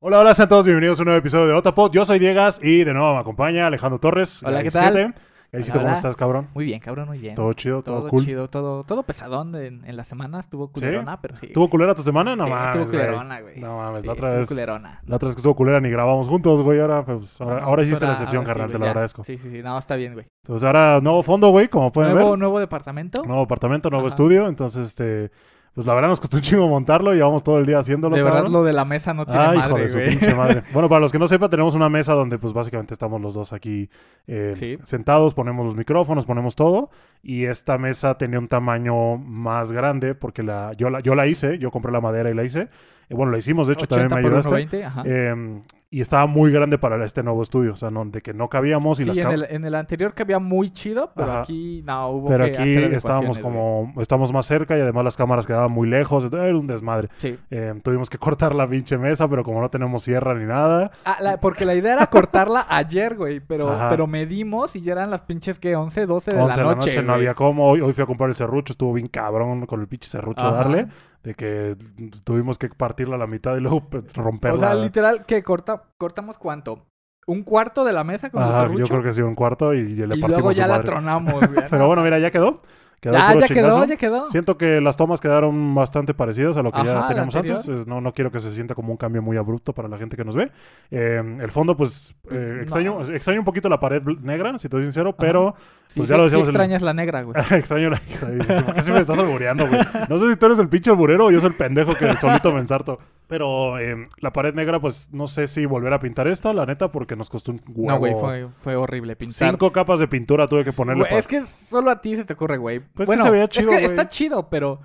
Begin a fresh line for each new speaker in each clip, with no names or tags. Hola, hola, sean todos bienvenidos a un nuevo episodio de Otapod. Yo soy Diegas y de nuevo me acompaña Alejandro Torres.
Hola, ¿qué
Gaisito. Gaisito,
Hola,
¿cómo
hola.
estás, cabrón?
Muy bien, cabrón, muy bien.
Todo chido, todo,
Todo
cool.
chido, todo, todo pesadón en, en la semana. Estuvo culerona, pero sí.
¿Tuvo
güey.
culera tu semana? No
Sí,
mames.
Estuvo
güey.
culerona, güey.
No mames,
Sí,
la otra
estuvo
vez.
culerona.
La otra vez que estuvo culera ni grabamos juntos, güey. Ahora, pues, ahora,
No,
ahora hiciste la
ahora-
excepción,
ahora sí,
carnal, te
güey,
lo
ya.
agradezco.
Sí, sí, sí. No, está bien, güey.
Entonces, ahora nuevo fondo, güey, como pueden
Nuevo,
ver.
nuevo departamento.
Nuevo apartamento, nuevo
Ajá.
estudio. Entonces, este. Pues la verdad nos costó un chingo montarlo. Llevamos todo el día haciéndolo.
de verdad,
cabrón.
lo de la mesa no tiene
Ay, hijo
madre,
de su
güey.
pinche madre. Bueno, para los que no sepan, tenemos una mesa donde pues básicamente estamos los dos aquí eh,
Sí.
sentados, ponemos los micrófonos, ponemos todo. Y esta mesa tenía un tamaño más grande porque la, yo, la, yo la hice, yo compré la madera y la hice. Eh, bueno, la hicimos, de hecho, también
80
me
por
ayudaste.
1.20, ajá.
Eh, y estaba muy grande para este nuevo estudio, o sea, no- de que no cabíamos y
sí,
las
en
cab-
el, en el anterior que había muy chido, pero
Ajá.
aquí no hubo
Pero
que
aquí
hacer
estábamos
adecuaciones,
como, estamos más cerca y además las cámaras quedaban muy lejos, entonces, era un desmadre.
güey. Sí.
Eh, tuvimos que cortar la pinche mesa, pero como no tenemos sierra ni nada,
Ah, la- porque la idea era cortarla ayer, güey, pero,
Ajá.
pero medimos y ya eran las pinches que 11, 12 de
11 de
la noche.
no
güey.
había como. Hoy, hoy fui a comprar el serrucho, estuvo bien cabrón con el pinche serrucho a
Ajá.
darle. De que tuvimos que partirla a la mitad y luego pe- romperla.
O sea, literal, que corta, cortamos cuánto? ¿Un cuarto de la mesa con el
Ajá,
serrucho?
yo creo que sí, un cuarto y, y le
y
partimos
luego
su
ya la
madre.
tronamos, güey.
Pero bueno, mira, ya quedó. Quedó
ya,
puro
ya
chingazo.
quedó, ya quedó.
Siento que las tomas quedaron bastante parecidas a lo que
Ajá,
ya
la
teníamos
anterior.
antes. Es- No, no quiero que se sienta como un cambio muy abrupto para la gente que nos ve. Eh, el fondo, pues,
Pues,
eh,
no.
extraño, extraño un poquito la pared bl- negra, si te soy sincero, pero
Sí,
pues
sí,
ya lo
sí
decíamos en-
extrañas la negra, güey.
Extraño la hija. de- ¿Por qué siempre me estás albureando, güey? No sé si tú eres el pinche alburero o yo soy el pendejo que solito me ensarto. Pero eh, la pared negra, pues no sé si volver a pintar esta, la neta, porque nos costó un huevo.
No, güey, fue, fue horrible pintar.
Cinco capas de pintura tuve que ponerle.
Güey,
para-
es que solo a ti se te ocurre, güey.
Pues es que se veía chido,
Es
güey.
que está chido, pero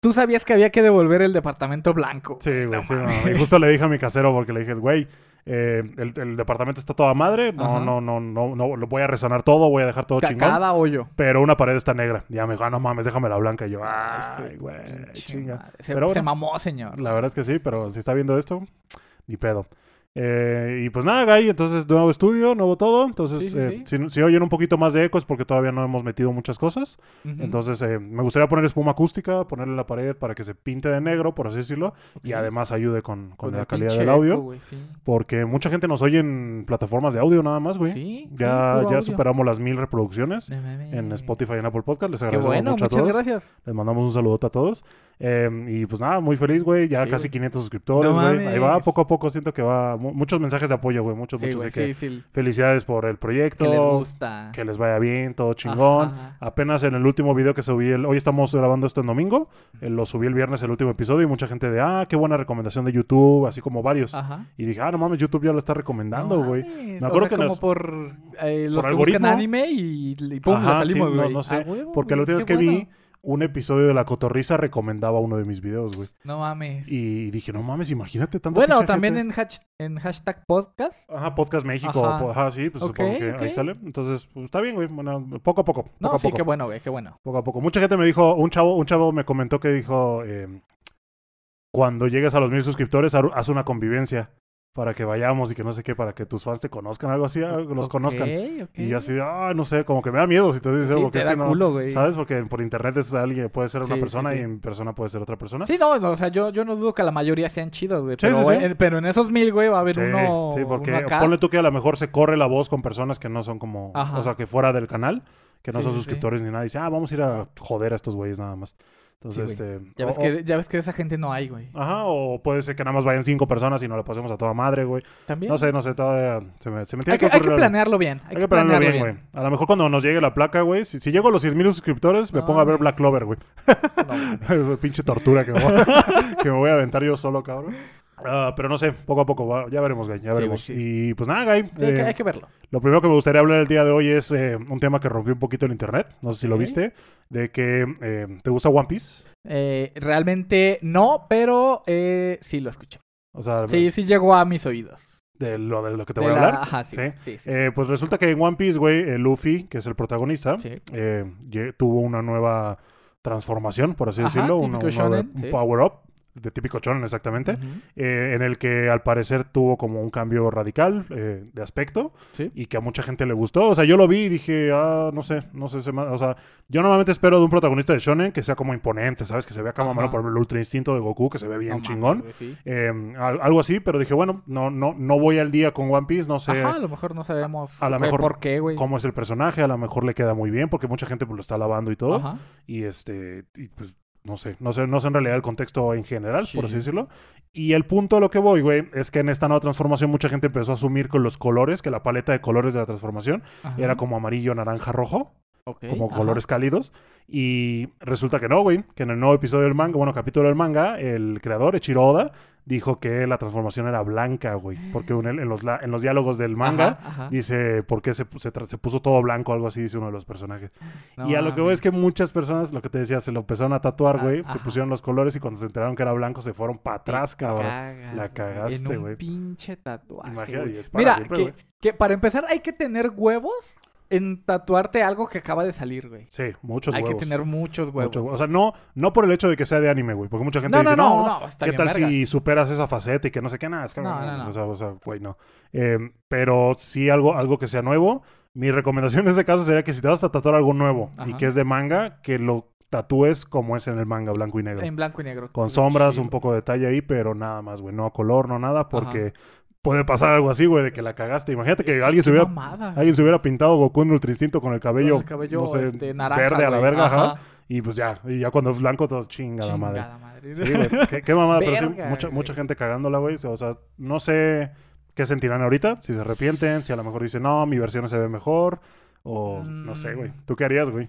tú sabías que había que devolver el departamento blanco.
Sí, güey,
No
sí, no.
mames.
Y justo le dije a mi casero porque le dije, güey, eh, el, el departamento está toda madre. No,
Ajá.
no, no, no, no, lo voy a resanar todo, voy a dejar todo
Ca-
chingón.
Cada hoyo.
Pero una pared está negra. Ya me dijo, ah, no mames, déjame la blanca. Y yo, ay,
Ay,
güey,
pinche
chinga.
madre. Se,
Pero
se
bueno.
mamó, señor.
La verdad es que sí, pero si está viendo esto, ni pedo. Eh, y pues nada, Guy, entonces nuevo estudio, nuevo todo. Entonces,
Sí, sí,
eh, Si, si oyen un poquito más de eco es porque todavía no hemos metido muchas cosas.
Ujú.
Entonces, eh, me gustaría poner espuma acústica, ponerle la pared para que se pinte de negro, por así decirlo, y
Ok.
además ayude con, con la
el
calidad
pinche
del audio.
eco, güey, sí.
porque mucha gente nos oye en plataformas de audio nada más, güey.
Sí,
ya
sí, puro
ya
audio.
superamos las mil reproducciones.
No mames.
En Spotify y en Apple Podcast. Les
Qué
agradecemos
bueno,
mucho a
muchas
todos.
gracias.
Les mandamos un saludote a todos. Eh, y pues nada, muy feliz, güey. Ya
Sí,
casi
güey.
500 suscriptores,
No
güey. Ahí va,
mames.
poco a poco. Siento que va. mu- muchos mensajes de apoyo, güey. Muchos,
Sí,
muchos
güey,
de que
sí, sí,
felicidades por el proyecto.
que les gusta.
que les vaya bien, todo chingón.
Ajá.
Apenas en el último video que subí, el- hoy estamos grabando esto en domingo, eh, lo subí el viernes el último episodio y mucha gente de, ah, qué buena recomendación de YouTube, así como varios.
Ajá.
Y dije, ah, no mames, YouTube ya lo está recomendando,
No
güey.
mames,
Me
o
acuerdo
sea,
que
como
nos-
por eh, los que
algoritmo.
buscan anime y, y pum,
Ajá,
la salimos,
sí,
güey.
no, no sé,
A huevo,
Porque la última
güey,
vez
qué
que vi
bueno.
un episodio de La Cotorriza recomendaba uno de mis videos, güey.
No mames.
Y dije, no mames, imagínate tanto.
Bueno, también en, hash- en hashtag podcast.
Ajá, Podcast México.
Ajá.
po- Ajá, sí, pues
Ok,
supongo que ahí
ok.
sale. Entonces, pues, está bien, güey. Bueno, poco a poco.
No,
poco a
sí,
poco.
qué bueno, güey, qué bueno.
Poco a poco. Mucha gente me dijo, un chavo, un chavo me comentó que dijo, eh, cuando llegues a los mil suscriptores, har- haz una convivencia para que vayamos y que no sé qué, para que tus fans te conozcan, algo así, algo- los
Ok,
conozcan.
ok.
Y yo así, de, ah, no sé, como que me da miedo si te dices,
Sí,
porque
te
es
da
que no-
culo, güey.
¿Sabes? Porque por internet es alguien, puede ser una
Sí, sí,
persona
sí.
y en persona puede ser otra persona.
Sí, no, no, o sea, yo, yo no dudo que la mayoría sean chidos, güey.
Sí,
pero,
sí, sí.
en- pero en esos mil, güey, va a haber
Sí,
uno.
sí, porque
uno acá.
ponle tú que a lo mejor se corre la voz con personas que no son como,
Ajá.
o sea, que fuera del canal, que no
Sí,
son
sí, sí.
suscriptores ni nada, y dice, ah, vamos a ir a joder a estos güeyes nada más. Entonces,
Sí,
este...
Ya
o-
ves, que, ya ves que de esa gente no hay, güey.
o- Ajá, o puede ser que nada más vayan cinco personas y no la pasemos a toda madre, güey.
También.
No sé, no sé, todavía se me, se me tiene
hay,
que,
que, hay que
ocurrir algo.
planearlo bien. Hay,
Hay que planearlo bien, güey. A lo mejor cuando nos llegue la placa, güey, si, si llego a los 100.000 suscriptores, me
No,
pongo a ver
mames.
Black Clover, güey.
No, mames.
Esa pinche tortura que me, voy a, que me voy a aventar yo solo, cabrón. Ah, pero no sé, poco a poco, va- ya veremos, Guy, ya
Sí,
veremos.
güey,
Y pues nada, Guy,
Sí, hay, que,
eh,
hay que verlo.
lo primero que me gustaría hablar el día de hoy es eh, un tema que rompió un poquito el internet, no sé si lo
Ok.
viste, de que eh, te gusta One Piece.
Eh, realmente no, pero eh, sí lo escuché.
O sea,
Sí, sí llegó a mis oídos.
de, lo, de lo que te
De
voy a
la-
hablar.
Ajá, sí.
Sí.
sí, sí, sí.
Eh, pues resulta que en One Piece, güey, eh, Luffy, que es el protagonista,
Sí.
eh, lle- tuvo una nueva transformación, por así
Ajá,
decirlo, un,
típico
un nuevo-
shonen,
un
sí.
power-up de típico Chonen, exactamente.
Ujú.
eh, en el que al parecer tuvo como un cambio radical eh, de aspecto
Sí.
y que a mucha gente le gustó. O sea, yo lo vi y dije, ah, no sé, no sé. se me- O sea, yo normalmente espero de un protagonista de Shonen que sea como imponente, ¿sabes? Que se vea como,
Ajá.
bueno, por ejemplo, el ultra instinto de Goku, que se ve bien
No mames,
chingón.
güey, sí.
Eh, al- algo así, pero dije, bueno, no, no, no voy al día con One Piece, no sé
Ajá, a lo mejor no sabemos
a lo
güey,
mejor
por qué, güey.
cómo es el personaje, a lo mejor le queda muy bien, porque mucha gente pues, lo está alabando y todo.
Ajá.
Y este, y, pues no sé, no sé, no sé en realidad el contexto en general,
Sí,
por así
sí.
decirlo. Y el punto a lo que voy, güey, es que en esta nueva transformación mucha gente empezó a asumir con los colores, que la paleta de colores de la transformación
ajá.
era como amarillo, naranja, rojo,
Ok,
como
ajá.
colores cálidos. Y resulta que no, güey, que en el nuevo episodio del manga, bueno, capítulo del manga, el creador, Echiro Oda, dijo que la transformación era blanca, güey, porque en, el- en los, la- en los diálogos del manga...
Ajá, ajá.
Dice, ¿por qué se, se tra- se puso todo blanco? Algo así, dice uno de los personajes.
No
y a lo que voy es
mames.
que muchas personas, lo que te decía, se lo empezaron a tatuar,
Ah,
güey. Se
ajá.
pusieron los colores y cuando se enteraron que era blanco se fueron para atrás, cabrón.
Cagas,
La
güey,
cagaste,
En
güey.
un pinche tatuaje.
Imagínate,
güey.
y es para
Mira,
siempre,
que,
güey.
que para empezar hay que tener huevos en tatuarte algo que acaba de salir, güey.
Sí, muchos
Hay
huevos.
que tener muchos huevos.
Muchos huevos. O sea, no, no por el hecho de que sea de anime, güey. Porque mucha gente
No,
dice,
no,
no,
no, no, está
¿qué
bien
tal si
vergas".
superas esa faceta y que no sé qué? Nada, es que
No, no,
mames,
no.
O sea, o sea, güey, no. Eh, pero sí algo, algo que sea nuevo. Mi recomendación en ese caso sería que si te vas a tatuar algo nuevo y
Ajá.
que es de manga, que lo tatúes como es en el manga, blanco y negro.
En blanco y negro.
con
Sí,
sombras,
chido.
un poco de detalle ahí, pero nada más, güey. No a color, no nada, porque puede pasar algo así, güey, de que la cagaste. Imagínate que alguien se
Qué
hubiera.
mamada, güey.
Alguien se hubiera pintado Goku en Ultra Instinto con el cabello,
Con el cabello
no sé,
este, naranja,
verde a la
güey.
verga, ajá.
Ajá.
Y pues ya, y ya cuando es blanco, todo chinga la madre.
Chingada madre.
Sí, güey, qué, qué mamada, pero sí,
Verga,
mucha,
güey.
mucha gente cagándola, güey. O sea, no sé qué sentirán ahorita, si se arrepienten, si a lo mejor dicen, no, mi versión se ve mejor, o no sé, güey. ¿Tú qué harías, güey?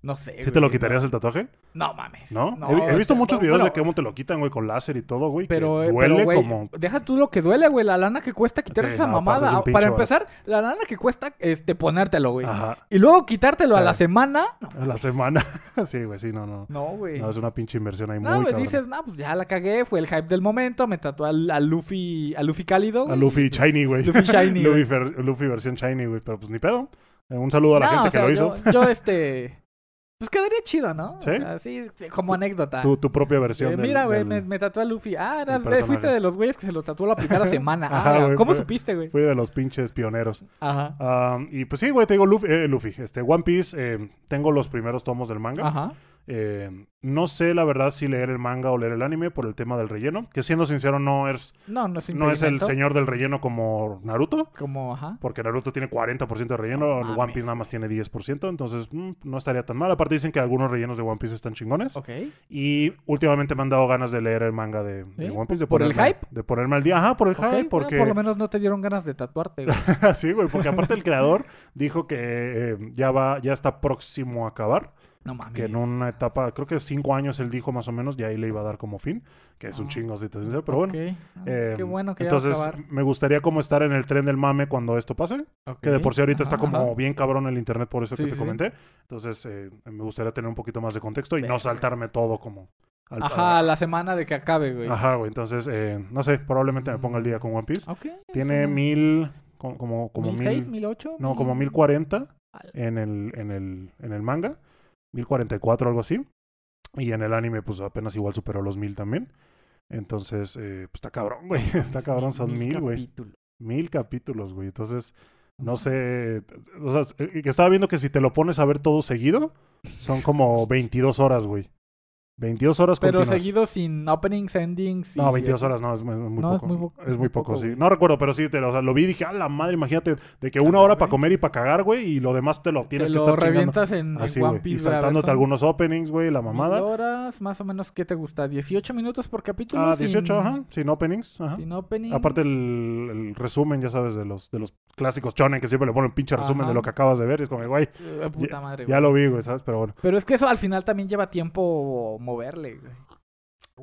No sé.
¿Sí te lo
Mm. Eh, güey,
quitarías el tatuaje?
No, no mames.
¿No? he, he visto
o sea,
muchos
no,
videos de
bueno,
cómo te lo quitan, güey, con láser y todo, güey.
Pero,
que
eh,
duele
pero, güey,
como...
deja tú lo que duele, güey. La lana que cuesta quitarse
Sí,
esa
no, aparte es un
mamada.
pinche
Para
barato.
empezar, la lana que cuesta este, ponértelo, güey. Pues,
Ajá,
Y luego quitártelo
Sí.
a la semana. No,
a la semana. sí, güey, sí, no, no.
no, güey.
No, es una pinche inversión ahí muy
No, güey,
cabrona.
dices, no, pues ya la cagué, fue el hype del momento, me tatué al, al Luffy, al Luffy cálido.
A
güey,
Luffy
y, pues,
Shiny, güey.
Luffy Shiny.
Luffy,
güey.
ver- Luffy versión Shiny, güey. Pero pues ni pedo. Eh, Un saludo a la
No,
gente
o sea,
que lo
yo-
hizo.
Yo, este. Pues quedaría chido, ¿no? O
¿Sí?
sea, sí, sí, como anécdota.
Tu, tu propia versión.
Eh,
del-
mira, güey,
del-
me, me tatué a Luffy. Ah, eras-
del personaje.
fuiste de los güeyes que se lo tatuó la primera semana. Ah,
Ajá, güey,
¿Cómo
fue-
supiste, güey?
Fui de los pinches pioneros.
Ajá.
Am, y pues sí, güey, te digo Luffy, eh, Luffy, este, One Piece, eh, tengo los primeros tomos del manga.
Ajá.
Eh, no sé la verdad si leer el manga o leer el anime por el tema del relleno, que siendo sincero no es,
No, no es
no es el
impedimento.
señor del relleno como Naruto,
Como, ajá.
porque Naruto tiene 40% de
No
relleno,
mames,
One Piece nada más tiene 10%, entonces mm, no estaría tan mal. Aparte dicen que algunos rellenos de One Piece están chingones.
Ok.
Y últimamente me han dado ganas de leer el manga de, de
¿Sí?
One Piece. De
¿Por el
ponerme-
hype?
De ponerme al día. Ajá, por el
Ok,
hype.
bueno,
Porque,
Por lo menos no te dieron ganas de tatuarte, güey.
sí, güey, porque aparte el creador dijo que eh, ya, va, ya está próximo a acabar.
No mames.
que en una etapa, creo que cinco años él dijo más o menos, y ahí le iba a dar como fin, que es un
Ah.
chingo, si te soy sincero, pero bueno.
Ok. Ah,
Eh,
Qué bueno que
entonces,
ya va a acabar.
me gustaría como estar en el tren del mame cuando esto pase, que de
Ok.
por sí ahorita
Ajá,
está como
ajá.
bien cabrón el internet por eso
Sí,
que te
sí, sí.
comenté. Entonces, eh, me gustaría tener un poquito más de contexto y no
Verga.
saltarme todo como... al-
Ajá,
a-
la semana de que acabe, güey.
ajá, güey. Entonces, eh, no sé, probablemente me ponga al día con One Piece.
Ok.
Tiene
sí.
mil... co- Como, como
¿Mil
mil...
seis, mil ocho?
No,
mil-
como 1040
A la-
en el, en el, en el manga. 1044, algo así. Y en el anime, pues apenas igual superó los 1000 también. Entonces, eh, pues está cabrón, güey. Está cabrón, son mil, güey.
capítulos.
Mil capítulos, güey. Entonces, no
mames.
sé. O sea, eh, que estaba viendo que si te lo pones a ver todo seguido, son como 22 horas, güey. 22 horas
Pero
continuas.
seguido sin openings, endings. y-
No, 22 horas no, es muy, muy
No, es
poco.
muy po-
es muy poco, sí.
güey.
No recuerdo, pero sí, te lo, o sea, lo vi y dije, a la madre, imagínate, de que
Ajá,
una hora para
güey.
comer y para cagar, güey, y lo demás te lo
eh". Te
tienes que
lo
estar chingando.
revientas en, en
Así,
One
güey. Y
Piece. güey, a ver,
saltándote
son
algunos openings, güey, la
mil
mamada.
horas, más o menos, ¿qué te gusta? ¿18 minutos por capítulo?
Ah,
sin-
18, ajá, sin openings, ajá.
Sin openings.
Aparte el, el resumen, ya sabes, de los, de los clásicos chonen que siempre le ponen pinche resumen
Ajá.
de lo que acabas de ver. Y es como, güey,
Eh, puta madre,
ya
güey.
lo vi, güey, ¿sabes? Pero bueno.
Pero es que eso al final también lleva tiempo moverle, güey.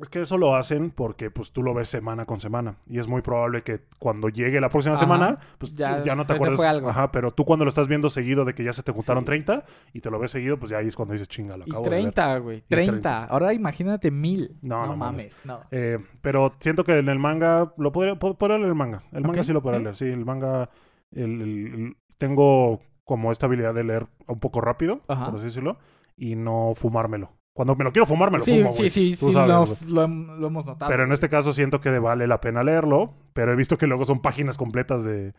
Es que eso lo hacen porque pues tú lo ves semana con semana. Y es muy probable que cuando llegue la próxima
Ajá.
semana, pues ya,
Ya
no
se
te
te
acuerdas.
fue algo.
Ajá, pero tú cuando lo estás viendo seguido de que ya se te juntaron
Sí.
30 y te lo ves seguido, pues ya ahí es cuando dices, chinga, lo
Y
acabo de ver.
30, güey. 30.
30.
Ahora imagínate mil.
No, no mames.
No.
Eh, pero siento que en el manga lo podría, po- podría leer el manga. El manga
Ok,
sí lo podría
ok.
leer. Sí, el manga el- el- el- tengo como esta habilidad de leer un poco rápido,
Ajá.
por así decirlo, y no fumármelo. Cuando me lo quiero fumar, me lo
sí,
fumo,
sí,
güey.
sí,
Tú
sí,
sabes,
nos-
güey.
lo, hem- lo hemos notado.
Pero en este caso siento que vale la pena leerlo. Pero he visto que luego son páginas completas de,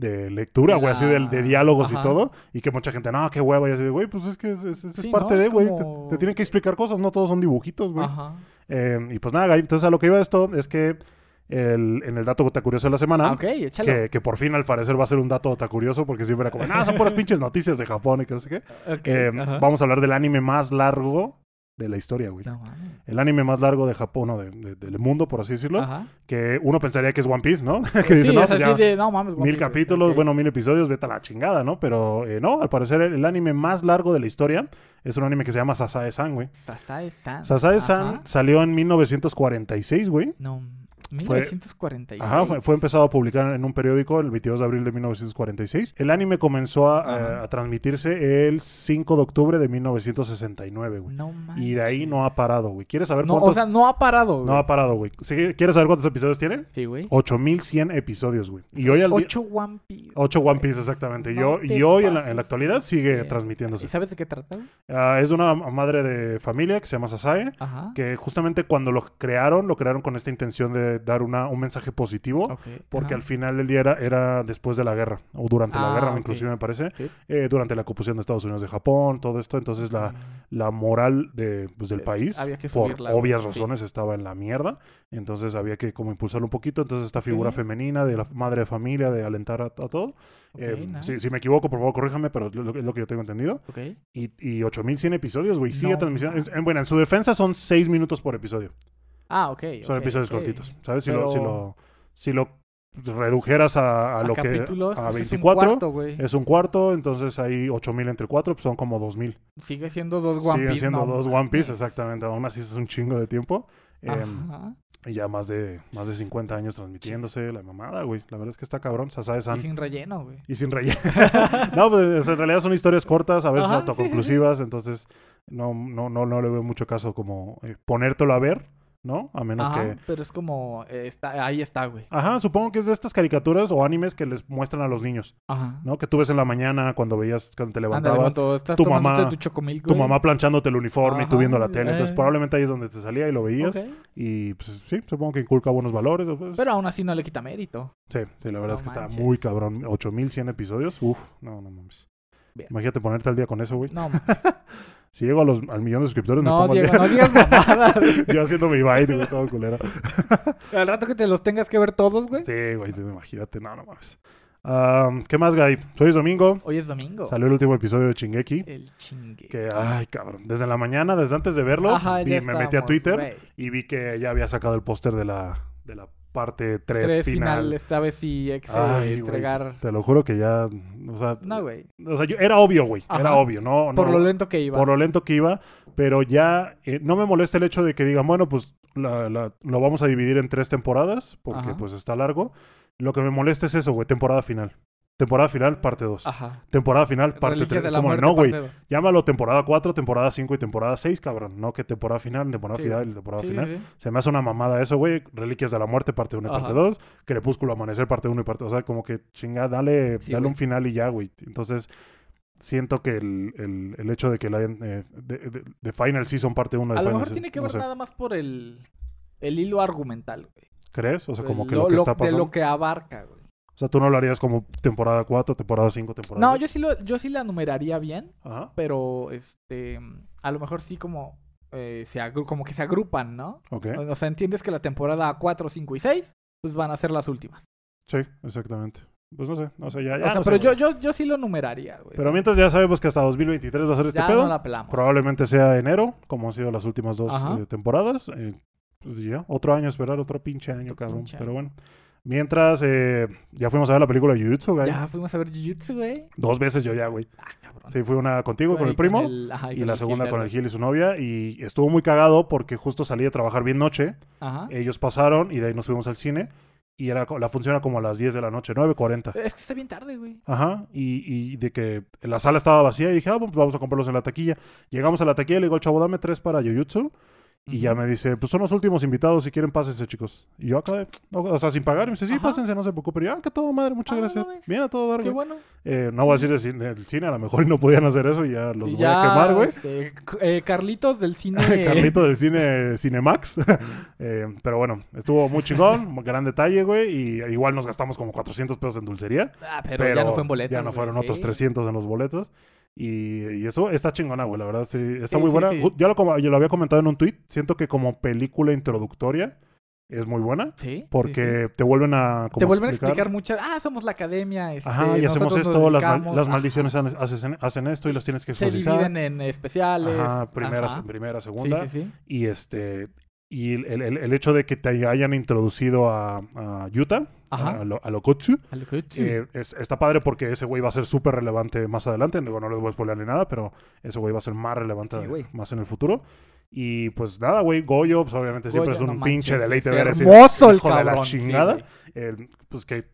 de lectura, güey, así de, de
La-
diálogos y
Ah, ajá.
todo. Y que mucha gente, no, qué hueva. Y así de, güey, pues es que es, es- es
Sí,
parte
¿no?
de,
Es
güey.
como-
Te, te tienen que explicar cosas, no todos son dibujitos, güey.
Ajá.
Eh, y pues nada, Gaby, entonces a lo que iba esto es que el- en el dato curioso de la semana.
Ah, ok, échalo.
Que, que por fin al parecer va a ser un dato curioso porque siempre era como, no, son puras pinches noticias de Japón y que no sé qué.
Ok,
Eh,
ajá.
vamos a hablar del anime más largo de la historia, güey.
No mames.
El anime más largo de Japón o de- de- del mundo, por así decirlo.
Ajá.
Que uno pensaría que es One Piece, ¿no? que dice,
sí,
no,
es
pues
así
ya
de, no mames. One
mil
Piece,
capítulos,
ok.
bueno, mil episodios, vete a la chingada, ¿no? Pero eh, no, al parecer el, el anime más largo de la historia es un anime que se llama Sasae-san, güey.
Sasae-san.
Sasae-san
Ajá.
salió en 1946, güey.
No, 1946.
Ajá, fue, fue empezado a publicar en un periódico el 22 de abril de 1946. El anime comenzó a, eh,
Ajá.
a transmitirse el 5 de octubre de 1969, güey.
No mames.
Y de ahí no ha parado, güey. ¿Quieres saber
No,
cuántos?
o sea, no ha parado, güey.
no ha parado, güey. ¿Sí? ¿Quieres saber cuántos episodios tienen?
Sí, güey.
8100 episodios, güey. Y hoy al día...
Ocho One Piece.
8 One Piece, exactamente. Y,
No
hoy-
te
y hoy en la, en la
pases.
actualidad sigue
Bien.
transmitiéndose.
¿Y sabes de qué trata? güey?
Ah, es de una madre de familia que se llama Sasae,
Ajá.
que justamente cuando lo crearon, lo crearon con esta intención de dar una, un mensaje positivo.
Ok,
Porque
ajá.
al final del día era, era después de la guerra, o durante la
Ah,
guerra,
ok.
inclusive me parece,
Ok.
eh, durante la ocupación de Estados Unidos de Japón, todo esto. Entonces la,
Mm,
la moral de, pues, del
Eh,
país,
había que
por
subirla,
obvias
sí.
razones, estaba en la mierda. Entonces había que como impulsarlo un poquito. Entonces esta figura
Ok.
femenina de la madre de familia, de alentar a, a todo.
ok,
Eh,
nice.
si, si me equivoco, por favor, corríjame, pero es lo, es lo que yo tengo entendido.
Ok.
Y, y 8100 episodios, güey. Sigue
No
transmisión.
mames.
En- en- bueno, en su defensa son 6 minutos por episodio.
Ah, ok.
Son
ok,
episodios
ok.
cortitos, ¿sabes? Si, lo,
Pero-
si, lo, si lo redujeras a, a lo que...
capítulos,
a
pues, es un
24.
cuarto, güey.
Es un cuarto, entonces hay 8000 entre 4, pues son como 2000.
Sigue siendo dos One
Siguen
Piece.
siendo
no
dos One Piece,
mames.
exactamente. Aún así es un chingo de tiempo. Em,
Ajá.
y ya más de, más de 50 años transmitiéndose la mamada, güey. La verdad es que está cabrón. Sasae-san.
Y sin relleno, güey.
Y sin relleno. no, pues en realidad son historias cortas, a veces
Ajá, sí, sí, sí.
autoconclusivas, entonces no, no, no, no le veo mucho caso como eh, ponértelo a ver, ¿no? A menos
Ajá,
que
pero es como, eh, está, ahí está, güey.
Ajá, supongo que es de estas caricaturas o animes que les muestran a los niños,
Ajá.
¿no? Que tú ves en la mañana cuando veías, cuando te
Ándale,
levantabas,
cuando estás
tu
tomándote
mamá-
tu chocomil,
tu
güey.
mamá planchándote el uniforme y tú
Ajá,
viendo la tele. Entonces
eh.
probablemente ahí es donde te salía y lo veías.
Ok.
Y pues sí, supongo que inculca buenos valores. pues,
Pero aún así no le quita mérito.
sí, sí, la verdad
No
es que está
manches.
muy cabrón. 8100 episodios, uf, no, no mames.
Bien.
Imagínate ponerte al día con eso, güey.
No,
Si llego a los, al millón de suscriptores, Pues, me
no,
pongo al día.
Diego, no digas mamadas.
Yo haciendo mi baile, güey, todo culero.
Al rato que te los tengas que ver todos, güey.
Sí, güey, sí, imagínate, no, no mames. Ah, ¿Qué más, Guy? Soy Domingo.
Hoy es domingo.
Salió el último episodio de Chingeki.
El chingue.
Que, ay, cabrón. Desde la mañana, desde antes de verlo,
Ajá,
pues,
ya
vi- me metí a
estamos,
Twitter
güey.
y vi que ya había sacado el póster de la, de la parte 3
Tres
final.
final, esta vez sí Excel
Ay, güey.
entregar.
Te lo juro que ya. O sea,
No, güey.
o sea, yo- era obvio, güey.
Ajá.
Era obvio, ¿no? no
Por lo lento que iba.
por lo lento que iba. Pero ya eh, no me molesta el hecho de que digan, bueno, pues la- la- lo vamos a dividir en tres temporadas porque
Ajá.
pues está largo. Lo que me molesta es eso, güey. Temporada final. Temporada final, parte 2.
Ajá.
Temporada final, parte
Reliquias
3.
Ah. de
Es
la
como,
muerte,
no, güey.
parte dos.
Llámalo temporada 4, temporada 5 y temporada 6, cabrón. No que temporada final, temporada
Sí.
final y temporada
Sí,
final.
sí, sí.
Se me hace una mamada eso, güey. Reliquias de la muerte, parte 1 y parte
Ajá.
2. Crepúsculo, amanecer, parte 1 y parte 2. O sea, como que chinga, dale,
Sí,
dale
güey.
un final y ya, güey. Entonces, siento que el, el- el hecho de que la hayan. eh, de, de- de Final Season, parte 1 de
A lo
Final
mejor
Season,
tiene que
no
ver
sé.
nada más por el, el hilo argumental, güey.
¿Crees? O sea, como
El-
que lo, que está
de
pasando.
lo que abarca, güey.
O sea, tú no lo harías como temporada 4, temporada 5, temporada.
No,
seis?
yo sí, lo, yo sí la numeraría bien,
Ajá.
pero este, a lo mejor sí como, eh, se agru- como que se agrupan, ¿no?
Ok.
O sea, entiendes que la temporada 4, 5 y 6, pues van a ser las últimas.
Sí, exactamente. Pues no sé. O sea, ya. ya
o sea,
no sé,
pero yo,
güey.
yo, yo sí lo numeraría, güey.
Pero mientras ya sabemos que hasta 2023 va a ser este
ya
pedo.
no la pelamos.
Probablemente sea enero, como han sido las últimas dos
Ajá.
eh, temporadas. Eh, pues ya, otro año esperar, otro pinche año,
Otro
cabrón.
pinche
Pero
año.
bueno. Mientras, eh, ya fuimos a ver la película de Jujutsu, güey.
Ya fuimos a ver Jujutsu, güey.
Dos veces yo ya, güey.
Ah, cabrón.
Sí, fui una contigo, con
Ahí
el primo.
el- ajá,
Y
con
la
el
segunda con el
Hilder,
Gil y su novia. Y estuvo muy cagado porque justo salí de trabajar bien noche.
güey. Ajá.
Ellos pasaron y de ahí nos fuimos al cine. Y era, co- la función era como a las 10 de la noche, 9.40.
Es que está bien tarde, güey.
Ajá, y, y de que la sala estaba vacía y dije, ah, bueno, pues vamos a comprarlos en la taquilla. Llegamos a la taquilla, le digo al chavo, dame tres para Jujutsu. Y ya me dice, pues son los últimos invitados, si quieren pásense, chicos. Y yo acá, de, no, o sea, sin pagar, y me dice, sí,
Ajá.
pásense, no se preocupen. Y yo, ah, que todo madre, muchas
Ah,
gracias.
no ves.
Bien a todo dar,
Qué
güey.
bueno.
Eh, no voy a decir el cine, el cine, a lo mejor y no podían hacer eso y ya los
Y
voy a quemar, güey.
este, c- eh, Carlitos del cine.
Carlito del cine Cinemax. Eh, pero bueno, estuvo muy chingón, gran detalle, güey. Y igual nos gastamos como 400 pesos en dulcería.
Ah, pero,
Pero,
ya no fue en boleto.
Ya no fueron otros 300 en los boletos. Y, y eso está chingona, güey. La verdad, sí, está
Sí,
muy
sí,
buena.
sí.
Ju- Ya lo, como- yo lo había comentado en un tweet. Siento que como película introductoria es muy buena.
Sí. sí, sí.
Porque te vuelven a. como
Te vuelven a explicar muchas. Ah, somos la academia. Este,
Ajá, y hacemos
nosotros nos
esto, las, mal-
dedicamos
las
a-
maldiciones han- hacen, hacen esto y las tienes que
Se
exorcizar.
dividen en especiales.
Ajá, primera,
ajá.
primera,
Sí,
segunda.
sí, sí.
Y este. Y el, el- el hecho de que te hayan introducido a, a Yuta,
Ajá.
a, lo, a Lokotsu,
A lo que-
Ah, eh, es- está padre porque ese güey va a ser súper relevante más adelante. Digo, no les voy a spoiler ni nada, pero ese güey va a ser más relevante
Sí, güey.
más en el futuro. Y pues nada, güey, Goyo, pues obviamente siempre
Goya,
es un
no
pinche
manches,
deleite
es
ver ese
hermoso el
hijo de la
cabrón, sí,
chingada.
güey.
Eh, pues que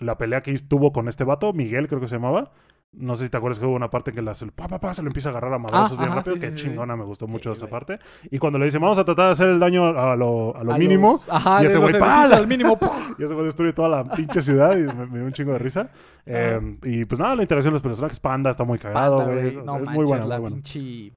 la pelea que tuvo con este vato, Miguel creo que se llamaba. No sé si te acuerdas que hubo una parte en que las- el pa, pa, pa, se le empieza a agarrar a madrazos bien
Ah, ajá,
rápido,
sí,
que
sí, sí, sí.
chingona, me gustó mucho
Sí,
esa
güey.
parte. Y cuando le dicen, vamos a tratar de hacer el daño a lo, a lo
A
mínimo,
los- ajá,
y
de
ese
los
güey, ¡pala!
servicios al mínimo. ¡puf!
y ese güey destruye toda la pinche ciudad y me, me dio un chingo de risa. Eh, y pues nada, la interacción de los personajes, Panda está muy cagado,
Ah. Panda,
güey.
güey.
es
No
muy
manches,
buena,
la
muy buena.
pinche...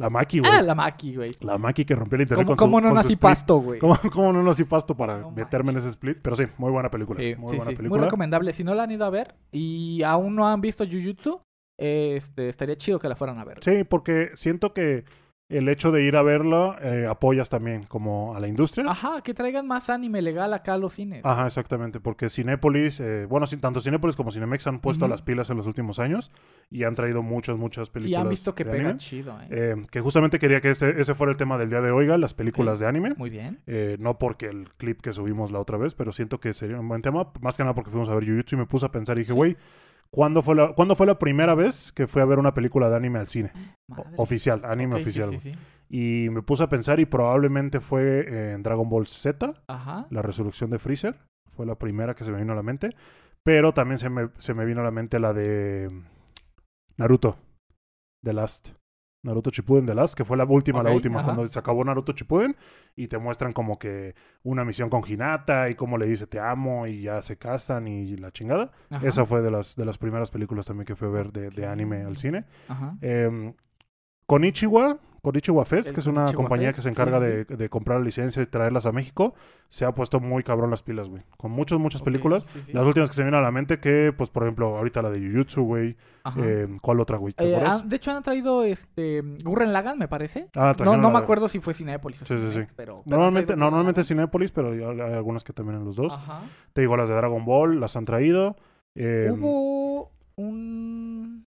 La Maki, güey.
Ah, la Maki, güey.
La Maki que rompió el internet con
¿Cómo,
su-
cómo no
con su
nací
split.
pasto, güey?
¿Cómo, cómo no nací pasto para
No
meterme en ese split? Pero sí, muy buena película.
Sí,
muy
sí,
buena
sí. Muy
película.
recomendable. Si no la han ido a ver y aún no han visto Jujutsu, eh, este, estaría chido que la fueran a ver.
Sí, porque siento que el hecho de ir a verla eh, apoyas también como a la industria.
Ajá, que traigan más anime legal acá a los cines.
Ajá, exactamente, porque Cinépolis, eh, bueno, sí, tanto Cinépolis como Cinemex han puesto
Ujú.
las pilas en los últimos años y han traído muchas, muchas
sí,
películas.
han visto que
de
pega
anime.
chido, eh.
Eh, que justamente quería que este, ese fuera el tema del día de hoy, Gal, las películas
Ok.
de anime.
Muy bien.
Eh, no porque el clip que subimos la otra vez, pero siento que sería un buen tema. Más que nada porque fuimos a ver Jujutsu y me puse a pensar y dije,
Sí.
güey, ¿cuándo, fue la- ¿cuándo fue la primera vez que fui a ver una película de anime al cine? O-
Madre.
Oficial, anime
Ah, Ok, sí,
oficial.
sí,
güey.
sí.
Y me puse a pensar y probablemente fue eh, en Dragon Ball Z,
Ajá.
la resurrección de Freezer. Fue la primera que se me vino a la mente. Pero también se me, se me vino a la mente la de mm, Naruto, The Last. Naruto Shippuden The Last, que fue la última, la
Ok,
última,
ajá.
cuando se acabó Naruto Shippuden y te muestran como que una misión con Hinata y cómo le dice te amo y ya se casan y la chingada.
ajá,
Esa fue de las, de las primeras películas también que fui a ver de, de anime al cine.
ajá.
Eh, Konichiwa, Konichiwa Fest,
El
que es una
Konichiwa
compañía
Fest,
que se
sí,
encarga
sí,
de, de comprar licencias y traerlas a México, se ha puesto muy cabrón las pilas, güey. Con muchas, muchas
Ok,
películas.
sí, sí.
Las últimas que se me vienen a la mente, que, pues, por ejemplo, ahorita la de Jujutsu, güey.
Ajá.
Eh, ¿Cuál otra, güey? ¿Te
Eh,
acuerdas?
han- de hecho han traído este Gurren Lagan, me parece.
Ah,
No,
trajeron
no
la
me
de-
acuerdo si fue Cinepolis o
Sí, sí, sí.
Cinemex, pero, pero han
Normalmente,
traído Gurren
normalmente es
Lagann.
Cinépolis, pero hay, hay algunas que también en los dos.
Ajá.
Te digo, las de Dragon Ball las han traído. Eh,
Hubo un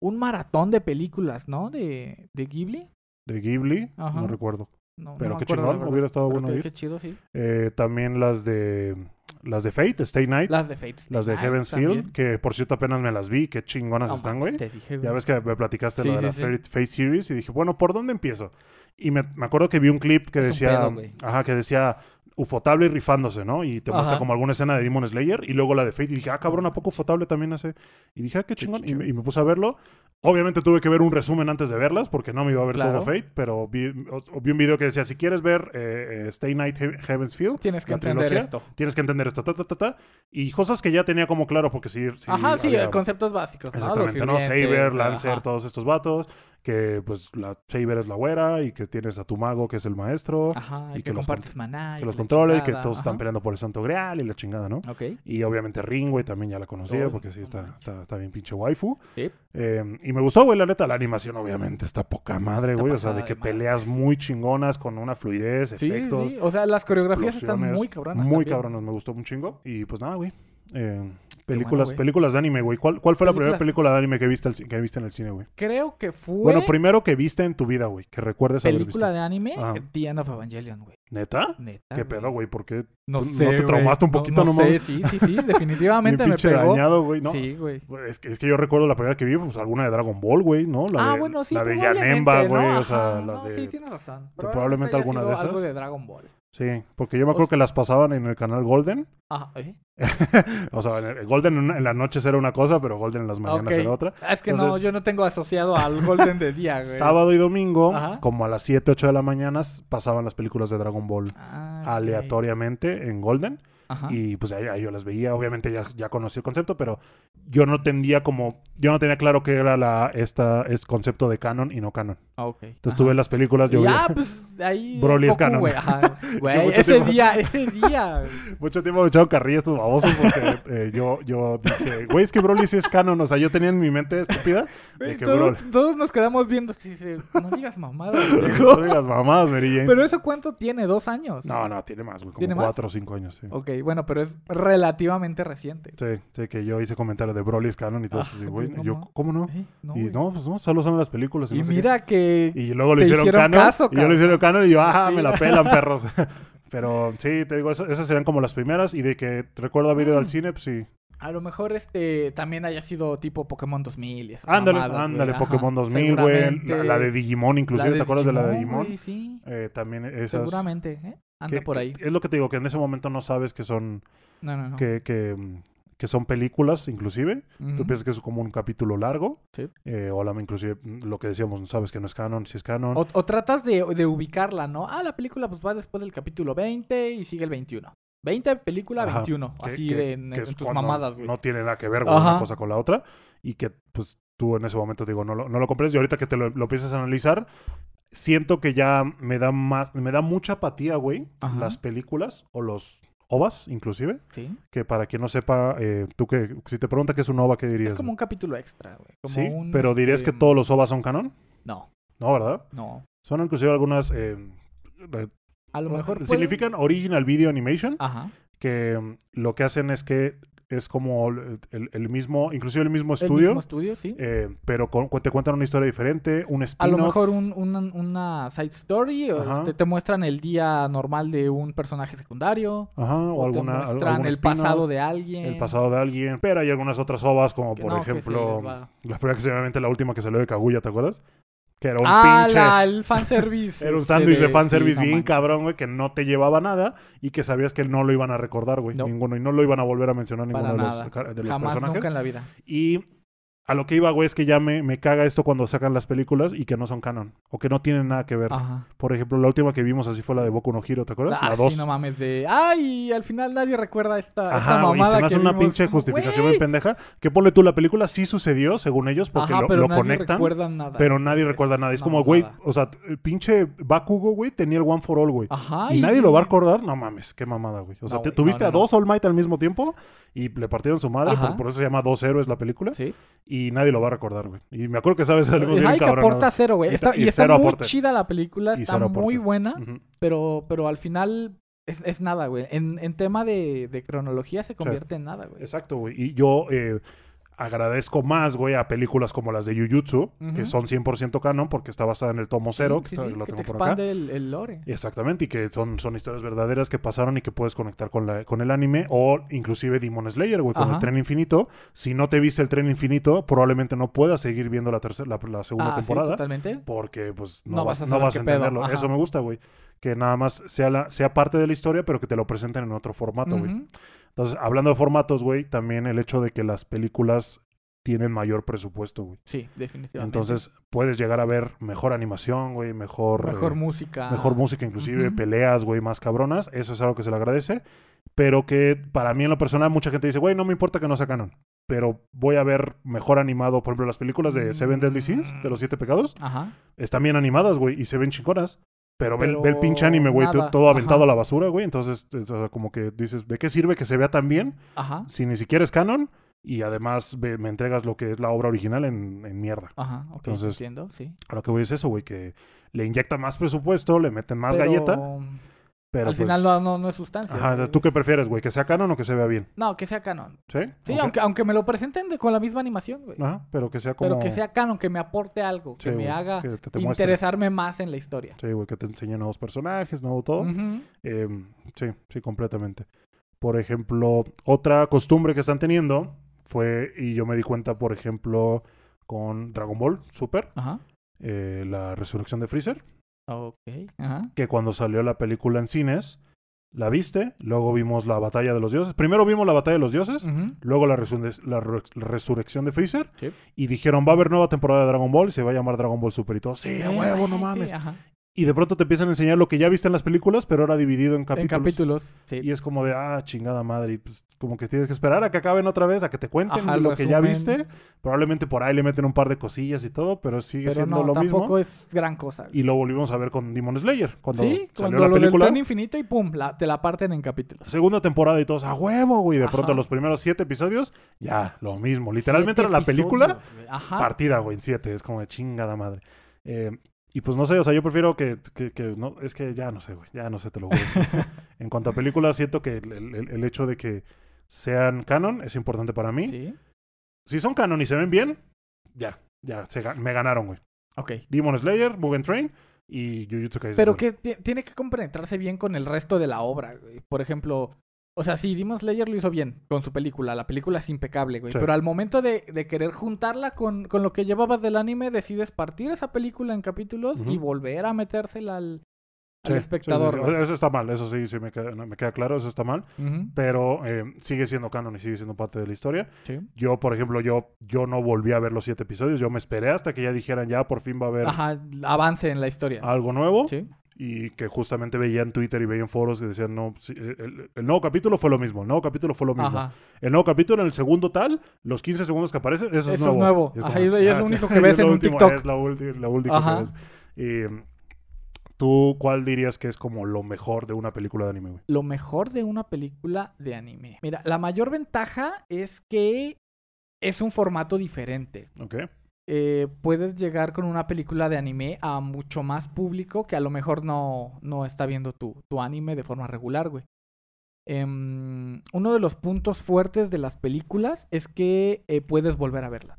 un maratón de películas, ¿no? De, de Ghibli.
De Ghibli,
Ajá.
no recuerdo.
No, no
Pero
me
qué
acuerdo, la
chingón,
verdad.
hubiera estado
Pero
bueno
qué-
ir.
Qué chido, sí.
Eh, también las de las de Fate, Stay Night,
Las de Fate.
Eh, las de Heaven's Field, que por cierto apenas me las vi, qué chingonas están, güey.
Te dije, güey.
Ya ves que me platicaste
Sí,
la de
sí,
la
sí.
Fate- Fate Series y dije, bueno, ¿por dónde empiezo? Y me, me acuerdo que vi un clip que
Es un
decía,
pedo, güey.
ajá, que decía Ufotable y rifándose, ¿no? Y te muestra
Ajá.
como alguna escena de Demon Slayer y luego la de Fate y dije, ah, cabrón, ¿a poco Ufotable también hace? Y dije, ah, qué chingón. Y, me- y me puse a verlo. Obviamente tuve que ver un resumen antes de verlas porque no me iba a ver
Claro.
todo Fate, pero vi, o- vi un video que decía, si quieres ver eh, eh, Stay Night He- Heaven's Field,
Tienes que
la
entender
trilogía.
esto.
tienes que entender esto, ta, ta, ta, ta. Y cosas que ya tenía como claro porque sí... sí
Ajá, sí,
había-
eh, conceptos básicos, ¿no? Los
Exactamente, ¿no?
sirvientes,
Saber,
ajá.
Lancer, todos estos vatos. Que pues la Saber es la güera y que tienes a tu mago que es el maestro.
Ajá,
y
y,
que
que,
los
compartes maná.
que
y
los
la
controla y que
chingada,
todos están
ajá.
peleando por el santo grial y la chingada, ¿no?
Ok.
Y obviamente Ring, güey, también ya la conocía
Uy,
porque sí
no
está,
manches.
está, está bien pinche waifu.
Sí.
Eh, y me gustó, güey, la neta, la animación obviamente está poca madre,
Está
güey. O sea, de
pasada
que
de
peleas
madres.
muy chingonas con una fluidez,
Sí,
efectos.
sí. O sea, las coreografías están
explosiones,
muy cabronas.
Muy
también.
cabronas, me gustó un chingo. Y pues nada, güey. Eh, películas,
güey.
películas de anime, güey. ¿Cuál, cuál fue la primera
Películas.
película de anime que viste, al ci- que viste en el cine, güey?
Creo que fue
Bueno, primero que viste en tu vida, güey, que recuerdes haber visto.
película de anime,
Ajá.
The End of Evangelion, güey.
¿Neta?
Neta.
¿Qué pedo, güey? ¿Por qué?
No
¿Tú no
sé.
te
güey.
traumaste un
No-
poquito, no
no sé,
mames?
sí, sí, sí.
Bien
Definitivamente me
pinche
pegó.
dañado, güey, ¿no?
Sí, güey.
Güey, Es que, es que yo recuerdo la primera que vi, pues alguna de Dragon Ball, güey, ¿no? La
ah,
de,
bueno, sí.
La de
probablemente,
Yanemba,
¿no?
güey, o
Ajá,
sea, la
no,
de...
Sí, tiene razón.
probablemente
haya
alguna
sido
de esas.
Algo de Dragon Ball.
Sí, porque yo me
O
acuerdo
sea-
que las pasaban en el canal Golden.
Ah, ¿eh?
O sea, en el- Golden en- en las noches era una cosa, pero Golden en las mañanas
Ok.
era otra.
Ah, Es que no,
Entonces-
yo no tengo asociado al Golden de día, güey.
Sábado y domingo,
Ajá.
como a las 7, 8 de la mañana, s- pasaban las películas de Dragon Ball
Ah, ok. Ah.
aleatoriamente en Golden.
Ajá.
Y pues ahí, ahí yo las veía. Obviamente ya, ya conocí el concepto, pero yo no entendía como. Yo no tenía claro qué era la, esta, es concepto de canon y no canon.
Ah, ok.
Entonces
Ajá.
tuve las películas, yo
Ya, pues ahí.
Broly es
Goku,
canon.
güey, ajá. Güey,
mucho
ese
tiempo-
día, ese día. güey.
vi- mucho tiempo me echaron carrilla estos babosos porque eh, yo, yo dije, güey, es que Broly sí es canon. O sea, yo tenía en mi mente estúpida de que Broly.
Todos, todos nos quedamos viendo. así, sí, no digas mamada,
No
viejo.
digas mamadas, Mary Jane.
Pero eso cuánto tiene, dos años.
No, no, tiene más, güey.
¿Tiene
Como
más?
cuatro o cinco años, sí.
Ok, bueno, pero es relativamente reciente.
Sí, sí, que yo hice comentarios de Broly es canon y todo eso.
Ah,
así, güey,
no
yo,
mames.
¿cómo no?
Eh, no,
y
güey.
no, pues no, solo son las películas. Y,
Y
no sé qué.
mira que.
Y luego lo
te
hicieron,
hicieron
canon.
caso,
y yo lo
cabrón.
hicieron canon y yo, ajá,
Sí.
me la pelan, perros. Pero sí, te digo, esas, esas serían como las primeras. Y de que te recuerdo haber ido al
Mm.
cine, pues sí.
A lo mejor este también haya sido tipo Pokémon 2000 y esas
Ándale,
mamadas, güey,
ándale,
ajá.
Pokémon 2000, güey. La,
Seguramente.
la de Digimon, inclusive,
La
¿te acuerdas de la de Digimon?
Digimon, güey, sí,
Eh, también esas.
seguramente. ¿eh? Anda
que-
por
que-
ahí.
es lo que te digo, que en ese momento no sabes que son,
No, no, no.
que, que, mm, que son películas, inclusive. Tú
Ujú.
piensas que es como un capítulo largo.
Sí.
Eh, o la, inclusive mm, lo que decíamos, no sabes que no es canon, si es canon.
O, o tratas de, de ubicarla, ¿no? Ah, la película pues va después del capítulo 20 y sigue el 21. 20, película
Ajá,
21.
que-
así
que-
de en,
que
en
es
tus
cuando
mamadas, güey.
No tiene nada que ver, güey, una
Ajá.
cosa con la otra. Y que, pues, tú en ese momento, digo, no lo, no lo compres. Y ahorita que te lo, lo empiezas a analizar, siento que ya me da más, me da mucha apatía, güey,
Ajá.
las películas o los ovas, inclusive.
Sí.
Que para quien no sepa, eh, tú que, si te pregunta qué es un ova, ¿qué dirías?
Es como
güey?
un capítulo extra, güey. Como
sí,
un,
pero dirías
este,
que todos los ovas son canon.
No,
No, ¿verdad?
no.
Son inclusive algunas... eh, re-
A lo mejor. Ah. puede-
significan Original Video Animation.
Ajá.
que mm, lo que hacen es que es como el, el- el mismo, inclusive el mismo
El
estudio,
mismo estudio, sí.
eh, pero con- cu- te cuentan una historia diferente, un
A lo
spin-off.
mejor un- una, una side story, o
Ajá.
este, te muestran el día normal de un personaje secundario,
Ajá, o,
o,
alguna,
te
al-
muestran
algún
el
spin-off,
pasado de alguien.
el pasado de alguien. Pero hay algunas otras ovas, como
que
por
no, que se
ejemplo,
les va.
la primera que se me viene, la última que salió de Kaguya, ¿te acuerdas? Que era un
ah,
pinche.
la- el fanservice.
Era un
este,
sándwich de
sí,
fanservice
no
bien
manches.
cabrón, güey, que no te llevaba nada y que sabías que no lo iban a recordar, güey,
No.
ninguno. Y no lo iban a volver a mencionar
Para
ninguno de los,
nada.
ca- de los
Jamás
personajes.
nunca en la vida.
Y a lo que iba, güey, es que ya me, me caga esto cuando sacan las películas y que no son canon. O que no tienen nada que ver.
Ajá.
Por ejemplo, la última que vimos así fue la de Boku no Hiro, ¿te acuerdas?
Ah,
la
sí,
2.
no mames de. Ay, al final nadie recuerda esta, esta
Ajá, güey,
mamada.
se me hace
que
una
vimos,
pinche
como,
justificación
"Güey".
bien pendeja. Que ponle tú, la película sí sucedió, según ellos, porque
Ajá,
lo,
pero
lo
nadie
conectan.
recuerda nada.
Pero nadie recuerda
Es
nada. Es
una
como, güey,
mamada.
o sea, el pinche Bakugo, güey, tenía el One for All, güey.
Ajá.
y nadie
sí,
lo va a
güey.
recordar. No mames, qué mamada, güey. O sea,
No,
te-
güey,
tuviste
no, no,
a
no.
dos All Might al mismo tiempo y le partieron su madre.
Ajá.
Por, por eso se llama Dos Héroes la película.
Sí.
Y nadie lo va a recordar, güey. Y me acuerdo que sabes salimos bien
Ay, que aporta
cabronados.
cero, güey.
Y
Está-
ta-
Y,
y
está
cero
muy
aporte.
chida la película,
Y
está
cero aporte. Mm.
muy buena,
Ujú.
pero, pero al final es, es nada, güey. En, en tema de, de cronología se convierte en nada, güey.
Exacto, güey. Y yo eh, agradezco más, güey, a películas como las de Jujutsu,
Ujú.
que son 100% canon porque está basada en el tomo cero,
Sí,
que,
sí,
está-
sí,
lo
que
tengo
te
por acá.
expande el, el lore.
Exactamente, y que son, son historias verdaderas que pasaron y que puedes conectar con, la, con el anime o inclusive Demon Slayer, güey, con el
Ajá.
tren infinito. Si no te viste el tren infinito, probablemente no puedas seguir viendo la, tercera, la, la segunda
Ah, sí,
temporada.
totalmente.
porque pues no,
No
vas,
vas a
no
saber
vas a
qué pedo,
entenderlo.
ajá.
Eso me gusta, güey. Que nada más sea, la, sea parte de la historia, pero que te lo presenten en otro formato, güey.
Ujú.
Entonces, hablando de formatos, güey, también el hecho de que las películas tienen mayor presupuesto, güey.
Sí, definitivamente.
Entonces, puedes llegar a ver mejor animación, güey, mejor...
mejor
eh,
música.
Mejor música, inclusive
Ujú.
peleas, güey, más cabronas. Eso es algo que se le agradece. Pero que para mí en lo personal mucha gente dice, güey, no me importa que no sea canon. Pero voy a ver mejor animado, por ejemplo, las películas de Seven Deadly Sins, de los Siete Pecados
Ajá.
están bien animadas, güey, y se ven chingonas. Pero, ve el- ve, el
Pero
pinche anime, güey, to-
nada,
todo aventado
ajá.
a la basura, güey. Entonces, o sea, como que dices, ¿de qué sirve que se vea tan bien
Ajá.
si ni siquiera es canon? Y además ve- me entregas lo que es la obra original en, en mierda.
Ajá. Ok,
Entonces,
entiendo, sí.
A lo que voy es eso, güey, que le inyecta más presupuesto, le meten más
Pero,
galleta, pero
al
pues-
final no, no, no es sustancia.
Ajá, o sea,
güey,
¿tú qué
es-
prefieres, güey? ¿Que sea canon o que se vea bien?
No, que sea canon.
¿Sí?
Sí,
Ok.
aunque, aunque me lo presenten de- con la misma animación, güey.
Ajá, pero que sea como...
Pero que sea canon, que me aporte algo,
Sí,
que me
güey,
haga
que te, te muestre.
interesarme más en la historia.
Sí, güey, que te enseñen nuevos personajes, nuevo todo.
Ujú.
Em, sí, sí, completamente. Por ejemplo, otra costumbre que están teniendo fue, y yo me di cuenta, por ejemplo, con Dragon Ball Super,
Ajá.
eh, la resurrección de Freezer.
Ok. Ajá.
que cuando salió la película en cines, la viste, luego vimos la batalla de los dioses. Primero vimos la batalla de los dioses,
Ujú.
luego la, resu- la re- resurrección de Freezer,
Sí.
y dijeron, va a haber nueva temporada de Dragon Ball y se va a llamar Dragon Ball Super y todo. Sí, a
Eh,
huevo, no
sí,
mames.
ajá.
Y de pronto te empiezan a enseñar lo que ya viste en las películas, pero ahora dividido en
En
capítulos.
capítulos. Sí.
Y es como de, ah, chingada madre, y pues como que tienes que esperar a que acaben otra vez, a que te cuenten
Ajá, el
lo que ya
resumen.
viste. Probablemente por ahí le meten un par de cosillas y todo, pero sigue
Pero
siendo
no,
lo
tampoco
mismo.
es gran cosa.
Y lo volvimos a ver con Demon Slayer, cuando
sí,
salió
cuando
la
lo del
película.
tren infinito y pum, la- te la parten en capítulos.
Segunda temporada y todos a huevo, güey. De
Ajá.
pronto los primeros siete episodios, ya, lo mismo. Literalmente
Siete
era la película
episodios, güey. Ajá.
partida, güey, en siete. Es como de chingada madre. Eh, y pues no sé, o sea, yo prefiero que, que- que no, es que ya no sé, güey. Ya no sé, te lo juro. en cuanto a películas, siento que el, el- el hecho de que sean canon es importante para mí.
Sí.
Si son canon y se ven bien, ya, ya, se ga- me ganaron, güey.
Ok.
Demon Slayer, Mugen Train y Jujutsu Kaisen.
Pero que ti- tiene que compenetrarse bien con el resto de la obra, güey. Por ejemplo, o sea, sí, Demon Slayer lo hizo bien con su película. La película es impecable, güey.
Sí.
Pero al momento de, de querer juntarla con, con lo que llevabas del anime, decides partir esa película en capítulos y
Ujú.
volver a metérsela al, al
Sí, sí, sí,
espectador.
sí.
güey.
Eso está mal, eso sí, sí me queda- me queda claro, eso está mal.
Ujú,
pero eh, sigue siendo canon y sigue siendo parte de la historia.
sí.
Yo, por ejemplo, yo, yo no volví a ver los siete episodios, yo me esperé hasta que ya dijeran ya por fin va a haber
Ajá, avance en la historia.
algo nuevo
Sí.
y que justamente veía en Twitter y veía en foros que decían, no, sí, el, el nuevo capítulo fue lo mismo, el nuevo capítulo fue lo mismo.
Ajá.
El nuevo capítulo, en el segundo tal, los 15 segundos que aparecen, eso es
Eso es
nuevo.
nuevo.
Y es
Ajá,
como,
y es- y es lo
"Ah,
único que
es
ves en
lo
un
último,
TikTok".
Es la, ulti- la última
Ajá.
que ves. Y, ¿Tú cuál dirías que es como lo mejor de una película de anime, güey?
lo mejor de una película de anime. Mira, la mayor ventaja es que es un formato diferente.
¿Ok?
Eh, puedes llegar con una película de anime a mucho más público que a lo mejor no, no está viendo tu, tu anime de forma regular, güey. Em, uno de los puntos fuertes de las películas es que eh, puedes volver a verlas.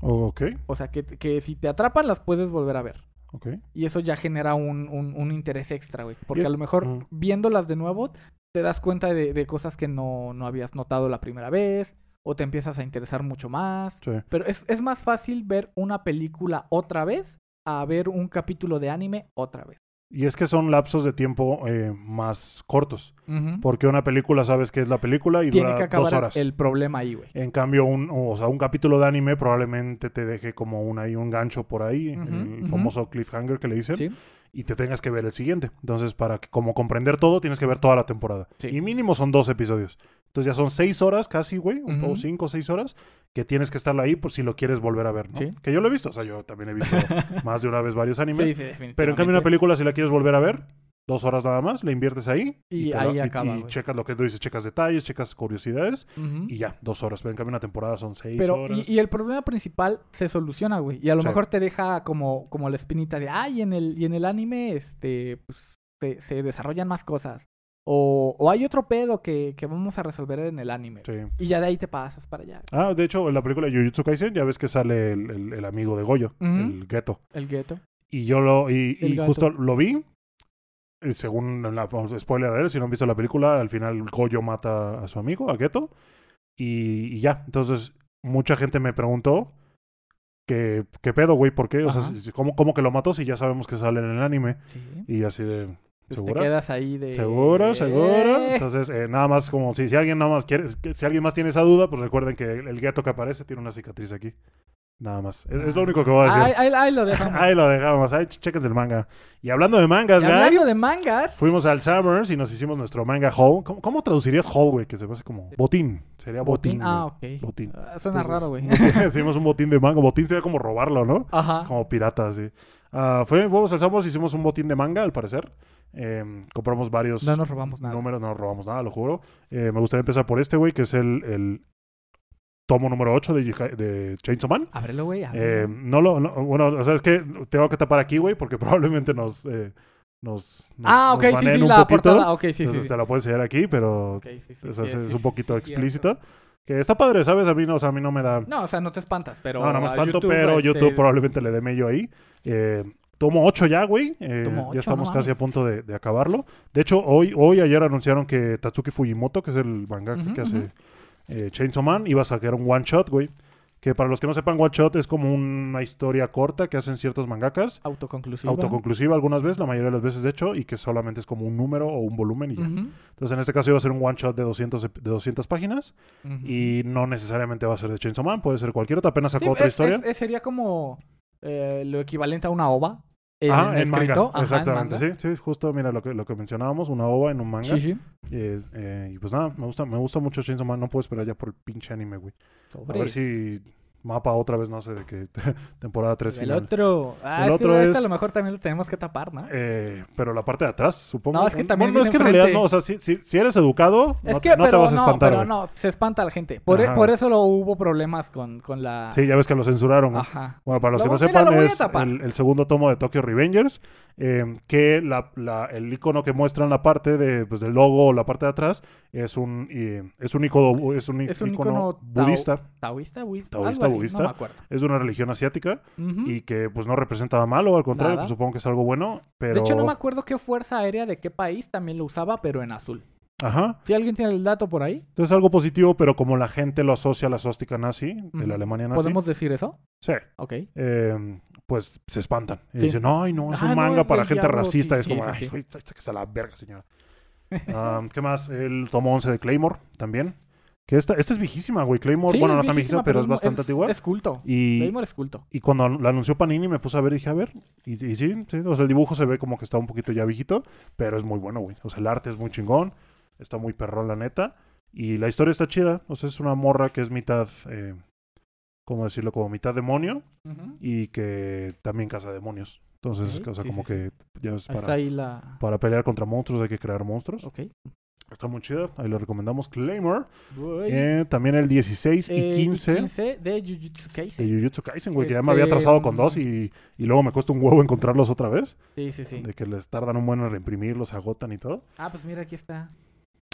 Ok,
O sea, que, que si te atrapan las puedes volver a ver.
ok.
Y eso ya genera un, un- un interés extra, güey. Porque
es-
a lo mejor
Ujú.
viéndolas de nuevo te das cuenta de, de cosas que no, no habías notado la primera vez o te empiezas a interesar mucho más.
Sí.
Pero es, es más fácil ver una película otra vez a ver un capítulo de anime otra vez.
Y es que son lapsos de tiempo eh, más cortos.
Ujú.
Porque una película sabes que es la película y
Tiene que
dura
acabar
dos horas.
el problema ahí, güey.
En cambio, un, o sea, un capítulo de anime probablemente te deje como un, ahí, un gancho por ahí,
Ujú,
el
ujú.
famoso cliffhanger que le dicen,
Sí.
y te tengas que ver el siguiente. Entonces, para que, como comprender todo, tienes que ver toda la temporada.
Sí.
Y mínimo son dos episodios. Entonces ya son seis horas casi, güey, un
Ujú.
o cinco o seis horas, que tienes que estar ahí por si lo quieres volver a ver, ¿no?
Sí.
Que yo lo he visto, o sea, yo también he visto más de una vez varios animes.
Sí, sí, definitivamente.
Pero en cambio, una película, si la quieres volver a ver, dos horas nada más, la inviertes ahí
Y
te
ahí
da-
acaba,
y
güey.
checas lo que tú dices, checas detalles, checas curiosidades
Ujú.
y ya, dos horas. Pero en cambio, una temporada son seis
Pero, y,
horas.
y el problema principal se soluciona, güey. Y a lo
Sí.
mejor te deja como, como la espinita de, ay, en el, y en el anime, este, pues, se, se desarrollan más cosas. O, o hay otro pedo que, que vamos a resolver en el anime.
Sí.
Y ya de ahí te pasas para allá.
Ah, de hecho, en la película de Jujutsu Kaisen ya ves que sale el, el- el amigo de Goyo,
Ujú.
el gueto.
El gueto.
Y yo lo, y,
El
y
gato.
justo lo vi, eh, según la spoiler de él, si no han visto la película, al final Goyo mata a su amigo, a Geto, y, y ya. Entonces, mucha gente me preguntó, ¿qué, qué pedo, güey? ¿Por qué? O sea,
Ajá.
si- ¿cómo, cómo que lo mató si ya sabemos que sale en el anime?
Sí.
Y así de...
Pues te
¿Segura?
quedas ahí de...
Seguro, seguro.
Eh.
Entonces, eh, nada más como si, si alguien nada más quiere, si alguien más tiene esa duda, pues recuerden que el, el gato que aparece tiene una cicatriz aquí. Nada más. Es, es lo único que voy a decir.
Ahí, ahí- ahí lo dejamos.
Ahí lo dejamos, ahí cheques del manga. Y hablando de mangas,
Y
güey,
hablando de mangas,
fuimos al Summers y nos hicimos nuestro manga haul. ¿Cómo, cómo traducirías haul, güey? Que se me hace como botín. Sería botín.
Ah,
güey.
ok.
Botín.
Ah, Suena
Entonces,
raro, güey.
hicimos un botín de manga. Botín sería como robarlo, ¿no?
Ajá.
Como pirata, sí. Ah, fue, fuimos al Summers, hicimos un botín de manga, al parecer. Eh, compramos varios
No nos robamos nada.
números, no nos robamos nada, lo juro. Eh, me gustaría empezar por este, güey, que es el, el tomo número 8 de, Yuka- de Chainsaw Man.
Ábrelo, güey.
Eh,
ábrelo.
no lo, no- bueno, o sea, es que tengo que tapar aquí, güey, porque probablemente nos, eh, nos, nos-
ah, ok,
nos
sí,
baneen
sí,
un
la
poquito.
portada. Ok, sí, sí,
Entonces
sí.
te la puedo enseñar aquí, pero
Ok, sí, sí,
o sea,
sí,
es,
sí,
un poquito
sí, sí,
explícito. Que está padre, ¿sabes? A mí no, o sea, a mí no me da...
No, o sea, no te espantas, pero.
no, no me
a
espanto,
YouTube,
pero
este,
YouTube probablemente le dé mello ahí. Eh, tomo 8 ya, güey. Eh,
Tomo ocho,
ya estamos
no
casi a
mames.
punto de, de acabarlo. De hecho, hoy, hoy, ayer anunciaron que Tatsuki Fujimoto, que es el mangaka
Ujú,
que hace
ujú.
eh, Chainsaw Man, iba a sacar un one shot, güey. Que para los que no sepan, One Shot es como una historia corta que hacen ciertos mangakas.
Autoconclusiva.
Autoconclusiva algunas veces, la mayoría de las veces de hecho, y que solamente es como un número o un volumen y ya.
Ujú,
Entonces, en este caso iba a ser un one shot de 200, ep- de 200 páginas
ujú.
y no necesariamente va a ser de Chainsaw Man, puede ser cualquier otra. Apenas sacó
Sí,
otra
es-
historia.
es- es- sería como eh, lo equivalente a una ova. en
Ah, en manga.
escrito. Ajá, en
Exactamente,
manga.
sí, sí, justo, mira lo que, lo que mencionábamos, una ova en un manga.
Sí, sí.
Eh, eh, y pues nada, me gusta, me gusta mucho Chainsaw Man, no puedo esperar ya por el pinche anime, güey. A ver
Sobres.
si mapa otra vez, no sé, de qué temporada 3
El otro. Ah,
El
es que
otro
este a
es-
lo mejor también lo tenemos que tapar, ¿no?
Eh, pero la parte de atrás, supongo.
No, es que
Un-
también
Bueno, no, es que en
viene
realidad,
enfrente.
no, o sea, si, si, si eres educado,
Es
no,
que,
te- no
pero,
te vas a
no,
espantar,
pero
güey.
no, se espanta la gente. Por, e,
Ajá,
por
güey.
eso lo hubo problemas con, con la.
Sí, ya ves que lo censuraron. güey.
Ajá.
Bueno, para los
Lo
que no
voy- mira, lo
sepan,
voy a
es
tapar.
el, el segundo tomo de Tokyo Revengers, eh, que la, la- el icono que muestra en la parte de, pues, del logo o la parte de atrás es un, eh, es un, icono, es un, i-
Es un
icono
icono tao-
budista,
Taoísta, budista.
Taoísta,
algo así,
budista.
No me acuerdo.
es de una religión asiática
Ujú.
y que pues no representaba malo, al contrario,
Nada.
pues, supongo que es algo bueno, pero...
De hecho, no me acuerdo qué fuerza aérea de qué país también lo usaba, pero en azul.
Ajá,
Si alguien tiene el dato por ahí,
entonces algo positivo, pero como la gente lo asocia a la sóstica nazi, de
Ujú.
la Alemania nazi,
¿podemos decir eso?
sí,
Ok.
eh, pues se espantan. Y
Sí.
dicen, ay, no, es
Ah,
un
no,
manga
es
para
del
gente
diablo".
racista.
Sí,
es
sí,
como,
sí,
ay,
sí.
güey, sáquese a la verga, señora. Am, ¿Qué más? El tomo 11 de Claymore también. Que esta, esta es viejísima, güey. Claymore,
Sí,
bueno,
es
no tan viejísima, pero es bastante antigua.
Es culto.
y,
Claymore es culto.
y cuando la anunció Panini me puse a ver y dije, a ver. Y, y sí, sí, o sea, el dibujo se ve como que está un poquito ya viejito, pero es muy bueno, güey. O sea, el arte es muy chingón. Está muy perrón, la neta. Y la historia está chida. O sea, es una morra que es mitad, eh, ¿cómo decirlo? Como mitad demonio y que también caza demonios. Entonces,
Ok,
o sea,
sí,
como
sí,
que ya es pues
Ahí
para,
está ahí la.
para pelear contra monstruos hay que crear monstruos.
Ok.
Está muy chida, ahí le recomendamos Claymore.
Voy.
Eh, también el 16
Eh,
y 15
de Jujutsu Kaisen.
de Jujutsu Kaisen, güey, que ya me
Este,
había atrasado con
mm.
dos y, y luego me cuesta un huevo encontrarlos otra vez.
Sí, sí, sí.
De que les tardan un buen en reimprimirlos, se agotan y todo.
Ah, pues mira, aquí está.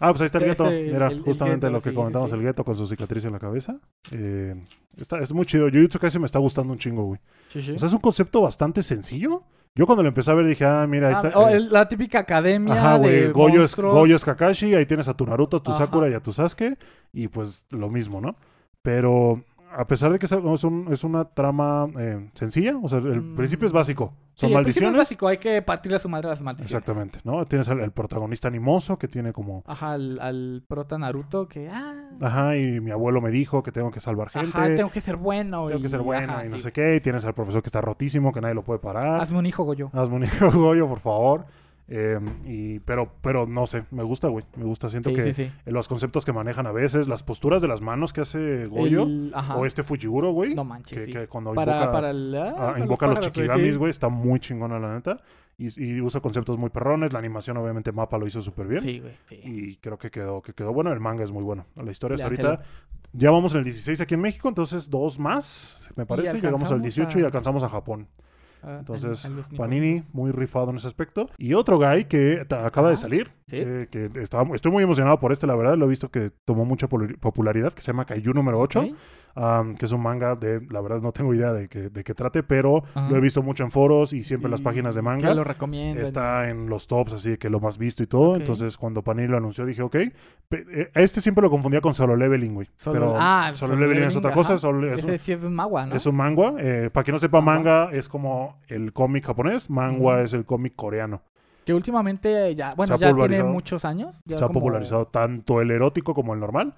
Ah, pues ahí está el
Este,
gueto. Mira,
el- el
justamente
gueto,
lo que
sí, sí,
comentamos,
sí.
el gueto con su cicatriz en la cabeza. Eh, está, es muy chido. Jujutsu Kaisen me está gustando un chingo, güey.
Sí, sí.
O sea, es un concepto bastante sencillo. Yo cuando lo empecé a ver dije, ah, mira, ahí
Ah,
está.
oh,
eh,
el- la típica academia
Ajá, güey.
de
Goyo es,
monstruos.
Goyo es Kakashi, ahí tienes a tu Naruto, a tu
Ajá.
Sakura y a tu Sasuke, y pues lo mismo, ¿no? Pero a pesar de que es, algo- es un- es una trama eh, sencilla, o sea, el
Mm.
principio es básico.
Sí,
Son
el principio es
maldiciones.
básico, hay que partirle a su madre las maldiciones.
Exactamente, ¿no? Tienes al, al protagonista animoso que tiene como,
Ajá, al, al prota Naruto que, ah,
ajá, y mi abuelo me dijo que tengo que salvar gente,
ajá,
tengo,
tengo que ser bueno. y-
que ser bueno
ajá,
y no
sí.
sé qué, y tienes al profesor que está rotísimo, que nadie lo puede parar.
Hazme un hijo, Goyo.
Hazme un hijo, Goyo, por favor. Eh, y, pero, pero no sé, me gusta, güey, me gusta, siento
Sí,
que...
sí, sí.
eh, los conceptos que manejan a veces, las posturas de las manos que hace Goyo
El- ajá.
o este Fujiuro, güey,
No manches,
que,
sí.
que cuando
Para,
invoca,
para el- ah,
ah,
para
invoca a los
pájaros, sí.
Shikigamis, güey, está muy chingona la neta y, y usa conceptos muy perrones, la animación obviamente Mapa lo hizo súper bien.
Sí, güey, sí.
Y creo que quedó, que quedó bueno. El manga es muy bueno. La historia hasta
Léanselo.
ahorita. Ya vamos en el 16 aquí en México, entonces dos más, me parece. Llegamos al
alcanzamos
18 y
a-
alcanzamos a Japón.
Ah, el-
Entonces,
el Luis Miguel.
Panini, muy rifado en ese aspecto. Y otro guy que ta- acaba de
Ajá.
salir,
Sí.
eh, que estaba- estoy muy emocionado por este, la verdad, lo he visto que tomó mucha polu- popularidad, que se llama Kaiju número 8,
Ok.
am, que es un manga de, la verdad no tengo idea de, que, de qué trate, pero
Ajá.
lo he visto mucho en foros y siempre en las
Ah. Y
páginas de manga.
Que lo recomiendo.
Está en los tops, así de que lo más visto y todo.
Ok.
Entonces, cuando Panini lo anunció, dije, ok. Pe- eh, Este siempre lo confundía con Solo Leveling, güey.
Solo-
pero
ah, el
Solo,
Solo
Leveling es
Leveling,
otra cosa.
ajá.
Solo- es,
Ese
un,
sí es de un magua, ¿no?
es un mangua. Eh, para quien no sepa,
Mangua.
manga es como el cómic japonés. Mangua
Ujú.
es el cómic coreano.
Que últimamente eh, ya, bueno,
ha
ya tiene
popularizado.
muchos años. ya
Se ha
como-
popularizado tanto el erótico como el normal.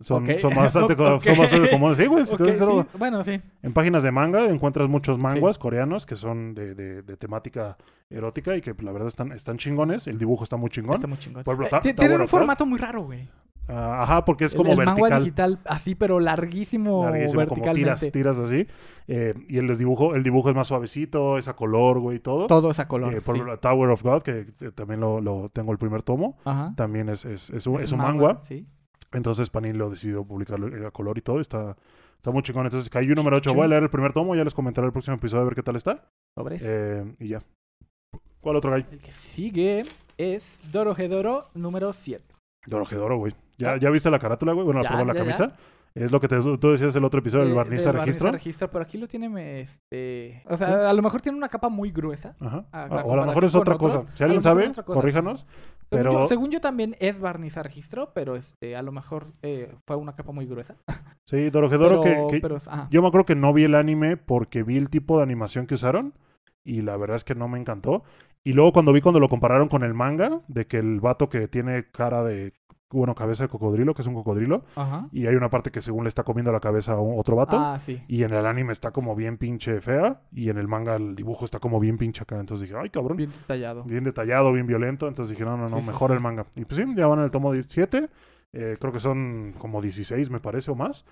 Son,
Ok.
son bastante, co-
Ok.
son bastante comunes. Sí, güey. si
Ok,
te ves
sí,
algo-
Bueno, sí.
En páginas de manga encuentras muchos manguas coreanos que son de, de- de temática erótica y que pues, la verdad están, están chingones. El dibujo está muy chingón.
Está muy chingón.
Pueblo
Eh,
Ta-
ti-
Tower
Tienen un
of God.
formato muy raro, güey.
Ah, ajá, porque es
El-
como
el, manga
vertical.
digital así, pero larguísimo,
larguísimo, como tiras,
verticalmente.
tiras así. Eh, y el dibujo, el dibujo es más suavecito, es a color, güey, y todo.
Todo es a color.
Eh, por
sí.
ejemplo, Tower of God, que eh, también lo, lo tengo el primer tomo,
Ajá.
también es, es, es un, es un
manga,
manga.
Sí.
Entonces Panini lo decidió publicarlo eh, a color y todo. y Está, está muy chingón. Entonces Kaiju número 8.
Chingón.
Voy a leer el primer tomo, ya les comentaré el próximo episodio a ver qué tal está.
Sobres.
Eh, y ya. ¿Cuál otro gallo?
El que sigue es Dorohedoro número 7.
Dorojedoro, güey. ¿Ya, ¿Ya viste la carátula, güey? Bueno,
Ah. Ya,
perdón, la
ya, ya.
camisa. Es lo que te- tú decías el otro episodio, el
Eh,
barniz
del
de
barniz
registro.
de registro, pero aquí lo tiene me- este... O sea, a lo mejor tiene una capa muy gruesa.
Ajá.
a- a
Ah, o a lo
comparación
mejor es
con
otra
otros,
cosa. Si
a lo
alguien
mejor es
sabe,
otra cosa.
corríjanos.
Según,
Pero-
yo, según yo también es barniz a registro, pero este, a lo mejor eh, fue una capa muy gruesa.
Sí, Dorohedoro
pero,
que, que
pero- ah, ajá.
yo me acuerdo que no vi el anime porque vi el tipo de animación que usaron y la verdad es que no me encantó. Y luego cuando vi cuando lo compararon con el manga, de que el vato que tiene cara de, bueno, cabeza de cocodrilo, que es un cocodrilo,
Ajá.
y hay una parte que según le está comiendo la cabeza a un- otro vato.
Ah, sí.
Y en el anime está como bien pinche fea. Y en el manga el dibujo está como bien pinche acá. Entonces dije, ay cabrón. Bien,
Bien detallado.
detallado, bien violento. Entonces dije, no, no, no,
Sí, sí,
mejor
sí.
el manga. Y pues sí, ya van en el tomo 17. Eh, creo que son como 16, me parece, o más.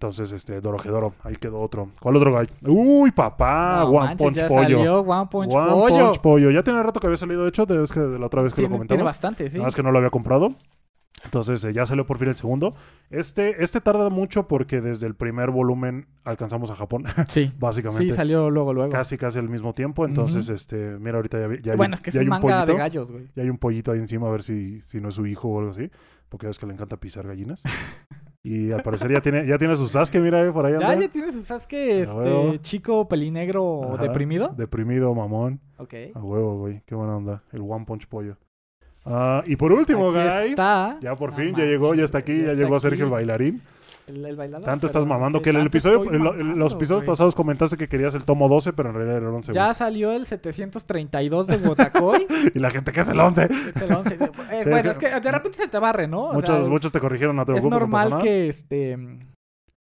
Entonces, este, Dorojedoro, ahí quedó otro. ¿Cuál otro gallo? ¡Uy, papá!
No
Ah, One
manches,
Punch
ya
Pollo.
salió One Punch
One
Pollo.
Punch Pollo. Ya tiene rato que había salido, de hecho, de- es que de la otra vez que lo
tiene, tiene
comentamos.
bastante, sí.
Nada más que no lo había comprado. Entonces eh, ya salió por fin el segundo. Este, este tarda mucho porque desde el primer volumen alcanzamos a Japón,
Sí. Sí,
básicamente.
salió luego, luego.
casi, casi al mismo tiempo. Entonces, este, mira, ahorita ya, vi- ya hay,
bueno,
un-
es que es
ya hay
un
un
manga de
pollito.
gallos, güey.
Ya hay un pollito ahí encima a ver si, si no es su hijo o algo así. Porque ves que le encanta pisar gallinas. y al parecer ya tiene, ya tiene sus Sasuke, mira, eh, por ahí
Ya,
anda.
ya tienes, ¿sabes qué?
A huevo.
Este chico pelinegro
Ajá.
deprimido.
Deprimido, mamón.
Ok.
A huevo, güey. Qué buena onda. El One Punch Pollo. Ah, y por último,
Aquí
Guy.
está.
Ya por
No
fin, ya
manches,
llegó, ya está aquí,
güey,
ya,
está
llegó
aquí.
Sergio el bailarín.
El, el bailador.
Tanto estás
perdón,
mamando
de
que en el
tanto
episodio,
estoy
en lo- en
mamando,
los episodios
güey.
pasados comentaste que querías el tomo 12, pero en realidad era el 11. güey.
Ya salió el 732 de Botacoy.
Y la gente que es el 11.
es el 11. Eh,
es
bueno,
que-
es que de repente se te barre, ¿no? O sea,
muchos,
es-
muchos te corrigieron, no te
Es
preocupes, no pasa
normal
nada.
que este mm,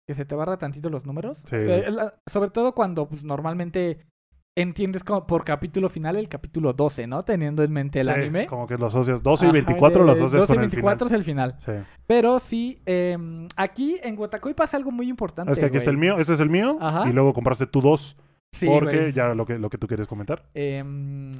que se te barra tantito los números.
Sí,
Eh,
güey.
la- sobre todo cuando pues normalmente entiendes como por capítulo final el capítulo 12, ¿no? Teniendo en mente el
Sí,
anime.
Como que los asocias 12 y
Ajá,
24
de-
los asocias
12 y
con el
24 es el final.
final. Sí.
Pero sí, em, aquí en Guatacoy pasa algo muy importante.
Es que aquí está el
güey.
mío, este es el mío,
Ajá.
y luego compraste tú dos,
Sí,
porque
güey.
ya lo que, lo que tú quieres comentar.
Em,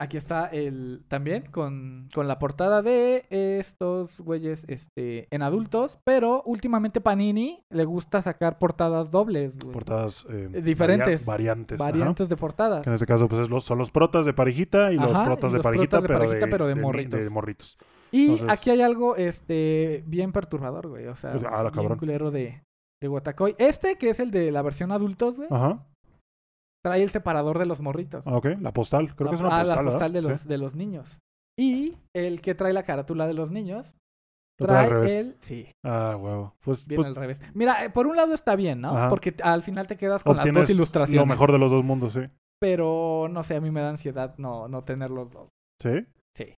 aquí está el también con, con la portada de estos güeyes este, en adultos, pero últimamente Panini le gusta sacar portadas dobles, güey.
Portadas eh,
Diferentes.
varia- variantes. ajá.
variantes de portadas.
Que en este caso pues es los- son los protas de parejita y los
Ajá,
protas
y
de
los
parejita,
protas de
pero,
parejita,
de,
pero de
ni-
morritos.
de morritos.
Y
Entonces-
aquí hay algo este bien perturbador, güey. O sea,
O sea, ah, la
bien
cabrón.
culero de, de Watacoy. Este, que es el de la versión adultos, güey,
Ajá.
trae el separador de los morritos.
Ah, ok. La postal. Creo que es una
Ah,
postal,
la
¿verdad?
postal de
Sí.
los, de los niños. Y el que trae la carátula de los niños
Lo trae al
trae
revés.
el. Sí,
Ah, huevo. Pues,
viene
pues,
al revés. Mira, eh, por un lado está bien, ¿no?
Ajá.
Porque al final te quedas con las
obtienes
dos ilustraciones.
lo mejor de los dos mundos, sí.
Pero no sé, a mí me da ansiedad no, no tener los dos.
¿Sí?
Sí.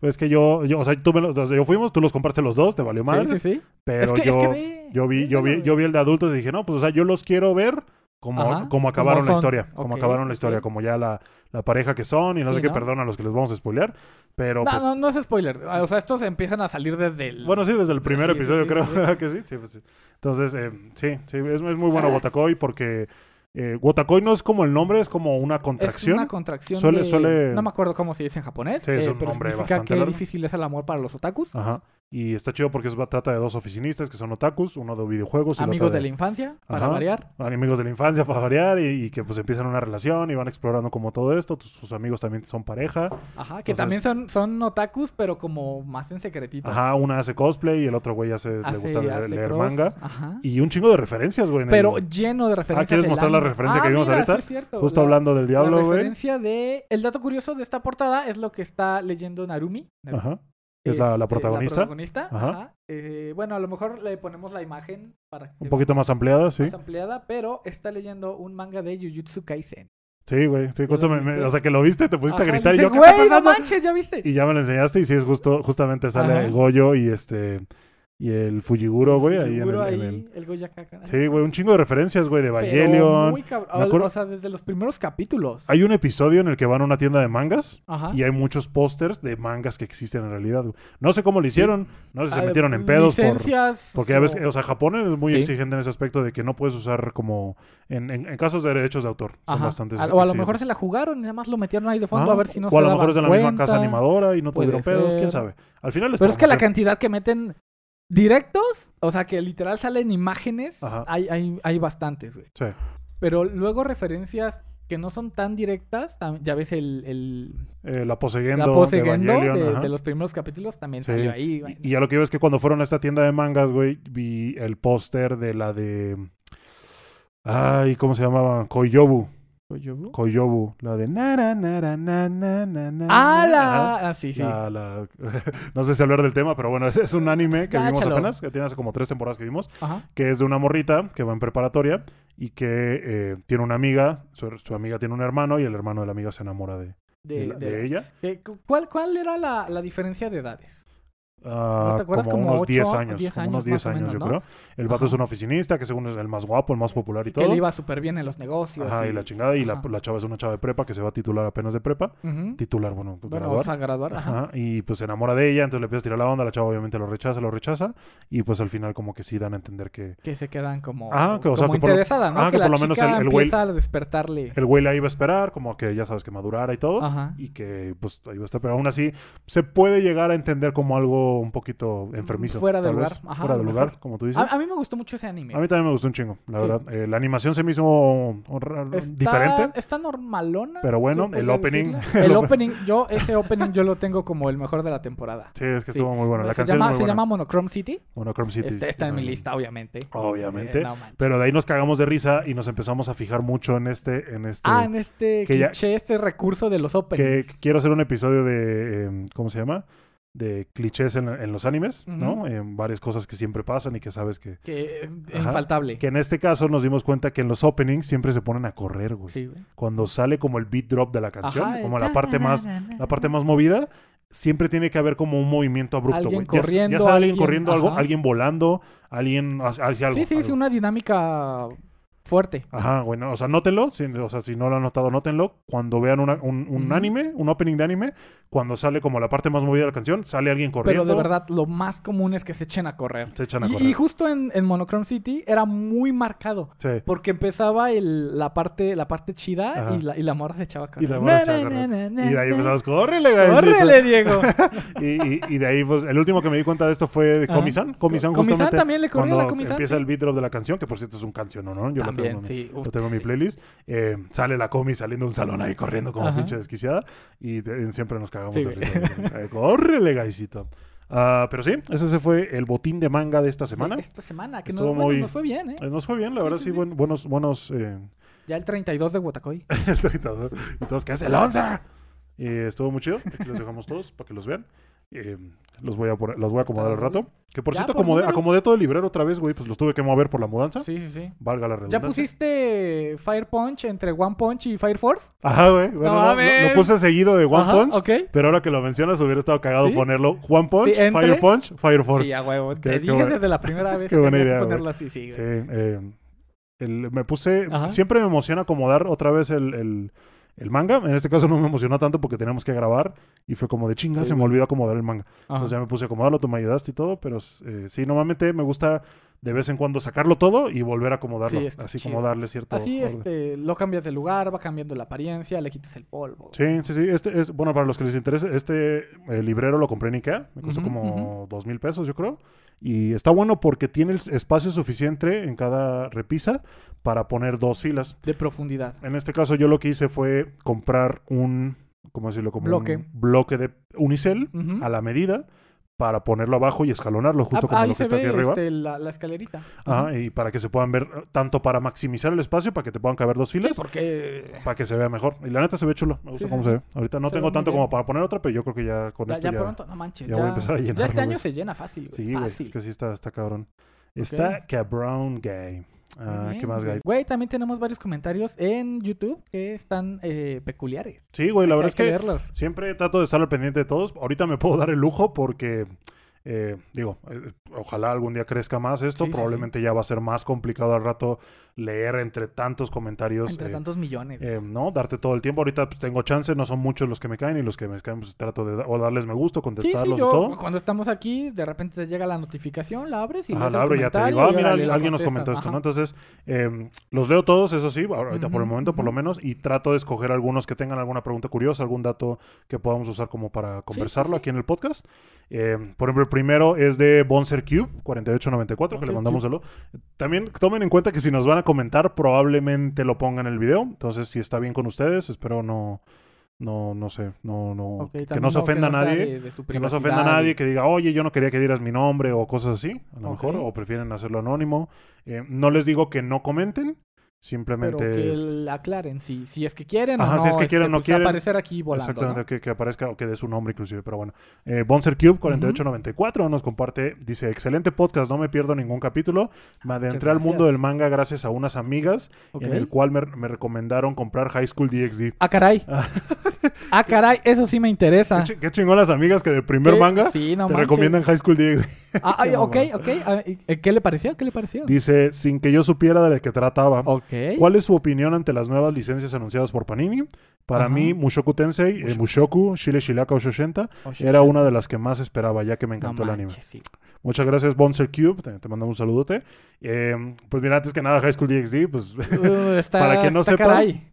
Pues es que yo, yo, o sea, tú me los, o sea, yo fuimos, tú los compraste los dos, te valió madre.
Sí, sí, sí.
Pero
Es que,
yo,
es que ve,
yo vi, yo
véndelo,
vi,
güey.
yo vi el de adultos y dije, no, pues, o sea, yo los quiero ver
Ajá,
como, como acabaron la
son.
historia. Como
Ok,
acabaron la
ok.
historia, como ya la, la pareja que son y no
Sí,
sé qué,
¿no?
perdón a los que les vamos a spoilear. Pero
No,
pues,
no, no es spoiler. O sea, estos empiezan a salir desde el.
bueno, sí, desde el primer
Sí, sí,
episodio
sí,
creo
sí, sí.
que sí. sí, pues, sí. Entonces, eh, sí, sí, es, es muy bueno Wotakoi porque eh, Wotakoi no es como el nombre, es como una contracción.
Es una contracción.
Suele-
de-
suele-
No me acuerdo cómo se dice en japonés.
Sí, es
eh,
un
pero
nombre
significa
bastante
que
largo. Ah,
difícil es el amor para los otakus.
Ajá. Y está chido porque es, va- trata de dos oficinistas que son otakus, uno de videojuegos y el
Amigos
otro
de la infancia, para
Ajá.
variar.
amigos de la infancia para variar y, y que pues empiezan una relación y van explorando como todo esto. Tus- Sus amigos también son pareja.
Ajá, que
Entonces-
también son, son otakus, pero como más en secretito.
Ajá, una hace cosplay y el otro güey hace, le
Hace-
gusta leer,
hace
leer
cross,
manga.
Ajá.
Y un chingo de referencias, güey. en el-
Pero lleno de referencias.
¿quieres
del
mostrar la
anime.
referencia que
Ah,
vimos
mira,
ahorita?
sí es cierto.
justo
La-
hablando del
La
diablo, güey.
referencia de. El dato curioso de esta portada es lo que está leyendo Narumi.
Ajá. Es la- la protagonista.
Este, protagonista,
Ajá.
ajá. Eh, bueno, a lo mejor le ponemos la imagen para que se
Un
vea
poquito más ampliada, sí.
más ampliada, pero está leyendo un manga de Jujutsu Kaisen.
Sí, güey. Sí, justo
lo
me- me-
viste?
o sea, que lo viste, te pusiste
Ajá,
a gritar
le
y yo,
dice,
¿qué Pues está
"Güey, no
pasando?
manches, ya viste.
Y ya me lo enseñaste y sí, es justo, justamente sale
Ajá.
Goyo y este... Y el Fujiguro, güey, ahí en
Seguro
el- en
ahí,
el...
el Goyakaka.
Sí, güey, un chingo de referencias, güey, de
Pero
Evangelion.
muy cabr-
Me acuerdo-
O sea, desde los primeros capítulos.
Hay un episodio en el que van a una tienda de mangas
Ajá.
y hay muchos pósters de mangas que existen en realidad. güey. No sé cómo lo hicieron, no sé si se
Ah,
metieron en pedos por-
licencias
porque ya ves,
o-
que, o sea, Japón es muy
Sí.
exigente en ese aspecto de que no puedes usar como en, en- en casos de derechos de autor. Son
Ajá.
bastante
Al- O a lo
exigentes.
mejor se la jugaron y nada más lo metieron ahí de fondo
Ah,
a ver si no
o
se
a lo
daban
mejor es de la misma casa
cuenta.
animadora y no
Puede
tuvieron pedos, quién
ser.
sabe. Al final les
Pero es que la
promocionan.
cantidad que meten directos, o sea, que literal salen imágenes,
Ajá.
hay, hay, hay bastantes, güey.
Sí.
Pero luego referencias que no son tan directas, tam- ya ves el, el
Eh, la poseyendo,
la pose
de
Gendo
Evangelion,
de,
ajá.
de los primeros capítulos también
Sí.
salió ahí. güey.
Y, y a lo que iba es que cuando fueron a esta tienda de mangas, güey, vi el póster de la de. Ay, ¿cómo se llamaba? Koyobu.
¿Koyobu?
Koyobu, la de na, na, na, na, na, na, na, na,
Ah,
na.
la... Ah, sí, sí.
La- la- no sé si hablar del tema, pero bueno, es, es un anime que
Ya,
vimos
échalo.
apenas, que tiene hace como tres temporadas que vimos,
Ajá.
que es de una morrita que va en preparatoria y que eh, tiene una amiga, su, su amiga tiene un hermano y el hermano de la amiga se enamora de,
De,
de la-
de-
de ella.
de- cu- ¿cuál, ¿Cuál era la, la diferencia de edades?
Ah,
¿No te acuerdas?
como,
Como
unos
ocho,
10 años,
10
como
años
unos 10
más o
años,
menos,
yo
¿no?
creo. El vato
Ajá.
es un oficinista que según es el más guapo, el más popular y
Que le
todo.
iba súper bien en los negocios.
Ajá, y la chingada. Y la,
Ajá.
la chava es una chava de prepa que se va a titular apenas de prepa.
Ujú.
Titular, bueno,
Bueno,
graduar.
vamos a graduar. ajá.
Ajá, y pues se enamora de ella, entonces le empieza a tirar la onda, la chava obviamente lo rechaza, lo rechaza, y pues al final como que sí dan a entender que
Que se quedan como,
Ah, que, o sea,
como
que por lo-
interesada, ¿no?
ah, que
que, la
por lo menos
chica
el- el güey-
empieza a despertarle.
el güey la iba a esperar, como que ya sabes que madurara y todo,
Ajá.
y que pues ahí va a estar, pero aún así se puede llegar a entender como algo un poquito enfermizo.
Mm, Fuera de
tal
lugar,
vez,
ajá,
fuera
a
de
lo
lugar,
mejor.
como tú dices.
A, a mí me gustó mucho ese anime.
A mí también me gustó un chingo, la
Sí.
verdad. Eh, la animación se me hizo oh, ra-
Está,
diferente.
Está normalona.
Pero bueno,
yo
el
podría
opening-
decirlo. El opening, yo, ese opening yo lo tengo como el mejor de la temporada.
Sí, es que
sí.
estuvo muy bueno. La
se
canción es
llama,
muy
se
buena.
llama Monochrome City.
Monochrome City.
Este está en mi
Ajá.
lista, obviamente.
Obviamente.
Eh, no manches.
Pero este, de ahí nos cagamos de risa y nos empezamos a fijar mucho en este, en este.
Ah, en este
que ya-
cliché, este recurso de los
que
openings.
quiero hacer un episodio de, em, ¿cómo se llama? De clichés en, en los animes, ¿no?
Ujú.
Em, varias cosas que siempre pasan y que sabes que...
Que, eh,
Ajá.
infaltable.
Que en este caso nos dimos cuenta que en los openings siempre se ponen a correr, güey.
Sí, güey.
Cuando sale como el beat drop de la canción,
Ajá, eh, el
como la parte más, la parte más movida, siempre tiene que haber como un movimiento abrupto,
Alguien
güey. Ya-
corriendo,
ya, sea alguien,
alguien-
corriendo, algo,
ajá.
alguien volando, alguien hacia hacia algo.
Sí, sí, sí,
algo.
una dinámica fuerte.
Ajá, bueno, o sea, nótenlo, si, o sea, si no lo han notado, nótenlo. Cuando vean una- un, un
Ujú.
anime, un opening de anime, cuando sale como la parte más movida de la canción, sale alguien corriendo.
Pero de verdad, lo más común es que se echen a correr.
Se echan a
Y-
correr.
Y, justo en, en Monochrome City era muy marcado.
Sí.
Porque empezaba el- la, parte, la parte chida
Ajá.
y la, y la morra se echaba a correr.
Y la morra se
Na,
echaba a
na,
correr.
na, na,
Y de ahí
na.
empezamos, córrele, guys.
¡Córrele, Diego!
Y, y- y de ahí, pues, el último que me di cuenta de esto fue de
Ajá.
Comisan. Comisan
Comisan
justamente.
Ah. también le corría
cuando
la Comisan,
Empieza
sí.
el beat drop de la canción, que por cierto es un canción, ¿no? Yo lo tengo
También,
en mi-
sí.
Yo tengo en
Uf,
mi
sí.
playlist. Eh, sale la comi saliendo de un salón ahí corriendo como
Ajá.
pinche desquiciada. Y te- siempre nos cagamos
Sí,
de
güey.
risa. Eh, ¡Córrele, gaisito! Ah, pero sí, ese fue el botín de manga de esta semana.
Esta semana, que nos,
Estuvo
bueno,
muy-
nos fue bien, ¿eh?
Eh, Nos fue bien, la
Este. Sí,
verdad,
sí,
sí,
sí.
buen- buenos, buenos. eh,
Ya el 32 de Huatacoy.
el 32. Y todos, ¿qué es el 11? Y estuvo muy chido. Aquí los dejamos todos para que los vean. Eh, los, voy a poner- los voy a acomodar al rato. Que por
Ya,
cierto,
por
acomodé,
número.
acomodé todo el librero otra vez, güey. Pues los tuve que mover por la mudanza.
Sí, sí, sí.
Valga la redundancia.
¿Ya pusiste Fire Punch entre One Punch y Fire Force?
Ajá, güey. Bueno, no,
No
lo-
mames.
lo puse seguido de One
Ajá,
Punch.
¿Ok?
Pero ahora que lo mencionas, hubiera estado cagado
¿Sí?
ponerlo One Punch,
Sí, entre.
Fire Punch, Fire Force.
Sí,
Sí,
a huevo.
Qué-
Te
qué
dije
buena-
desde la primera vez
qué
que
buena
había que
idea, güey.
ponerlo así, sí, güey.
eh, el- me puse.
Ajá.
Siempre me emociona acomodar otra vez el, el- el manga. En este caso no me emocionó tanto porque teníamos que grabar y fue como de chinga,
Sí,
se me
güey.
olvidó acomodar el manga.
Ajá.
Entonces ya me puse a acomodarlo, tú me ayudaste y todo, pero eh, sí, normalmente me gusta de vez en cuando sacarlo todo y volver a acomodarlo.
Sí, está
así
chido.
como darle cierto.
Así
orden.
este, lo cambias de lugar, va cambiando la apariencia, le quitas el polvo.
Sí, sí, sí. Este es, bueno, para los que les interese, este eh, librero lo compré en Ikea. Me costó
Ujú,
como dos mil pesos, yo creo. Y está bueno porque tiene el espacio suficiente en cada repisa para poner dos filas.
De profundidad.
En este caso, yo lo que hice fue comprar un, ¿cómo decirlo? Como
Bloque.
un bloque de unicel
Ujú.
a la medida para ponerlo abajo y escalonarlo, justo
Ah,
como
ahí
lo que
se
está
ve
aquí arriba.
este, la, la escalerita.
Ajá, y para que se puedan ver, eh, tanto para maximizar el espacio, para que te puedan caber dos
Sí,
filas,
porque
para que se vea mejor. Y la neta se ve chulo, me gusta
Sí, sí,
cómo
sí.
se ve. Ahorita no
Se ve
tengo
muy
tanto como
bien.
para poner otra, pero yo creo que ya con
ya,
esto
ya
ya...
pronto, no manches.
ya voy a empezar a
ya
llenarlo,
este año
güey.
se llena fácil, güey.
Sí, güey,
fácil.
es que sí está, está cabrón. Está cabrón gay. Ah,
Muy bien,
¿qué más
güey.
gay?
Güey, también tenemos varios comentarios en YouTube que están eh, peculiares.
Sí, güey, la
Hay
verdad es que
leerlos.
siempre trato de estar al pendiente de todos. Ahorita me puedo dar el lujo porque... eh, digo, eh, ojalá algún día crezca más esto.
Sí, sí, sí.
Probablemente ya va a ser más complicado al rato leer entre tantos comentarios.
Entre
eh,
tantos millones.
eh, ¿no? Darte todo el tiempo. Ahorita pues, tengo chance, no son muchos los que me caen y los que me caen, pues trato de da- o darles me gusta,
Sí, sí,
contestarlos y
yo
todo.
cuando estamos aquí, de repente te llega la notificación, la abres y
Ajá,
lees el
la abro y ya te
comentario
digo, ah,
y
mira,
órale,
alguien
lo
nos comentó
contestas.
esto,
Ajá.
¿no? Entonces, eh, los leo todos, eso sí, ahor- ahorita por el
Ujú,
momento, por lo
ujú.
menos, y trato de escoger algunos que tengan alguna pregunta curiosa, algún dato que podamos usar como para conversarlo
sí.
aquí en el podcast. Eh, por ejemplo, el primero es de Bonser Cube 4894, que le
Bonser
mandamos saludo. También tomen en cuenta que si nos van a comentar, probablemente lo pongan en el video. Entonces, si está bien con ustedes, espero no, no, no sé, no, no,
Ok,
que
también
no se ofenda a
sea
nadie.
de- de su
Que no se
privacidad
ofenda a nadie,
y-
que diga, oye, yo no quería que dieras mi nombre o cosas así, a lo
Ok.
mejor, o prefieren hacerlo anónimo. Eh, no les digo que no comenten,
Pero que
Simplemente.
la aclaren, si, si es que quieren o
Ajá,
no.
si es que quieren o no
pues,
quieren.
aparecer aquí volando,
Exactamente,
¿no?
que, que aparezca o que dé su nombre inclusive, pero bueno. Eh, Bonser Cube 4894 nos comparte, dice, excelente podcast, no me pierdo ningún capítulo. Me adentré al mundo
gracias.
del manga gracias a unas amigas
Ok.
en el cual me, me recomendaron comprar High School DxD.
Ah, caray. ah, caray, eso sí me interesa.
Qué, chi- qué chingón las amigas que de primer
¿Qué?
manga
Sí, no
te
manches.
recomiendan High School DxD.
Ah, ay,
Qué
ok,
mamada.
ok. Ah, ¿y- y ¿Qué le pareció? ¿Qué le pareció?
Dice, sin que yo supiera de qué trataba.
Ok.
¿Cuál es su opinión ante las nuevas licencias anunciadas por Panini? Para
Ajá.
mí, Mushoku Tensei, eh, Mushoku, Shile Shilaka 880,
Oh, shit,
era
shit.
una de las que más esperaba, ya que me
No
encantó el anime.
manches, sí.
Muchas gracias, Bonser Cube. Te, te mandamos un saludote. Eh, pues mira, antes que nada, High School DxD, pues
Uh, está-
Para quien no
está
sepa,
caray.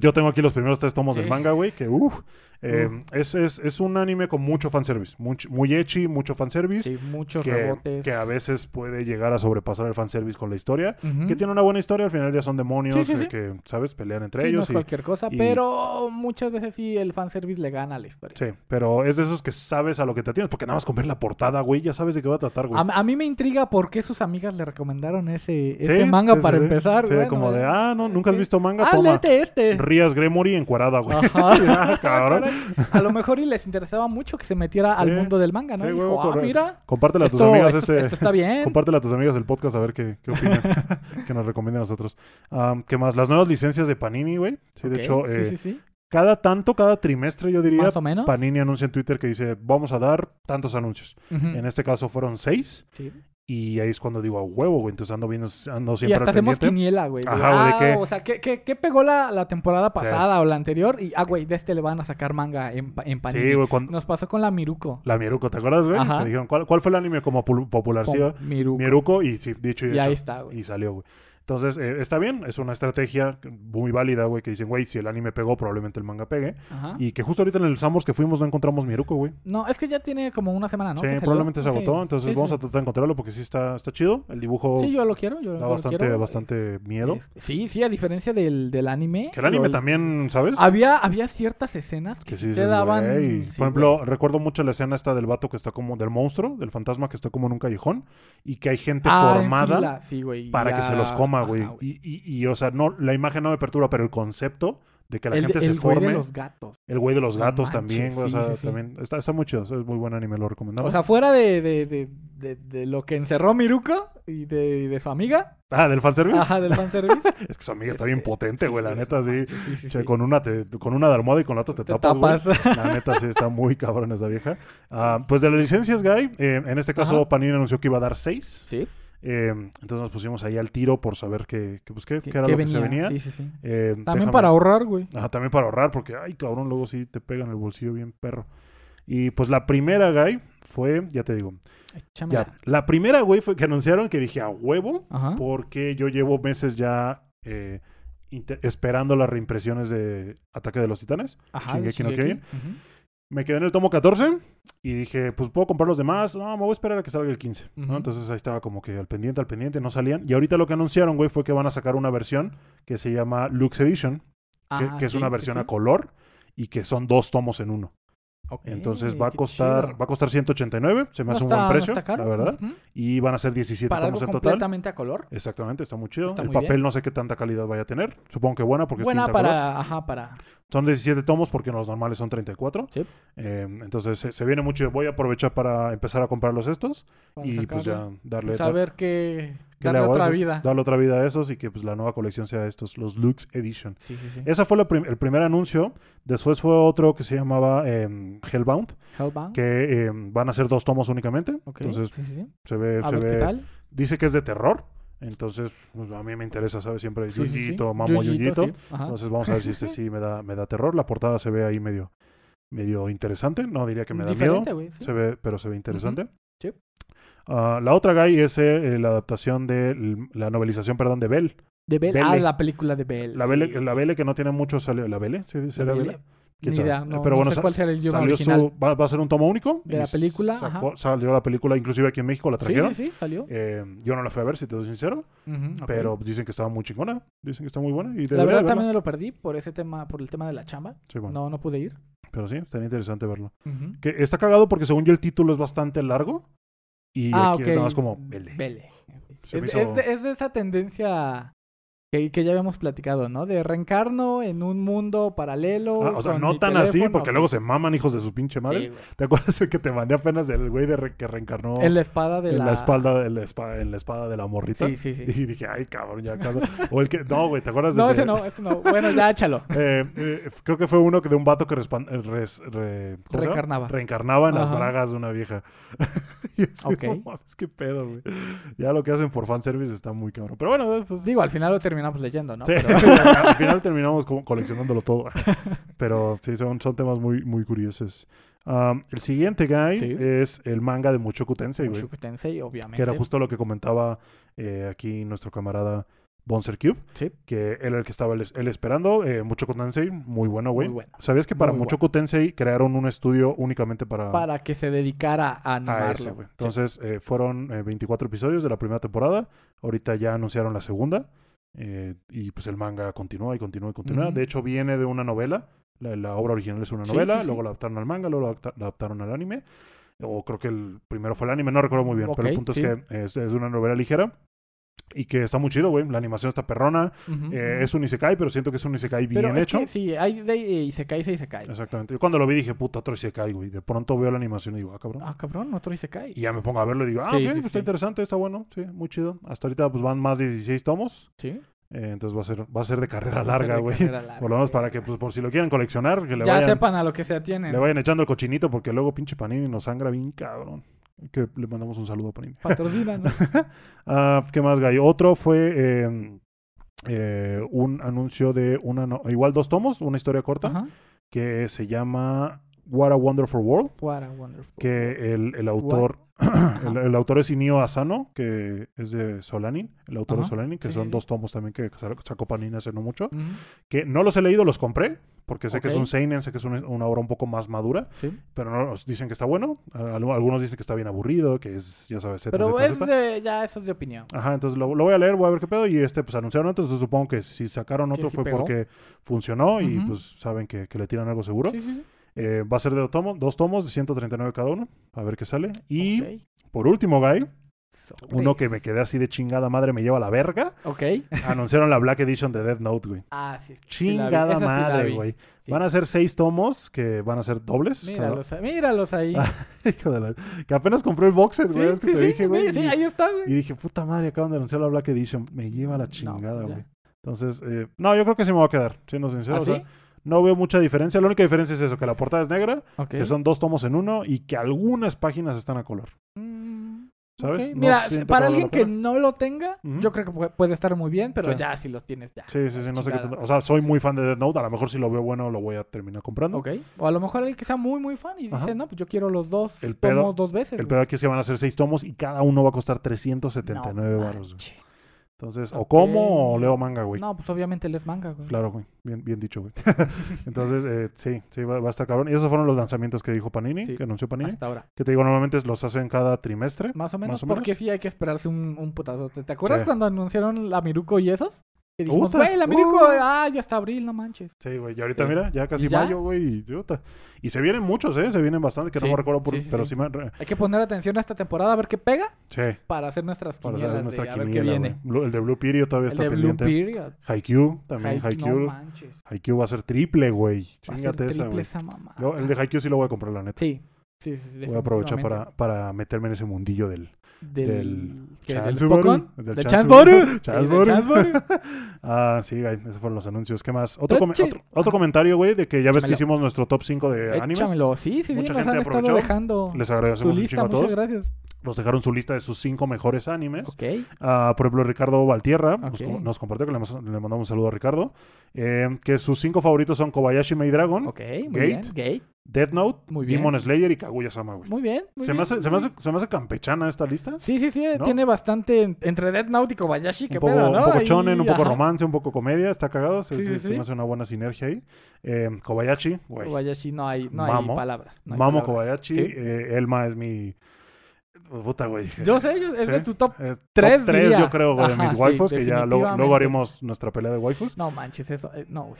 yo tengo aquí los primeros tres tomos
Sí.
del manga, güey, que uff. eh,
Uf.
es, es, es un anime con mucho fanservice. Much- muy ecchi, mucho fanservice.
Sí, muchos
Que,
rebotes.
que a veces puede llegar a sobrepasar el fanservice con la historia.
Ujú.
Que tiene una buena historia, al final del día son demonios
Sí, sí,
eh,
sí.
que, ¿sabes? Pelean entre
Sí, no
ellos
es
y
cualquier cosa,
y-
pero muchas veces sí el fanservice le gana a la historia.
Sí, pero es de esos que sabes a lo que te atienes, porque nada más con ver la portada, güey, ya sabes de qué va a tratar, güey.
A, a mí me intriga por qué sus amigas le recomendaron ese,
Sí,
ese manga
sí, sí,
para
sí.
empezar.
Sí,
bueno,
como de,
eh.
ah, no, nunca has
sí.
visto manga,
Ah,
toma.
léete este.
Rías Gremory encuerada, güey.
Ajá.
Ah, cabrón.
Caray, A lo mejor y les interesaba mucho que se metiera al
Sí.
mundo del manga, ¿no?
Sí,
Y
huevo,
dijo, ah,
correcto.
mira,
Compártela a tus
esto,
amigas
esto-
este.
esto está bien.
Compártela a tus amigas el podcast a ver qué, qué opinan. que nos recomienden a nosotros. Am, ¿Qué más? Las nuevas licencias de Panini, güey. Sí,
Ok,
de hecho,
sí,
eh,
sí, sí.
cada tanto, cada trimestre, yo diría,
Más o menos.
Panini anuncia en Twitter que dice, vamos a dar tantos anuncios.
Ujú.
En este caso fueron seis.
Sí.
Y ahí es cuando digo, a huevo, güey. Entonces ando, viendo, ando siempre
Y hasta
al
hacemos
pendiente.
quiniela, güey.
Ajá, güey, ¿de
Ah,
qué?
O sea, ¿qué, qué, qué pegó la, la temporada pasada o la anterior? Y, ah, güey, de este le van a sacar manga en, pa- en Panini.
Sí, güey, cuando...
Nos pasó con la Miruko.
La Mieruco, ¿te acuerdas, güey?
Ajá.
Te dijeron, ¿cuál, cuál fue el anime como pul- popular? Sí,
Con Miruko.
Mieruco y sí, dicho y
Y
hecho.
ahí está, güey.
Y salió, güey. Entonces, eh, está bien, es una estrategia muy válida, güey, que dicen, güey, si el anime pegó, probablemente el manga pegue.
Ajá.
Y que justo ahorita en el Sambors que fuimos no encontramos Mieruco, güey.
No, es que ya tiene como una semana, ¿no?
sí,
que salió.
probablemente se
Sí.
agotó, entonces
Sí,
vamos
sí.
a tratar de encontrarlo porque sí está, está chido. El dibujo
Sí, yo lo quiero. Yo
da
lo
bastante,
quiero.
bastante miedo.
Este, Sí, sí, a diferencia del, del anime.
que el anime
lo-
también, ¿sabes?
Había, había ciertas escenas que,
Que
sí
sí
te
dices,
daban.
güey.
sí,
Por ejemplo, recuerdo mucho la escena esta del vato que está como, del monstruo, del fantasma que está como en un callejón y que hay gente
Ah, en
formada.
fila, sí, güey,
para
ya-
que se los coma, güey.
Ajá,
Y, y- y, o sea, no, la imagen no me perturba, pero el concepto de que la
el
gente se
el güey
forme.
de los gatos.
El güey de los
No
gatos
manches,
también, güey.
sí,
o sea,
sí, sí.
también está, está muy chido. o sea, Es muy buen anime, lo recomendamos.
O sea, fuera de, de, de, de- de lo que encerró Miruko y de, de su amiga.
ah, del fanservice.
Ajá, del fanservice.
Es que su amiga está bien
Este,
potente,
sí,
güey. La
güey,
neta,
no
sí.
manches, sí, sí,
Che,
sí.
Con una te- con una de almohada y con la otra te,
Te
tapas, güey.
tapas.
La neta, sí, está muy cabrón esa vieja. Ah, pues de las licencias, Guy, eh, en este caso
Ajá.
Panini anunció que iba a dar seis.
Sí.
Eh, entonces nos pusimos ahí al tiro por saber qué, qué, pues, qué,
¿Qué,
qué era
qué
lo que
venía?
se venía.
Sí, sí, sí.
Eh,
También
déjame-
para ahorrar, güey.
Ajá, también para ahorrar, porque, ay, cabrón, luego sí te pegan el bolsillo bien perro. Y pues la primera, güey, fue, ya te digo,
Ah, Échamela.
ya, la primera, güey, fue que anunciaron que dije a huevo,
Ajá.
porque yo llevo meses ya eh, inte- esperando las reimpresiones de Ataque de los Titanes.
Ajá. de
Shingeki no
Shingeki.
Me quedé en el tomo 14 y dije, pues puedo comprar los demás. No, me voy a esperar a que salga el 15. ¿no?
Ujú.
Entonces ahí estaba como que al pendiente, al pendiente, no salían. Y ahorita lo que anunciaron, güey, fue que van a sacar una versión que se llama Lux Edition, que,
Ajá,
que es
Ah, sí,
una
sí,
versión
sí.
a color y que son dos tomos en uno.
Ok,
Entonces va a
Eh, qué
costar
chido.
va a costar 189, se me
No
hace
está-
un
no
buen precio,
está caro.
la verdad.
Ujú.
Y van a ser 17
Para algo
tomos en total.
completamente a color.
Exactamente, está muy chido.
Está
el
muy
papel
bien.
no sé qué tanta calidad vaya a tener. Supongo que buena porque es
Buena
tinta color.
para, ajá, para.
Son 17 tomos porque los normales son 34.
Sí.
Eh, entonces se, se viene mucho. Voy a aprovechar para empezar a comprarlos estos
para
y pues
sacarle.
ya darle,
Pues a
dar-
ver qué.
¿qué le
Darle
hago a
otra
esos?
vida.
Darle otra vida a esos y que pues la nueva colección sea estos, los Lux Edition.
Sí, sí, sí.
Ese fue la prim- el primer anuncio. Después fue otro que se llamaba em, Hellbound,
Hellbound.
que em, van a ser dos tomos únicamente.
Ok,
Entonces
sí, sí, sí.
se ve,
A
se
ver
ve-
qué tal.
dice que es de terror. Entonces pues, a mí me interesa, ¿sabes? Siempre
Sí, sí, sí.
Yuyito, mamo
Yuyito,
Yuyito.
sí, ajá.
Entonces vamos a ver si este sí me da, me da terror. La portada se ve ahí medio, medio interesante. No diría que me da miedo.
Diferente, güey. sí.
Se ve, pero se ve interesante.
Sí.
Ah, la otra guy es eh, la adaptación de l- la novelización, perdón, de Bell.
De Belle. Ah,
Belle.
la película de Belle.
La
sí.
Belle, la Belle que no tiene mucho salió. ¿La Belle? ¿Sí,
La
¿Será
Belle.
Belle? ¿Quién
Ni
sabe?
idea,
Eh,
no-
Pero
no
bueno,
sé
sa-
cuál será el idioma
salió su-
original.
va, va a ser un tomo único.
De
y
la película, ajá.
sacó- salió la película, inclusive aquí en México la
Sí,
trajeron.
sí, sí, salió.
Eh, yo no la fui a ver, si te soy sincero,
Ujú, ok.
pero dicen que estaba muy chingona. Dicen que está muy buena. Y
La
debería
verdad
de verla.
también me lo perdí por ese tema, por el tema de la chamba.
Sí, bueno,
No, no pude ir.
Pero sí, estaría interesante verlo.
Ujú.
Que está cagado porque según yo el título es bastante largo. Y
Ah,
aquí es
ok.
nada más como Belle.
Belle.
Se
Es,
me hizo-
es de, es de esa tendencia Que, que ya habíamos platicado, ¿no? De reencarno en un mundo paralelo.
Ah, o sea,
con
no
mi
tan así,
teléfono.
porque luego se maman hijos de su pinche madre.
Sí, güey.
¿Te acuerdas el que te mandé apenas del güey de re- que reencarnó
En la espada de
en
la...
la espalda de la espa- en la espada de la morrita?
Sí, sí, sí.
Y dije, ay, cabrón, ya, cabrón. O el que. No, güey, ¿te acuerdas
No,
de-
ese no, ese no. Bueno, ya échalo.
Eh, eh, f- creo que fue uno que de un vato que respan- eh, res- re- ¿cómo se llama?
Reencarnaba.
Reencarnaba en las
Ajá.
bragas de una vieja. y así,
Ok.
no mames, qué pedo, güey. Ya lo que hacen por fanservice está muy cabrón. Pero bueno, eh, pues.
Digo, al final lo terminamos leyendo, ¿no?
sí.
Pero-
Al final terminamos como coleccionándolo todo. Pero sí, son, son temas muy, muy curiosos. Um, el siguiente, guy,
Sí.
es el manga de Mushoku Tensei, güey.
Mushoku Tensei, obviamente.
Que era justo lo que comentaba eh, aquí nuestro camarada Bonser Cube.
Sí.
Que era el que estaba él, él esperando. Eh, Mushoku Tensei, muy bueno, güey.
Muy bueno.
¿Sabías que para
Muy
Mushoku Tensei crearon un estudio únicamente para,
Para que se dedicara a
Ah. a
animarlo.
ese, güey?
güey.
Entonces, eh, fueron eh, 24 episodios de la primera temporada. Ahorita ya anunciaron la segunda. Eh, y pues el manga continúa y continúa y continúa.
Ujú.
De hecho, viene de una novela. La, la obra original es una
Sí,
novela.
sí, sí.
Luego la adaptaron al manga, luego la, adapta- la adaptaron al anime. O creo que el primero fue el anime, no recuerdo muy bien. pero el
Ok,
punto
sí.
es que es, es una novela ligera. Y que está muy chido, güey. La animación está perrona.
Sí. Ujú,
Eh,
ujú.
es un isekai, pero siento que es un isekai bien
Pero es
hecho.
que sí, hay de Isekai, se Isekai.
Exactamente. Yo cuando lo vi dije, puta, otro Isekai, güey. De pronto veo la animación y digo, ah, cabrón.
Ah, cabrón, otro Isekai.
Y ya me pongo a verlo y digo, ah,
Sí,
ok,
sí,
pues está
sí.
interesante, está bueno, sí, muy chido. Hasta ahorita pues van más de 16 tomos,
Sí.
eh, entonces va a ser va a ser de carrera
Va a ser
larga,
de
güey.
carrera larga,
Por lo menos
sí.
para que pues por si lo quieren coleccionar, que le
Ya
vayan
sepan a lo que se atienen.
le vayan echando el cochinito porque luego pinche Panini nos sangra bien cabrón. Que le mandamos un saludo a Panini.
Patrocinan. ¿no?
Ah, ¿qué más, Gay? Otro fue eh, eh, un anuncio de una no- igual dos tomos, una historia corta
Ajá.
que se llama What a Wonderful World.
What a wonderful.
que el, el autor el, el autor es Inio Asano, que es de Solanin, el autor de
Ajá.
Solanin, que
Sí,
son
sí, sí.
dos tomos también que sa- sacó Panini hace no mucho,
Ujú,
que no los he leído, los compré, porque sé que es
Ok.
un seinen, sé que es un- una obra un poco más madura,
Sí.
pero no nos dicen que está bueno, Al- algunos dicen que está bien aburrido, que es, ya sabes, etc,
Pero
etc,
es
etc.
de, ya eso es de opinión.
Ajá, entonces lo, lo voy a leer, voy a ver qué pedo. Y este, pues anunciaron otro, entonces supongo que si sacaron
Que
otro
sí
fue
pegó.
porque funcionó y
Ujú.
pues saben que, que le tiran algo seguro.
Sí, sí, sí.
Eh, va a ser de dos tomos, dos tomos de 139 cada uno, a ver qué sale. Y
Ok.
por último, Guy,
Sobre.
uno que me quedé así de chingada madre me lleva a la verga,
Ok.
anunciaron la Black Edition de Death Note, güey.
Ah, sí. sí la vi.
Chingada
Esa sí la
madre,
vi.
güey.
Sí.
Van a ser seis tomos que van a ser dobles. cada-
Míralos, ahí- míralos ahí.
Hijo de la- Que apenas compré el box set,
Sí,
Ah, güey. es que
sí,
te
sí,
dije, güey.
sí,
y-
ahí está, güey.
Y dije, puta madre, acaban de anunciar la Black Edition. Me lleva la
No, pues
chingada,
ya.
güey. Entonces, eh, no, yo creo que sí me va a quedar, siendo sincero.
¿Ah,
o sea,
sí?
no veo mucha diferencia. La única diferencia es eso, que la portada es negra,
Ok.
que son dos tomos en uno y que algunas páginas están a color.
Mm,
¿Sabes?
ok.
pues, No
Mira,
siento
para
que valga la
alguien que
pena.
no lo tenga,
Ujú.
yo creo que pu- puede estar muy bien, pero
Sí.
ya si los tienes ya.
Sí, sí, sí, no sé qué
Chingada.
tendrá. O sea, soy muy fan de Death Note. A lo mejor si lo veo bueno lo voy a terminar comprando.
Ok. O a lo mejor alguien que sea muy, muy fan y dice,
Ajá.
no, pues yo quiero los dos
El pedo-
tomos dos veces.
El
güey".
pedo aquí es que van a ser seis tomos y cada uno va a costar
No
379 baros. güey.
manches.
Entonces, o
Ok.
como o leo manga, güey.
No, pues obviamente él es manga, güey.
Claro, güey. Bien, bien dicho, güey. Entonces, eh, sí, sí, va, va a estar cabrón. Y esos fueron los lanzamientos que dijo Panini,
Sí.
que anunció Panini.
Hasta ahora.
Que te digo, normalmente los hacen cada trimestre.
Más o menos,
o
porque
menos.
sí hay que esperarse un, un putazote. ¿Te acuerdas
Sí.
cuando anunciaron la Miruko y esos? Que dijimos,
Puta.
güey, la Miruko,
Uh.
ah, ya está abril, no manches.
Sí, güey. Y ahorita,
Sí.
mira, ya casi
¿Y ya?
mayo, güey. y puta. Y se vienen muchos, ¿eh? Se vienen bastante, que no
Sí,
me recuerdo por.
sí, sí,
pero
sí.
sí, me. re-
Hay que poner atención a esta temporada a ver qué pega
Sí,
para hacer nuestras
para
quinielas.
saber
de
nuestra
a ver qué
quiniela,
viene.
güey. Blue- El de Blue Period todavía
El
está
de Blue
pendiente.
Period.
Haikyuu, también
Hai-
Haikyuu.
No manches.
Haikyuu va a ser triple, güey.
Va a ser
Chingate esa,
triple Ah,
güey.
esa mamá.
Yo el de Haikyuu sí lo voy a comprar, la neta.
Sí. Sí, sí, sí,
voy a aprovechar
definitivamente.
para, para meterme en ese mundillo del...
Del... ¿qué? ¿Del
Chance Boru,
Spokon?
del
¿Del
Chance
Chance
Boru.
Boru? Sí,
Chance
del
Boru.
Chance Boru.
Ah, sí, güey. Esos fueron los anuncios. ¿Qué más? Otro,
Pero
come-
sí.
otro, otro comentario, güey, de que ya ves que
Échamelo.
hicimos nuestro top 5 de animes.
Échamelo. Sí, sí, sí.
Mucha
nos
gente
han
aprovechó.
estado dejando
Les
su
agradecemos Pues un
lista.
chingo a
Muchas
todos.
gracias.
Nos dejaron su lista de sus 5 mejores animes.
Ok.
Ah, por ejemplo, Ricardo Valtierra nos,
Ok.
nos compartió, que le, mas- le mandamos un saludo a Ricardo, eh, que sus 5 favoritos son Kobayashi Maid Dragon,
Ok, muy
Gate.
bien. Gate.
Death Note,
Muy bien.
Demon Slayer y Kaguya-sama, güey.
Muy bien. muy
Se
bien,
me, hace,
muy
se, me hace,
bien.
se me hace campechana esta lista.
Sí, sí, sí.
¿No?
Tiene bastante en- entre Death Note y Kobayashi.
un
qué
poco,
pedo,
un
¿no?
poco
Ahí,
shonen, un poco
ajá.
romance, un poco comedia, está cagado. Se,
Sí,
se-
sí,
se
sí.
me hace una buena sinergia ahí. Eh, Kobayashi, güey.
Kobayashi no hay, no
Mamo.
hay palabras. no hay
Mamo
palabras.
Kobayashi.
Sí.
eh, Elma es mi. pues, Puta, güey.
Yo sé, yo- es
Sí.
de tu top.
Es top
tres
tres,
diría.
yo creo, güey, de
Ajá,
mis
sí,
waifus, que ya luego, luego
definitivamente.
haremos nuestra pelea de waifus.
No manches, eso. eh, no, güey.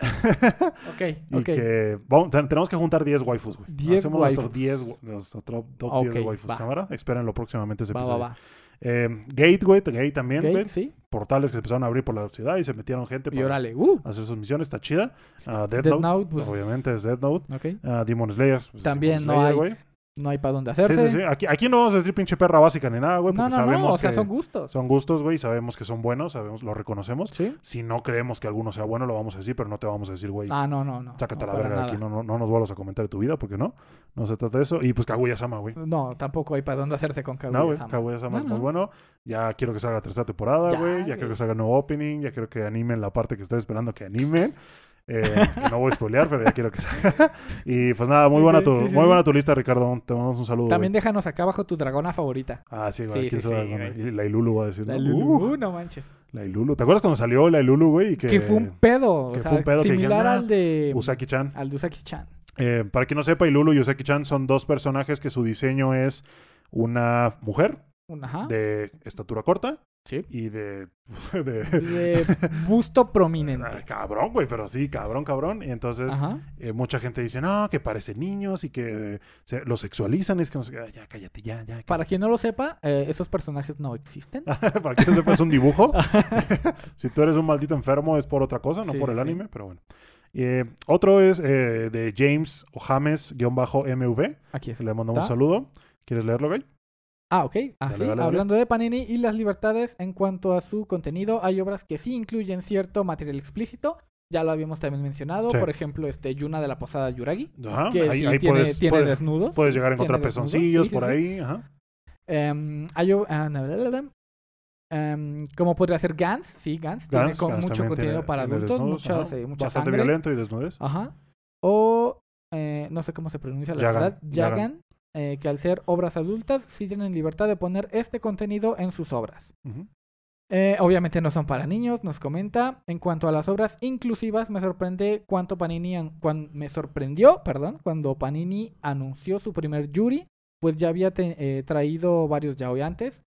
Y
Ok, ok.
que vamos, ten- tenemos que juntar 10 waifus, güey.
10
Hacemos
waifus.
nuestro 10, wa- nuestro top, top
Ok,
10 waifus,
va.
cámara. Espérenlo próximamente ese
Va,
episodio.
va, va.
pues, Eh, Gate, güey, Gate también,
Ok,
güey.
sí.
Portales que se empezaron a abrir por la ciudad y se metieron gente
Y
para
órale, ¡uh!
hacer sus misiones. Está chida. Ah, Death,
Death
Note,
Note, pues,
obviamente es Death Note.
ok.
Ah, Demon Slayer. pues, es
También
Demon
no
Slayer,
hay
güey.
No hay para dónde
Sí,
hacerse.
sí, sí. Aquí, aquí no vamos a decir pinche perra básica ni nada, güey,
No,
porque
no,
sabemos
no. O sea,
que
son gustos.
son gustos, güey, y sabemos que son buenos, sabemos, lo reconocemos.
¿Sí?
Si no creemos que alguno sea bueno, lo vamos a decir, pero no te vamos a decir, güey,
Ah, no, no, no.
sácate
no,
la
para
verga de aquí,
nada.
no, no, no nos vuelvas a comentar de tu vida, porque no, no se trata de eso. Y pues Kaguya-sama, güey.
No, tampoco hay para dónde hacerse con
No, güey,
Kaguya-sama.
Kaguya-sama es
No,
muy
no.
bueno. Ya quiero que salga la tercera temporada,
Ya,
güey. Ya, quiero
güey.
que salga el nuevo opening, ya quiero que animen la parte que estoy esperando que animen. Eh, que no voy a spoilear, pero ya quiero que salga. Y pues nada, muy
Ok,
buena tu,
sí, sí,
muy
sí.
buena tu lista, Ricardo. Te mandamos un saludo.
También déjanos acá abajo tu dragona favorita.
güey. Ah, sí, güey.
Sí,
¿quién
sí,
sabe,
sí,
güey?
güey.
Y la Ilulu va a decir.
La
¿no?
Lulu.
Uh,
no manches.
la Ilulu. ¿Te acuerdas cuando salió la Ilulu, güey? Y que,
que fue un em, pedo. o
que
sea,
fue un pedo que dijeron,
similar
"Ah,
al de.
Usaki-chan.
Al de Usaki-chan.
Eh, para quien no sepa, Ilulu y Usaki-chan son dos personajes que su diseño es una mujer
Un- Ajá.
de estatura corta
Ah. Sí.
y de- de
De busto
Ah,
prominente.
cabrón, güey, pero sí, cabrón, cabrón. Y entonces
Ajá.
eh, mucha gente dice, no, que parecen niños y que eh, se- los sexualizan. Es que no sé, qué. Ah, ya, cállate, ya, ya.
Para quien no lo sepa, eh, esos personajes no existen.
cállate. Para que no sepas un dibujo. si tú eres un maldito enfermo es por otra cosa, no
Sí,
por el
sí, sí.
anime, pero bueno. Eh, otro es eh, de James o James-MV.
Aquí es.
Le mandamos un
¿Está?
saludo. ¿Quieres leerlo, güey?
Ah, ok. Así,
dale, dale.
hablando de Panini y las libertades en cuanto a su contenido, hay obras que sí incluyen cierto material explícito. Ya lo habíamos también mencionado.
Sí.
Por ejemplo, este Yuna de la Posada Yuragi.
Ajá.
Que
ahí
sí
ahí
tiene,
puedes,
tiene
puedes-
desnudos.
puedes
sí,
llegar a encontrar
tiene desnudos,
pezoncillos
sí, sí,
por
sí.
ahí. Ajá.
Em, hay o- ah, na, na, na, na. Em, como podría ser Gans, sí, Gans, tiene
Gans,
con
Gans
mucho
también tiene-
contenido para
tiene
adultos,
desnudos,
mucha,
ajá.
eh, mucha
Bastante
sangre. Ah.
violento y desnudes.
Ajá. O eh, no sé cómo se pronuncia la
Yagan,
verdad,
Yagan.
Yagan, eh, que al ser obras adultas sí tienen libertad de poner este contenido en sus obras.
Ujú.
Eh, obviamente no son para niños, nos comenta. En cuanto a las obras inclusivas, me sorprende cuánto Panini an- cuan- me sorprendió, perdón, cuando Panini anunció su primer Yuri, pues ya había te- eh, traído varios ya hoy antes.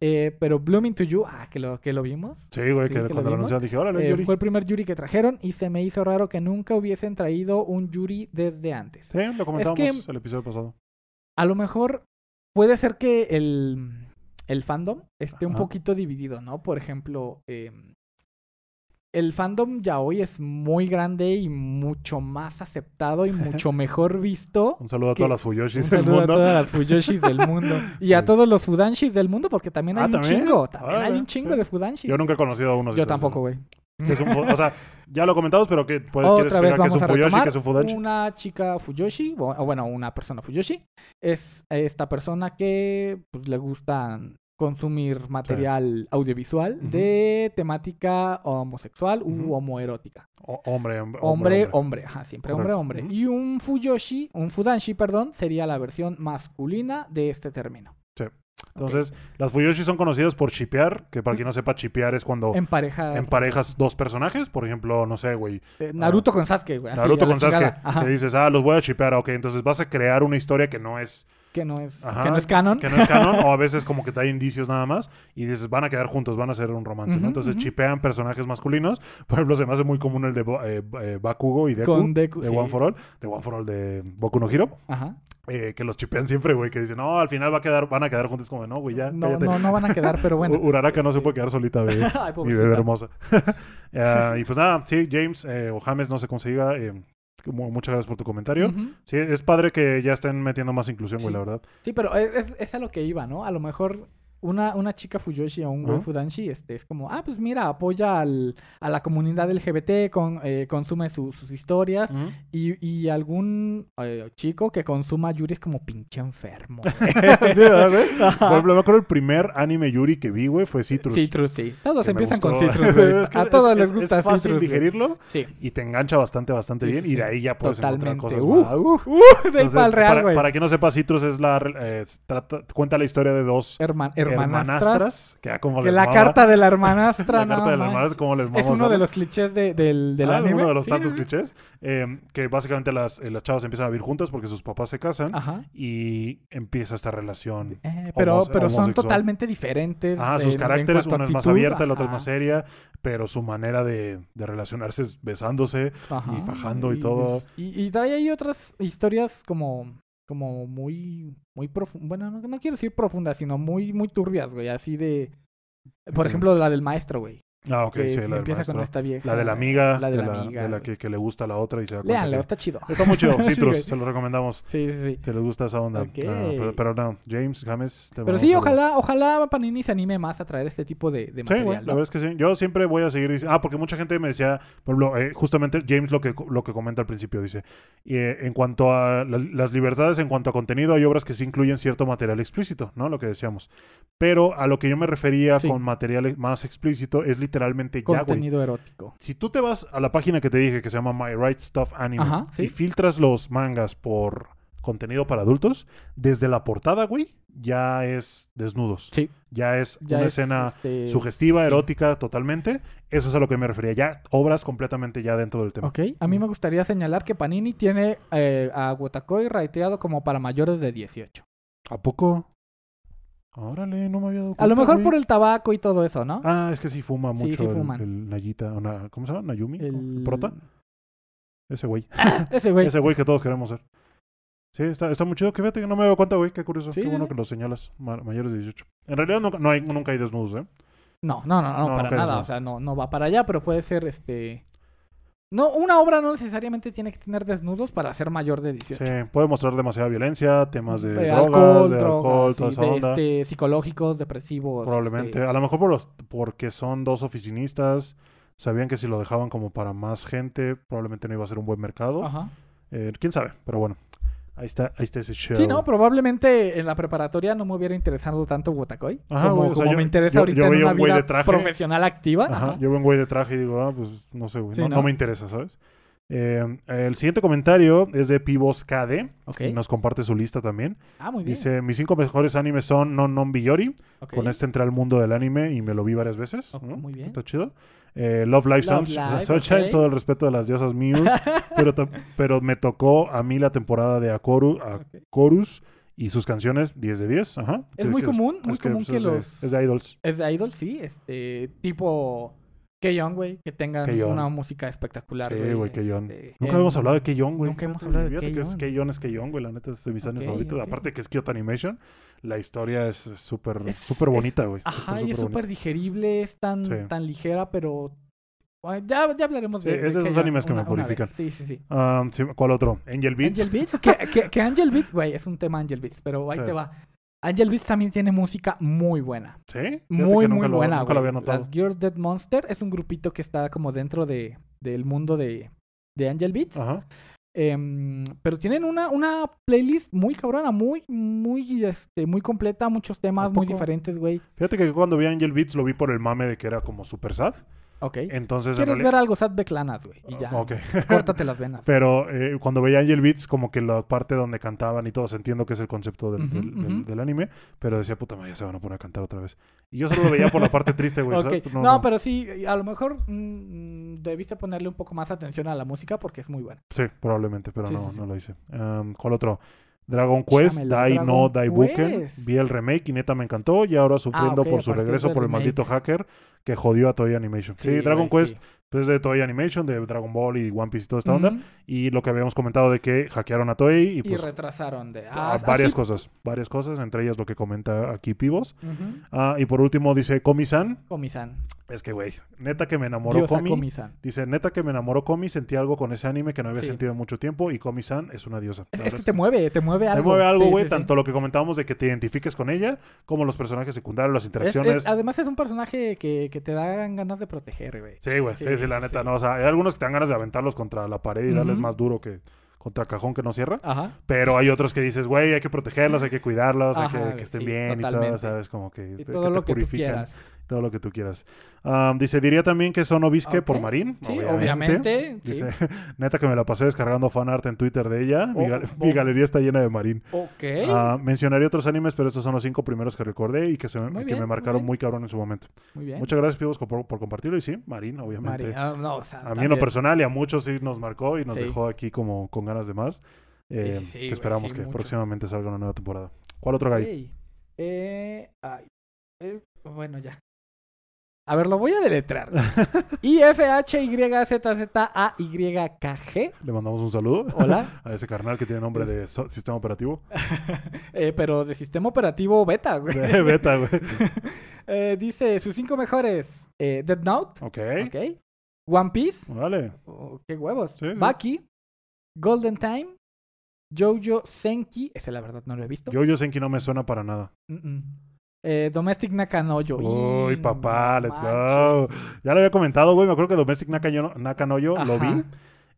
Eh, pero Blooming to You, ah, que lo, que lo vimos.
Sí, güey,
Sí,
que
que lo
cuando Ah, lo
vimos.
anunciaron dije, órale,
eh,
Yuri.
fue el primer Yuri que trajeron y se me hizo raro que nunca hubiesen traído un Yuri desde antes.
Sí, lo comentábamos
Es
el episodio pasado.
A lo mejor puede ser que el, el fandom esté un
Ajá.
poquito dividido, ¿no? Por ejemplo, em, el fandom ya hoy es muy grande y mucho más aceptado y mucho mejor visto.
Un saludo a
¿Qué?
todas las
Un
Fuyoshis del
saludo a
mundo.
todas las Fuyoshis del mundo y
Sí.
a todos los Fudanshis del mundo, porque también hay
Ah,
un
¿también?
chingo. También hay
Órale,
un chingo
sí.
de Fudanshis.
Yo nunca he conocido a uno.
Yo tampoco, güey.
Que es un fu- o sea, ya lo comentamos, pero que puedes, quieres
Otra
explicar
vez
que es
vamos
un
a
Fuyoshi,
retomar
que es un Fudanshi.
una chica Fuyoshi, o o bueno, una persona Fuyoshi, es esta persona que pues, le gusta consumir material audiovisual
Ujú.
de temática homosexual
Ujú.
u homoerótica.
O- hombre, hombre,
Hombre, hombre, ajá, siempre
Correcto.
hombre, hombre.
Ujú.
Y un Fuyoshi, un Fudanshi, perdón, sería la versión masculina de este término.
Entonces, las Fuyoshis son conocidas por chipear, que para quien no sepa, chipear es cuando
En pareja.
oh, en parejas dos personajes. Por ejemplo, no sé, güey,
eh, Naruto con Sasuke, güey. así,
Naruto
a la
con Sasuke.
chingada. Ajá,
Que dices, ah, los voy a chipear, ok. Entonces vas a crear una historia que no es
que no es,
Ajá,
que no es canon.
que no es canon o a veces como que te hay indicios nada más y dices van a quedar juntos, van a hacer un romance, ¿no?
Ujú,
Entonces
ujú.
chipean personajes masculinos. Por ejemplo, se me hace muy común el de Bo- eh, eh, Bakugo y Deku.
Con Deku,
de
sí.
One for All, de One for All de Boku no Hero,
Ajá.
eh, que los chipean siempre, güey, que dicen, no, al final va a quedar, van a quedar juntos, como, no, güey, ya,
No,
cállate.
no, no van a quedar, pero bueno.
U- Uraraka no se puede quedar solita, güey.
Ay,
Mi
pobrecita.
bebé hermosa. Ah, y pues nada, sí, James eh, o James, no se consiga. eh, mu- muchas gracias por tu comentario.
Ujú.
Sí, es padre que ya estén metiendo más inclusión, güey,
Sí.
la verdad.
Sí, pero e, es, es a lo que iba, ¿no? A lo mejor una, una chica Fuyoshi o un güey
Ajá.
Fudanshi este, es como, ah, pues mira, apoya al, a la comunidad LGBT, con, eh, consume su- sus historias.
Ujú.
Y, y algún eh, chico que consuma Yuri es como pinche enfermo. güey.
sí, ¿verdad, güey? Por ejemplo, me acuerdo el primer anime Yuri que vi, güey, fue Citrus.
Citrus, sí. Todos
que me
empiezan con
gustó.
Citrus, güey.
Es que
a
es-
todos
es-
les gusta
Es fácil
Citrus. güey.
digerirlo
Sí.
y te engancha bastante, bastante
Sí,
bien.
sí,
y
sí.
de ahí ya puedes
Totalmente.
encontrar cosas.
Uh,
más. Uh.
Uh, de ahí
Entonces,
pa'l real,
para,
güey.
para quien no sepa, Citrus es la eh, es- trata- cuenta la historia de dos
Herman, hermanastras.
hermanastras. Que, ah, como
Que
les
la
mama-
carta de la
la
hermanastra,
carta
no
de las
manches.
hermanas, como les
Es
mama
uno de
usarla.
los clichés de- del, del
Ah,
anime.
uno de los
Sí,
tantos
sí, sí.
clichés. eh, que básicamente las, eh, las chavas empiezan a vivir juntas porque sus papás se casan
Ajá.
y empieza esta relación
Eh, pero
Homose-
pero son
homosexual.
totalmente diferentes. eh,
Ah, sus
en- en
caracteres,
cuanto a
una es más
actitud,
abierta, la otra es
ajá,
más seria, pero su manera de, de relacionarse es besándose.
ajá,
fajando y todo.
Y, y trae ahí otras historias como como muy, muy profundas, bueno, no, no quiero decir profundas, sino muy, muy turbias, güey, así de, por
Entiendo.
ejemplo, la del maestro, güey.
Ah, ok,
que
sí, la del
empieza con
maestro.
esta vieja.
La de la amiga,
La de la, amiga.
de la
güey.
que, que le gusta a la otra y se da cuenta.
Léanlo,
que-
está chido.
Está muy chido,
Sí,
Citrus,
güey.
se lo recomendamos.
Sí, sí, sí.
Si les gusta esa onda.
Ok.
Ah, pero, pero no, James, James. te
Pero
mandamos
sí,
saludos.
ojalá, ojalá Panini se anime más a traer este tipo de, de
Sí, güey,
material.
la
¿no?
verdad es que sí. Yo siempre voy a seguir diciendo. Ah, porque mucha gente me decía, por ejemplo, eh, justamente James lo que, lo que comenta al principio, dice: eh, en cuanto a la- las libertades, en cuanto a contenido, hay obras que sí incluyen cierto material explícito, ¿no? Lo que decíamos. Pero a lo que yo me refería
Sí.
con material e, más explícito es literalmente ya, güey.
Contenido erótico.
Si tú te vas a la página que te dije que se llama My Right Stuff Anime
Ajá, sí.
y filtras los mangas por contenido para adultos, desde la portada, güey, ya es desnudos.
Sí.
Ya es
Ya
una
es,
escena
este,
sugestiva,
sí.
erótica, totalmente. Eso es a lo que me refería. Ya obras completamente ya dentro del tema.
Ok, a mí me gustaría señalar que Panini tiene eh, a Wotakoi raiteado como para mayores de 18.
¿A poco? Órale, no me había dado cuenta.
A lo mejor por
güey.
el tabaco y todo eso, ¿no?
Ah, es que sí fuma
Sí,
mucho
sí
el-
fuman.
el, Nayita. o na- ¿Cómo se llama? ¿Nayumi?
El-
¿Prota? Ese güey.
Ese güey.
Ese güey que todos queremos ser. Sí, está, está muy chido. Que fíjate que no me doy cuenta, güey. Qué curioso.
Sí,
Qué bueno
sí.
que lo señalas. ma- Mayores de 18. En realidad nunca, no hay, nunca hay desnudos, ¿eh?
No, no, no, no,
No,
para
ok,
nada.
no.
O sea, no, no va para allá, pero puede ser este. No, una obra no necesariamente tiene que tener desnudos para ser mayor de 18.
Sí, puede mostrar demasiada violencia, temas de,
Eh,
drogas, de alcohol,
drogas,
toda
sí,
esa
de,
onda.
este, psicológicos, depresivos.
probablemente.
este,
A lo mejor por los, porque son dos oficinistas. Sabían que si lo dejaban como para más gente, probablemente no iba a ser un buen mercado.
Ajá.
Eh, ¿Quién sabe? Pero bueno, ahí está, ahí está ese show.
Sí, no, probablemente en la preparatoria no me hubiera interesado tanto Wotakoi.
Ajá,
como
güey, o sea,
como
yo-
me interesa
yo-
ahorita
yo
en
veía
una
un güey
vida
de traje.
profesional activa.
Ajá,
ah, ajá.
Yo veo un güey de traje y digo, ah, pues no sé, güey.
Sí,
no,
¿no?
no me interesa, ¿sabes? Eh, el siguiente comentario es de Pivos KD.
Ok.
Y nos comparte su lista también.
Ah, muy bien.
Dice, mis cinco mejores animes son Non Non Biyori.
Ok.
Con este entré al mundo del anime y me lo vi varias veces.
Ok,
¿no?
muy bien.
Está chido. Eh, Love Live
Love
Sunshine,
Live,
Sunshine,
ok.
todo el respeto de las diosas Muse. pero, tam- pero me tocó a mí la temporada de Akoru,
Ok.
Akorus y sus canciones 10 de 10. Ajá.
Es
Que-
muy
que
común, muy
es
común
pues,
que
es de-
los-
Es de Idols.
Es de Idol, sí. Este, tipo K-On, güey, que tengan
K-On.
una música espectacular,
Sí, güey, K-On.
este,
Nunca
em,
habíamos hablado de Keyon, güey.
nunca hemos
Fíjate,
hablado de
fíjate que es
Keyon.
Keyon es Keyon, güey. La neta es de mis animes
Ok,
favoritos.
ok.
Aparte que es Kyoto Animation. La historia es súper
Es-
súper
es-
bonita, güey.
Ajá,
Súper,
y
súper
es
bonita.
súper digerible, es tan,
Sí.
tan ligera, pero... Ay, Ya, ya hablaremos de...
Sí, es de esos
K-On
animes que me
una- una
purifican.
vez. Sí, sí, sí.
Ah, sí, ¿Cuál otro? Angel Beats.
Angel Beats, que, que, que Angel Beats, güey, es un tema Angel Beats, pero ahí
Sí.
te va. Angel Beats también tiene música muy buena.
Sí. Fíjate
Muy,
que nunca
muy
lo-
buena,
Nunca lo había
güey.
notado.
Las Girls Dead Monster es un grupito que está como dentro de, del mundo de, de Angel Beats.
Ajá.
Em, pero tienen una, una playlist muy cabrona, muy, muy, este, muy completa, muchos temas muy
poco?
diferentes, güey.
Fíjate que cuando vi Angel Beats lo vi por el mame de que era como super sad.
Ok.
Entonces, en
¿Quieres
realidad. Ah,
ver algo Sad Beclanas, güey? Y ya.
Ok.
Córtate las venas.
Pero eh, cuando veía Angel Beats, como que la parte donde cantaban y todos, entiendo que es el concepto del,
Ujú,
del- del-
ujú.
del anime, pero decía, puta madre, ya se van a poner a cantar otra vez. Y yo solo lo veía por la parte triste, güey.
Ok.
¿sabes?
No, pero sí, a lo mejor mm, debiste ponerle un poco más atención a la música porque es muy buena.
Sí, probablemente, pero
Sí,
no,
sí, sí.
no lo hice. Am, ¿Cuál otro? Dragon Quest,
Chámelo,
Dai No
Dragon
Dai Buken.
Quest. Ah,
Vi el remake y neta me encantó. Y ahora sufriendo
ok, a
por su
partir
regreso
del
por el
remake.
maldito hacker que jodió a Toei Animation. Sí, Dragon
güey,
Quest pues, es de Toei Animation, de Dragon Ball y One Piece y toda esta onda.
Ujú.
Y lo que habíamos comentado de que hackearon a Toei y
Y
pues
retrasaron de...
a-
Ah, así-
varias cosas. Varias cosas, entre ellas lo que comenta aquí Pivos.
Ujú.
Ah, y por último dice Komi-san.
Komi-san.
Es que, güey, neta que me enamoró
Diosa
Komi.
Komi-san.
Dice, neta que me enamoró Komi, sentí algo con ese anime que no había
Sí.
sentido en mucho tiempo y Komi-san es una diosa.
Es,
La
es que
verdad
te mueve, te mueve algo.
te mueve algo,
Sí,
güey.
sí, sí.
tanto lo que comentábamos de que te identifiques con ella, como los personajes secundarios, las
Es- es-
interacciones.
además es un personaje que, que te dan ganas de proteger, güey.
Sí, güey. Sí,
Sí,
sí, la
sí,
neta,
sí.
no. O sea, hay algunos que te dan ganas de aventarlos contra la pared y darles
Ujú.
más duro que contra cajón que no cierra.
Ajá.
Pero hay otros que dices, güey, hay que protegerlos, hay que cuidarlos,
Ajá,
hay que- que,
güey,
estén
sí,
bien y todo,
totalmente.
¿sabes? Como que,
Y
te-
todo
Este, que te
lo que tú
purifican,
quieras.
Todo lo que tú quieras. Ah, dice, diría también que son obisque por
Ok.
Marín.
Sí, obviamente. sí.
Dice, neta que me la pasé descargando fanart en Twitter de ella. mi,
Oh,
gal-
oh.
mi galería está llena de Marín.
Ok.
Ah, mencionaré otros animes, pero estos son los cinco primeros que recordé y que, se me,
Muy
que
bien,
me
muy
marcaron
bien.
muy cabrón en su momento.
Muy bien.
Muchas gracias, Pibos, por, por compartirlo. Y sí, Marín, obviamente.
María. Ah, no, o sea,
a mí en lo
también.
personal y a muchos sí nos marcó y nos
Sí.
dejó aquí como con ganas de más. Eh,
Sí, sí, sí,
que
güey,
esperamos
sí,
que
mucho.
próximamente salga una nueva temporada. ¿Cuál otro gallo?
Ok. Eh, ay, es- bueno, ya. A ver, lo voy a deletrear. I F H Y Z Z A Y K G.
Le mandamos un saludo
Hola.
a ese carnal que tiene nombre de so- sistema operativo.
Eh, pero de sistema operativo beta, güey.
De beta, güey.
Eh, dice sus cinco mejores: eh, Death Note,
Ok.
ok. One Piece,
Vale.
oh, qué huevos.
Sí, sí.
Baki, Golden Time, Jojo Senki, ese la verdad no lo he visto.
Yo, yo sé que no me suena para nada.
Mm, mm. Eh, Domestic Nakanoyo.
Uy,
Y-
papá,
no
let's
manches.
go. Ya lo había comentado, güey. Me acuerdo que Domestic Nakano- Nakanoyo lo
Ajá.
vi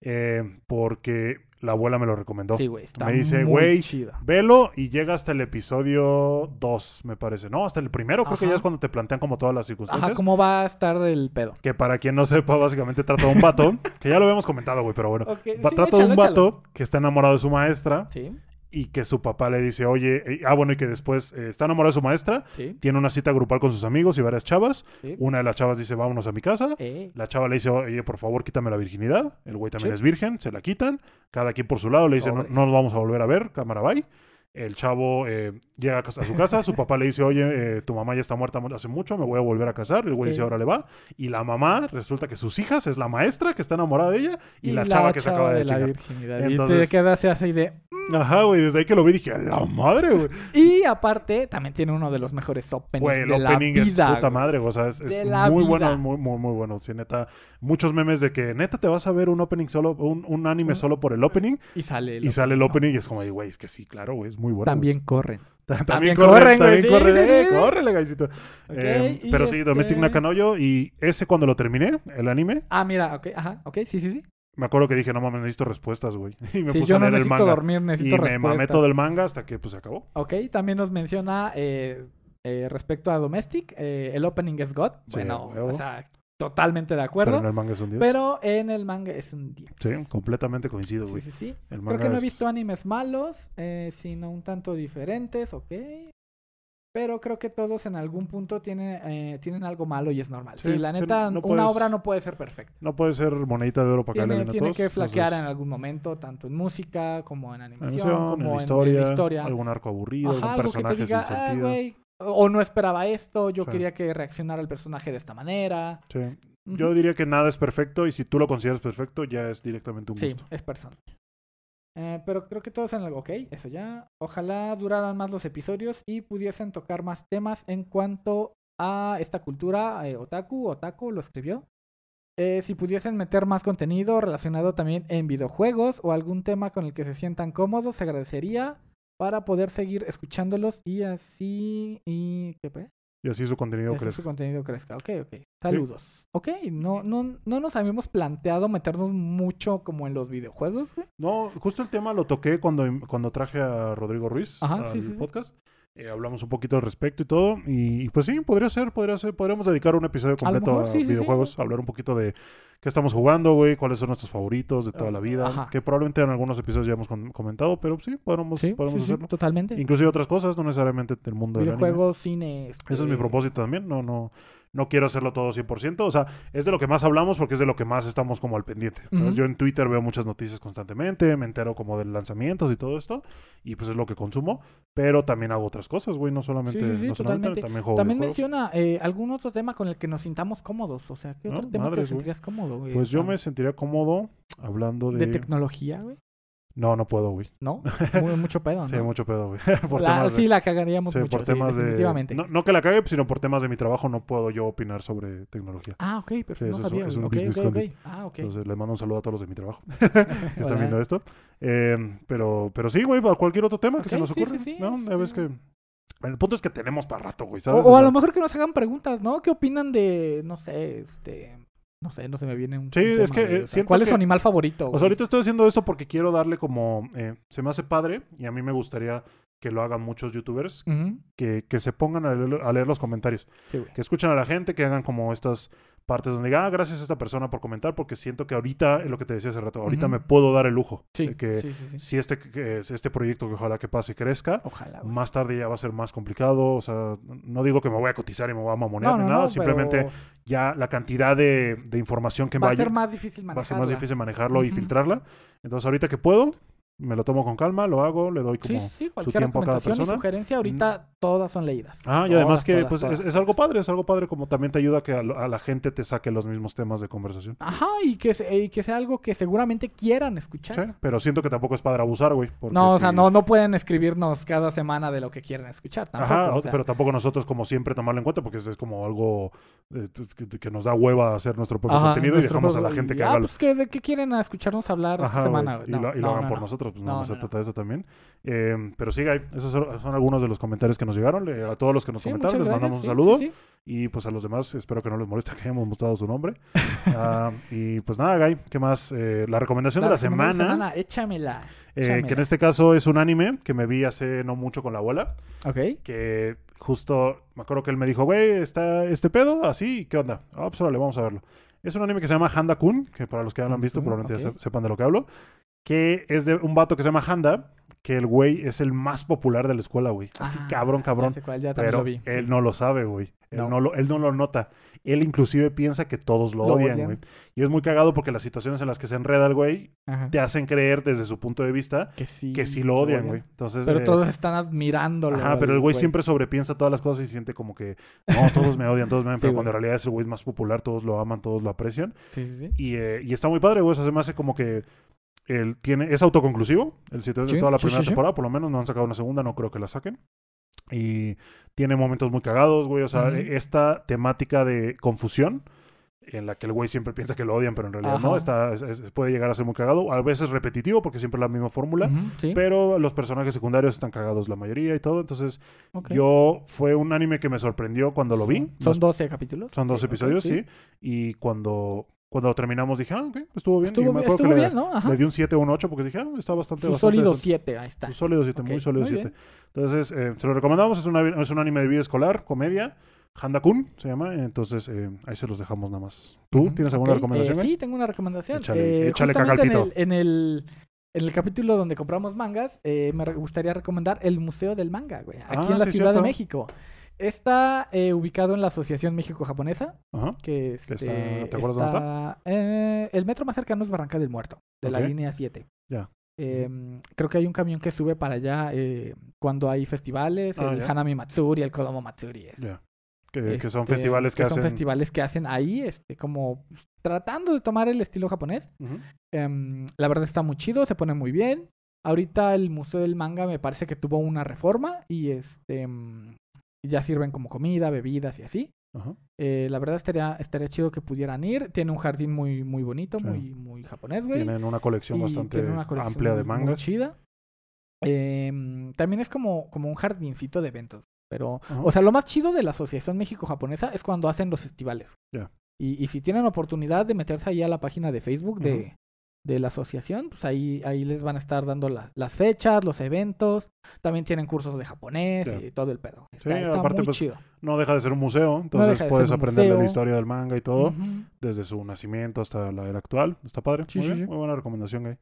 eh, porque la abuela me lo recomendó.
Sí, güey, está
Me dice,
muy
güey, ¿pues
chida.
Velo y llega hasta el episodio 2, me parece. No, hasta el primero, creo que
Ajá.
ya es cuando te plantean como todas las circunstancias.
Ajá, ¿cómo va a estar el pedo?
Que para quien no sepa, básicamente trata de un vato, que ya lo habíamos comentado, güey, pero bueno.
Ok,
Va-
sí,
trata de un
échalo, échalo.
vato que está enamorado de su maestra
Sí,
y que su papá le dice, oye, eh, ah, bueno, y que después eh, está enamorado de su maestra,
sí,
tiene una cita grupal con sus amigos y varias chavas.
sí.
Una de las chavas dice, vámonos a mi casa.
Eh,
La chava le dice, oye, por favor, quítame la virginidad. El güey también
Sí.
es virgen, se la quitan. Cada quien por su lado le dice, no,
Sobres.
no nos vamos a volver a ver, cámara bye. El chavo eh, llega a casa- a su casa, su papá le dice, oye, eh, tu mamá ya está muerta mu- hace mucho, me voy a volver a casar. El güey dice,
Sí.
ahora le va. Y la mamá, resulta que sus hijas es la maestra que está enamorada de ella y, la, chava que se acaba de,
la
chingar.
virginidad. Y te
Entonces-
quedas así de...
Ajá, güey, desde ahí que lo vi dije, "A la madre, güey.
Y aparte, también tiene uno de los mejores openings
Güey, el
de la
opening es
vida.
puta
güey.
madre, o sea, es, es
De la
muy bueno,
vida.
muy, muy, muy bueno. Sí, neta, muchos memes de que neta te vas a ver un opening solo, un, un anime
Un-
solo por el opening
Y sale el
y sale el
no.
opening y es como, "Ay, güey, es que sí, claro, güey, es muy bueno.
También corren.
güey. Ta-
también
corre,
corren, güey,
también
sí,
corre,
sí,
eh,
sí.
córrele, gaisito. Eh,
Ok, y
pero sí, Domestic
este-
Nakanoyo y ese cuando lo terminé, el anime,
Ah, mira, ok, ajá, ok, sí, sí, sí.
me acuerdo que dije, no mames, necesito respuestas, güey. Y me
sí,
puse
yo
a
no
leer el
necesito
manga.
dormir,
y
necesito
me
respuestas.
mamé todo el manga hasta que pues se acabó.
Ok, también nos menciona eh, eh, respecto a Domestic, eh, el opening es God.
Sí, a
bueno,
huevo.
o sea, totalmente de
Pero
acuerdo.
en el manga es un dios.
Pero en el manga es un 10.
Sí, completamente coincido,
sí,
güey.
sí, sí.
El
Creo
manga
que no he
es-
visto animes malos, eh, sino un tanto diferentes, ok. Pero creo que todos en algún punto tienen, eh, tienen algo malo y es normal.
Sí,
Sí, la
sí,
neta,
no puedes-
una obra no puede ser perfecta.
No puede ser monedita de oro para caerle
Tiene,
bien a
tiene
todos.
que flaquear
entonces,
en algún momento, tanto en música como en animación,
animación, en
como
la
en
historia,
en la historia.
algún arco aburrido,
Ajá,
algún
algo que te
personaje
diga,
sin
"Ah,
sentido.
güey, o no esperaba esto, yo
Sí.
quería que reaccionara el personaje de esta manera.
Sí.
Ujú.
Yo diría que nada es perfecto y si tú lo consideras perfecto ya es directamente un
Sí,
gusto.
es personal. Eh, pero creo que todos en algo. Ok, eso ya. Ojalá duraran más los episodios y pudiesen tocar más temas en cuanto a esta cultura. eh, otaku, Otaku lo escribió. Eh, si pudiesen meter más contenido relacionado también en videojuegos o algún tema con el que se sientan cómodos, se agradecería para poder seguir escuchándolos y así. Y, ¿Qué fue?
Y así su contenido
Así
crece.
su contenido crezca. Ok, ok. Saludos. Ok, no, no, no nos habíamos planteado meternos mucho como en los videojuegos, güey.
No, justo el tema lo toqué cuando, cuando traje a Rodrigo Ruiz
Ajá,
al
sí, sí, sí.
podcast. Eh, hablamos un poquito al respecto y todo. Y, pues sí, podría ser, podría ser. Podríamos dedicar un episodio
A lo
completo a,
mejor sí, sí, sí.
videojuegos, hablar un poquito de qué estamos jugando, güey, cuáles son nuestros favoritos de toda la vida.
Ajá.
Que probablemente en algunos episodios ya hemos con- comentado, pero sí, podemos, podemos hacerlo.
totalmente.
Inclusive otras cosas, no necesariamente del mundo del anime.
Videojuegos, cine.
Ese es
este,
mi propósito también, no, no, no quiero hacerlo todo 100%, o sea, es de lo que más hablamos porque es de lo que más estamos como al pendiente. Entonces,
Ujú.
Yo en Twitter veo muchas noticias constantemente, me entero como de lanzamientos y todo esto, y pues es lo que consumo, pero también hago otras cosas, güey, no solamente,
Sí, sí, sí,
no solamente
totalmente.
también juego
También
videojuegos.
menciona eh, algún otro tema con el que nos sintamos cómodos. O sea, ¿qué otro
No,
tema
madres,
te
güey.
sentirías cómodo, güey?
Pues yo
Ah,
me sentiría cómodo hablando
De
de...
tecnología, güey.
no, no puedo, güey.
¿No? Muy- mucho pedo, ¿no?
Sí, mucho pedo, güey. por
La-
temas de...
Sí, la cagaríamos
sí,
mucho.
por
sí,
temas de-
definitivamente.
No, no que la cague, sino por temas de mi trabajo no puedo yo opinar sobre tecnología.
Ah, ok, perfecto.
Sí,
no
eso es un-
sabía,
es
güey.
un
Ok,
business
ok, ok.
conduct.
Ah, ok.
Entonces, les mando un saludo a todos los de mi trabajo que
Hola.
están viendo esto. Eh, pero, pero sí, güey, para cualquier otro tema que se
Ok,
nos
sí,
ocurra.
sí, sí,
¿no?
sí.
Ya ves que... El punto es que tenemos para rato, güey,
O,
¿sabes?
o
O
a
sea,
lo mejor que nos hagan preguntas, ¿no? ¿Qué opinan de, no sé, este... No sé, no se me viene un
Sí,
un
es
tema,
que,
güey,
eh,
o sea,
siento
¿Cuál es
que-
su animal favorito?
o sea,
güey?
ahorita estoy haciendo esto porque quiero darle como... eh, se me hace padre y a mí me gustaría que lo hagan muchos youtubers,
Ujú.
que, que se pongan a leer, a leer los comentarios,
Sí, güey.
que escuchen a la gente, que hagan como estas partes donde diga, ah, gracias a esta persona por comentar, porque siento que ahorita, es lo que te decía hace rato, ahorita
Ujú.
me puedo dar el lujo
Sí,
de que
sí, sí, sí.
si este, que- este proyecto que ojalá que pase crezca,
Ojalá, güey.
Más tarde ya va a ser más complicado. O sea, no digo que me voy a cotizar y me voy a mamonear
No, no,
ni nada.
no,
simplemente
pero
ya la cantidad de, de información que
va
vaya
a ser más difícil
va a ser
manejarla.
más difícil manejarlo y
Ujú.
filtrarla. Entonces, ahorita que puedo, me lo tomo con calma, lo hago, le doy
Sí,
como...
sí, sí,
su
cualquier
tiempo a cada
recomendación y
persona. Mm.
sugerencia ahorita todas son leídas.
Ah, y
Todas,
además que
todas,
pues,
todas,
es, es algo
todas.
padre, es algo padre como también te ayuda a que a, lo- a la gente te saque los mismos temas de conversación.
Ajá, y que, se- y que sea algo que seguramente quieran escuchar.
Sí, pero siento que tampoco es padre abusar, güey. porque
No, o sea,
si-
no, no pueden escribirnos cada semana de lo que quieren escuchar tampoco.
Ajá,
o
o-
sea.
pero tampoco nosotros como siempre tomarlo en cuenta porque es, es como algo eh, que, que nos da hueva hacer nuestro propio
Ajá,
contenido y
nuestro
dejamos a
propio-
la gente
y,
que
ah,
haga los
pues, ¿qué- ¿De qué quieren escucharnos hablar esta
Ajá,
semana?
güey,
güey?
Y,
No,
lo, y lo
no,
hagan
no,
por
no.
nosotros, pues
No,
no, no se
no, no.
trata de eso también. Eh, pero sí, Guy, esos son, son algunos de los comentarios que nos llegaron. Le- a todos los que nos
Sí,
comentaron les
muchas gracias,
mandamos un saludo.
sí, sí, sí.
Y pues a los demás, espero que no les moleste que hayamos mostrado su nombre. Ah, y pues nada, Guy, ¿qué más? Eh, la recomendación de la semana,
recomendación échamela.
eh, que en
échamela.
este caso es un anime que me vi hace no mucho con la abuela,
Ok.
que justo me acuerdo que él me dijo, güey, está este pedo, así, ¿qué onda? Ah, pues órale, vamos a verlo. Es un anime que se llama Handa Kun, que para los que ya lo han
Handa
visto
Kun,
probablemente ya
ok.
se- sepan de lo que hablo, que es de un vato que se llama Handa, que el güey es el más popular de la escuela, güey. Así
Ah,
cabrón,
Ya
cabrón.
sé cuál, ya también
Pero
lo vi. sí.
él no lo sabe, güey. Él no.
No.
lo, él no lo nota. Él inclusive piensa que todos lo,
Lo
odian,
odian.
güey. Y es muy cagado porque las situaciones en las que se enreda el güey
Ajá.
te hacen creer desde su punto de vista
Que sí.
que sí lo odian, güey. Entonces,
Pero
eh,
todos están admirándolo.
Ajá, pero el güey siempre sobrepiensa todas las cosas y siente como que, no, todos me odian, todos me odian,
Sí,
pero
güey.
cuando en realidad es el güey más popular, todos lo aman, todos lo aprecian.
Sí, sí, sí.
Y, eh, y está muy padre, güey, eso se me hace como que él tiene, es autoconclusivo, el sitio es de
Sí,
toda la
sí,
primera
sí, sí.
temporada, por lo menos no han sacado una segunda, no creo que la saquen. Y tiene momentos muy cagados, güey, o sea, e,
Ujú.
esta temática de confusión. En la que el güey siempre piensa que lo odian, pero en realidad no.
Ajá.
Está, es- es- puede llegar a ser muy cagado. A veces repetitivo, porque siempre es la misma fórmula.
Ujú, sí.
Pero los personajes secundarios están cagados la mayoría y todo. Entonces,
ok.
yo fue un anime que me sorprendió cuando lo vi.
Son
Los-
12 capítulos.
son dos
Sí, ok,
episodios, sí. Y cuando, cuando lo terminamos dije, ah, ok, estuvo bien. y
Estuvo,
me
bien-
acuerdo
estuvo
que le,
bien, ¿no? Ajá.
le di un 7 o un 8 porque dije, ah, está bastante,
Su
bastante
sólido
decente.
7, ahí está.
Un sólido 7,
Ok,
muy sólido
muy
7.
bien.
Entonces, eh, se lo recomendamos. Es, una- es un anime de vida escolar, comedia. Handa-kun se llama. Entonces, eh, ahí se los dejamos nada más. ¿Tú
Ujú,
tienes alguna
ok, eh,
recomendación? güey?
sí, tengo una recomendación.
Échale-
Eh,
échale caca al
justamente
pito.
En el, en, el, en el capítulo donde compramos mangas, eh, me re- gustaría recomendar el Museo del Manga, güey. Aquí
Ah,
en la
sí,
Ciudad
cierto.
de México. Está eh, ubicado en la Asociación México-Japonesa,
Ajá.
que
Que
este,
está- ¿te acuerdas dónde
está- eh, el metro más cercano es Barranca del Muerto, de
Ok.
la línea 7.
Ya.
Eh, creo que hay un camión que sube para allá eh, cuando hay festivales,
Ah,
el
ya.
Hanami Matsuri, el Kodomo Matsuri. ese.
Ya. Que, eh, que son
Este,
festivales que,
son
hacen.
festivales que hacen ahí, este, como pues, tratando de tomar el estilo japonés.
Ujú.
Em, la verdad está muy chido, se pone muy bien. Ahorita el Museo del Manga me parece que tuvo una reforma y este em, ya sirven como comida, bebidas y así.
Ajá.
Eh, la verdad estaría, estaría chido que pudieran ir. Tiene un jardín muy, muy bonito,
Sí.
muy, muy japonés, güey.
Tienen una colección
Y
bastante
tiene una colección
amplia de
muy- muy
mangas.
chida. Em, también es como, como un jardincito de eventos. Pero
Ajá.
o sea, lo más chido de la Asociación México-Japonesa es cuando hacen los festivales.
Ya.
Y, y si tienen oportunidad de meterse ahí a la página de Facebook de,
Ujú.
de la asociación, pues ahí, ahí les van a estar dando la- las fechas, los eventos. También tienen cursos de japonés
Ya.
y todo el pedo. Está, está
aparte,
muy
pues,
chido.
no deja de ser un museo,
deja de
entonces
ser
puedes
un
aprender de la
museo.
historia del manga y todo,
Ujú.
desde su nacimiento hasta la era actual. Está padre.
Sí,
muy,
sí,
bien,
sí.
muy buena recomendación, Guy.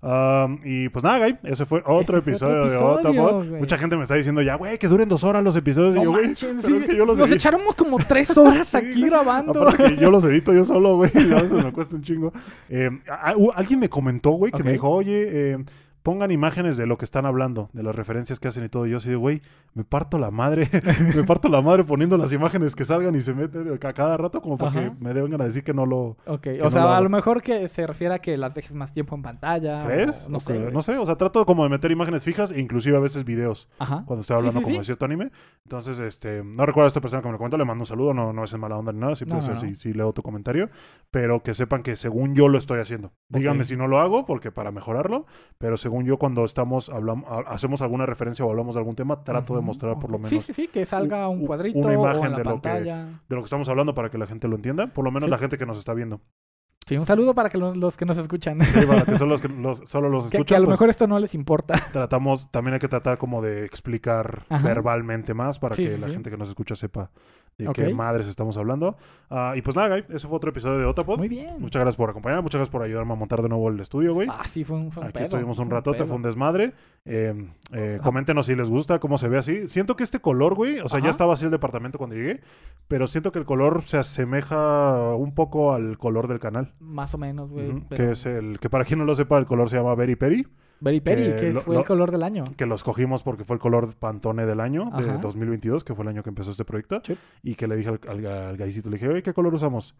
Am, y pues nada, Guy, ese fue otro
Ese fue otro
episodio de Otapod.
episodio, güey.
Mucha gente me está diciendo ya, güey, que duren dos horas los episodios. y
No
yo, Pues güey,
manchen,
pero
sí,
es que yo los
nos
edito.
echáramos como tres horas aquí
güey.
grabando.
Aparte que yo los edito yo solo, güey. y A veces me cuesta un chingo. Eh, a- a- u- alguien me comentó, güey, que me
Ok.
dijo, oye, eh, pongan imágenes de lo que están hablando, de las referencias que hacen y todo. Y Yo así de, güey, me parto la madre. me parto la madre poniendo las imágenes que salgan y se meten a cada rato como para
Ajá.
que me vengan a decir que no lo...
Ok,
no
o sea,
lo
a
hago.
lo mejor que se refiere a que las dejes más tiempo en pantalla. o
¿Crees?
Ah, no
O
sé.
que-
güey.
no sé, o sea, trato como de meter imágenes fijas e inclusive a veces videos
Ajá.
cuando estoy
Sí,
hablando
sí,
como
sí.
de cierto anime. Entonces, este, no recuerdo a esta persona que me lo comentó, le mando un saludo, no, no es en mala onda ni nada, siempre
No,
es
no,
así,
no.
sí leo tu comentario, pero que sepan que según yo lo estoy haciendo. Díganme si no lo hago, porque para mejorarlo, pero según yo cuando estamos, hablamos, hacemos alguna referencia o hablamos de algún tema, trato de
Ujú,
mostrar por lo
ok.
menos
Sí, sí, sí, que salga
u-
un
una
cuadrito o
imagen
en la
de lo que-
pantalla.
de lo que estamos hablando para que la gente lo entienda, por lo menos
Sí.
la gente que nos está viendo.
Sí, un saludo para que lo- los que nos escuchan.
Sí, para que solo los, que los- solo los
que,
escuchan,
que a lo
pues,
mejor esto no les importa.
tratamos, también hay que tratar como de explicar
Ajá.
verbalmente más para
Sí,
que
sí,
la
sí.
gente que nos escucha sepa de qué
Ok.
madres estamos hablando. Ah, y pues nada, Guy, ese fue otro episodio de Otapod.
Muy bien.
Muchas gracias por acompañar, muchas gracias por ayudarme a montar de nuevo el estudio, güey.
Ah, sí, fue un, fue un
Aquí
pedo,
estuvimos un
fue
ratote,
pedo. Ah.
fue un desmadre. Eh, eh, coméntenos si les gusta, cómo se ve así. Siento que este color, güey, o sea, ya
Ajá.
estaba así el departamento cuando llegué, pero siento que el color se asemeja un poco al color del canal.
Más o menos, güey.
Ujú,
pero-
Que es el que para quien no lo sepa, el color se llama Berry Peri.
Berry Peri,
que
que
lo-
fue el
lo-
color del año.
que los cogimos porque fue el color Pantone del año,
Ajá.
de 2022, que fue el año que empezó este proyecto.
Sí.
Y que le dije al, al, al gaycito, le dije, oye, ¿qué color usamos?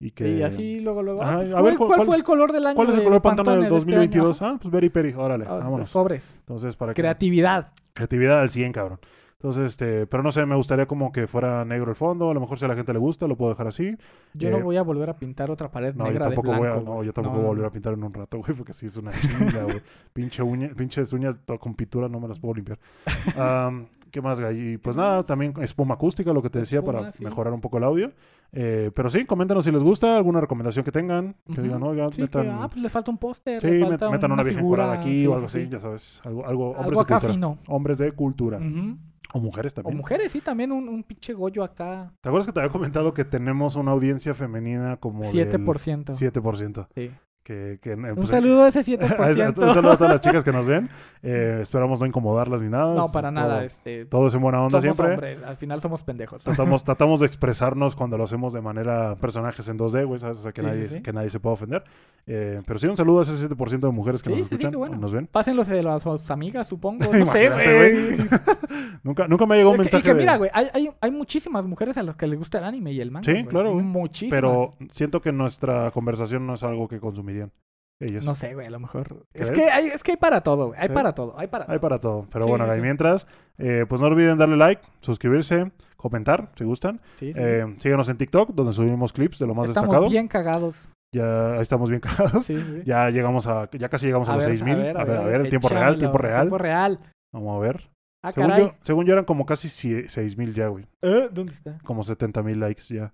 Y que...
Y así luego, luego. ah,
Ajá,
pues,
a ver,
¿cuál,
¿cuál-
cuál
cuál-
fue el color del año?
¿Cuál es el
de-
color
de
Pantone del
de este año?
2022? ah, pues Berry Peri, órale,
Ah,
vámonos.
Sobres.
Entonces, para que...
Creatividad.
Creatividad al 100, cabrón. Entonces, este, pero no sé, me gustaría como que fuera negro el fondo, a lo mejor si a la gente le gusta, lo puedo dejar así.
Yo
Eh,
no voy a volver a pintar otra pared
No, yo
negra de
tampoco
blanco.
voy a, no,
güey.
yo tampoco voy
No,
a
no,
volver a
no.
pintar en un rato, güey, porque sí es una chinga, güey. Pinche uña, pinches uñas to- con pintura no me las puedo limpiar. Am, ¿Qué más, Galli? Pues nada, también espuma acústica, lo que te decía,
Espuma,
para
sí.
mejorar un poco el audio. Eh, pero sí, coméntanos si les gusta, alguna recomendación que tengan, que
Ujú.
digan, oigan,
Sí,
metan,
que, ah, pues le falta un póster.
sí,
le
met-
falta
metan una, vieja encuerada
figura,
aquí
sí,
o algo
sí,
así,
sí.
ya sabes, algo, algo hombres de
Algo acá
cultura.
fino.
Hombres de cultura.
Ujú.
O mujeres
O
también.
mujeres, sí, también un, un pinche goyo acá.
¿Te acuerdas que te había comentado que tenemos una audiencia femenina como del
7%.
7%?
Sí.
Que, que, eh,
un
pues,
saludo a ese
Ah, es-
7%.
Un saludo a todas las chicas que nos ven. Eh, esperamos no incomodarlas ni nada.
no,
Es-
para
es
nada.
todo-
Este,
todos en buena onda
somos
siempre.
hombres. Al final somos pendejos.
Tratamos, tratamos de expresarnos cuando lo hacemos de manera personajes en 2D, güey, ¿sabes? O sea, que,
Sí, sí,
nadie,
sí.
que nadie se pueda ofender. Eh, pero sí, un saludo a ese 7% de mujeres que
Sí,
nos
sí, sí,
escuchan
qué bueno.
o nos ven.
Pásenlos a sus amigas, supongo. No sé,
Imagínate,
güey.
Nunca, nunca me ha llegado un
Es que-
mensaje.
y que
de-
mira, güey, hay, hay- hay muchísimas mujeres a las que les gusta el anime y el manga.
Sí, claro, güey.
Muchísimas.
pero siento que nuestra conversación no es algo que consumirían ellos.
No sé, güey, a lo mejor.
¿Crees?
Es que, hay, es que hay para todo, güey. Hay
Sí.
para todo, hay para
Hay
todo.
para todo. Pero
Sí,
bueno,
sí,
ahí
sí.
mientras, eh, pues no olviden darle like, suscribirse, comentar si gustan.
Sí, sí, sí.
Eh, síganos en TikTok, donde subimos clips de lo más
Estamos
destacado.
bien cagados.
Ya ahí estamos bien cagados.
Sí, sí.
Ya llegamos a, ya casi llegamos a, los 6000. A ver, a ver,
eh,
tiempo real,
chámelo,
tiempo real.
Tiempo real.
Vamos a ver.
Ah,
según,
caray.
yo, según yo eran como casi sie- 6000 ya, güey.
Eh, ¿Dónde está?
Como 70000 likes ya.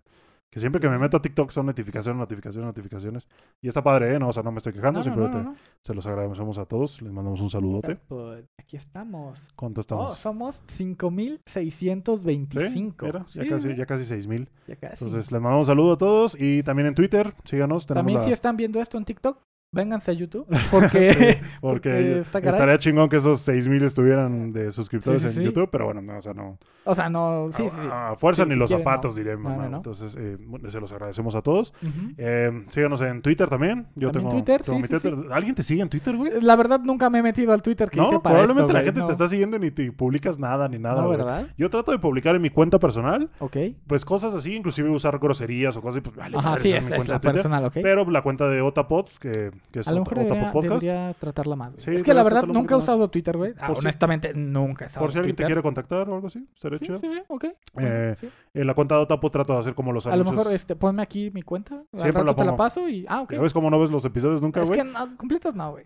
Que siempre que me meto a TikTok son notificaciones, notificaciones, notificaciones. Y está padre, ¿eh? No, o sea, no me estoy quejando,
No, no,
simplemente
no, no, no.
se los agradecemos a todos. Les mandamos un saludote.
Pues, Aquí estamos.
¿Cuánto
Oh,
estamos?
somos
¿Sí?
5625.
Mira, ya,
Sí,
casi,
sí,
ya casi 6000.
ya casi.
Entonces, les mandamos un saludo a todos. Y también en Twitter, síganos. Tenemos
También
la-
si están viendo esto en TikTok, vénganse a YouTube. Porque
Porque,
Porque está caray.
estaría chingón que esos 6.000 estuvieran de suscriptores
Sí, sí,
en
sí.
YouTube, pero bueno, no, o sea, no.
O sea, no, sí,
a,
sí. sí.
a fuerza
Sí,
ni
si
los
quieren,
zapatos,
no.
diré,
No,
mamá.
no, no.
Entonces, eh, bueno, se los agradecemos a todos.
Ujú.
Eh, síganos en Twitter también. Yo tengo,
También Twitter,
tengo
sí,
mi
sí,
Twitter. ¿Alguien te sigue en Twitter, güey?
La verdad nunca me he metido al Twitter que hice
No,
para
probablemente
esto,
la
güey,
gente
no.
te está siguiendo y ni te publicas nada ni nada,
No,
güey.
¿verdad?
Yo trato de publicar en mi cuenta personal,
Ok.
pues cosas así, inclusive usar groserías o cosas, y pues vale,
Ajá,
madre,
sí,
esa
es,
mi
es
cuenta
la
de Twitter.
personal, ok.
Pero la cuenta de Otapod, que, que es
a lo mejor
Otapod
debería,
Podcast.
debería tratarla más. güey.
Sí,
es que la
deberías
verdad
tratarla un
nunca he
poquito más.
usado Twitter, güey. Ah,
Por si-
honestamente, nunca he usado
Por si alguien te
Twitter.
quiere contactar o algo así, estaría chido.
Sí, sí, sí, ok.
Eh,
Sí.
En la cuenta de Otapo trato de hacer como los
A lo
anuncios.
mejor este, ponme aquí mi cuenta. Al
Siempre
rato
la
te la
pongo.
paso y. Ah, ok.
¿Ya ves cómo no ves los episodios nunca,
Es
güey?
que no, completos no, güey.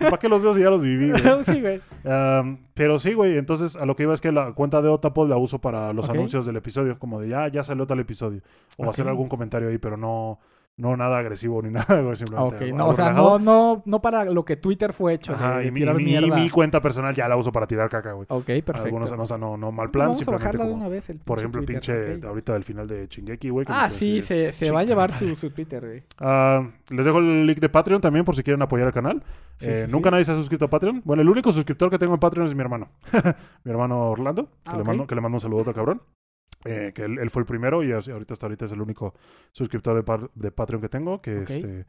¿Para qué los veo si ya los viví, güey?
sí, güey.
Um, pero sí, güey, entonces a lo que iba es que la cuenta de Otapod la uso para los
Ok.
anuncios del episodio, como de ya, ya salió tal episodio. O
Ok.
hacer algún comentario ahí, pero no, no nada agresivo ni nada, güey, simplemente.
Ok,
algo-
no,
algo
o sea,
relajado.
no, no, no para lo que Twitter fue hecho. de-
Ajá,
de
y, mi-
tirar
mi,
mierda.
mi cuenta personal ya la uso para tirar caca, güey.
Ok, perfecto.
Algunos, no, o sea, no, no mal plan,
Vamos a
simplemente
bajarla de
como,
una vez el
por ejemplo, el pinche
Twitter, ok.
ahorita del final de Chingeki, güey. que me
Ah,
quedé
sí,
así-
se, se va a llevar su, su Twitter, güey.
Ah, les dejo el link de Patreon también por si quieren apoyar al canal.
Sí,
Eh,
sí,
nunca
sí.
nadie se ha suscrito a Patreon. Bueno, el único suscriptor que tengo en Patreon es mi hermano. mi hermano Orlando, que,
Ah,
le
ok.
mando, que le mando un saludo al cabrón. Eh, que él, él fue el primero y así- ahorita hasta ahorita es el único suscriptor de, par- de Patreon que tengo. Que
Ok.
este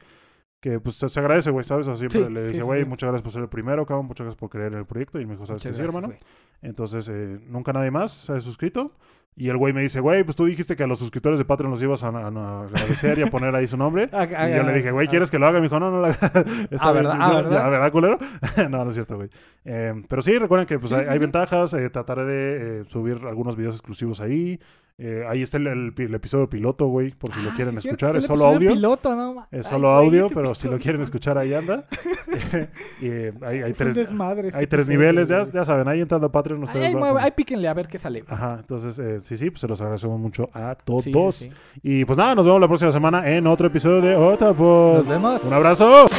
que pues se se agradece, güey, ¿sabes? O sea, siempre
Sí,
le
sí,
dije,
sí,
güey,
sí.
muchas gracias por ser el primero, cabrón, muchas gracias por creer en el proyecto. Y él me dijo, ¿sabes qué
Muchas
sí,
gracias,
hermano?
güey.
Entonces, eh, nunca nadie más se ha suscrito. Y el güey me dice, güey, pues tú dijiste que a los suscriptores de Patreon los ibas a, a- a agradecer y a poner ahí su nombre.
Ah, ah,
Y yo le
ah,
dije, güey,
ah,
¿quieres que lo haga? Me dijo, no, no, la... está
Ah,
bien.
¿verdad? Ah,
Yo-
¿verdad?
ya, culero? no, no es cierto, güey. Eh, pero sí, recuerden que pues,
Sí,
hay,
sí,
hay
sí.
ventajas. eh, trataré de eh, subir algunos videos exclusivos ahí. Eh, ahí está el, el pi- el episodio piloto, güey, por si
ah,
lo
sí,
quieren
cierto,
escuchar. Es
el
solo
episodio
audio.
piloto, no ma-
Es
Ay,
solo
güey,
audio,
ese
pero si lo
episodio,
quieren
no,
escuchar, ahí anda. y eh, hay, hay
es un
tres,
desmadre ese
hay tres
episodio,
niveles, ya,
güey.
ya saben, ahí entrando a Patreon ustedes
Ahí
van
mueve-
con-
ahí píquenle a ver qué sale.
Ajá, entonces eh, sí, sí, pues se los agradecemos mucho a todos.
Sí, sí, sí.
Y pues nada, nos vemos la próxima semana en otro episodio de Otapod.
Nos vemos.
Un abrazo.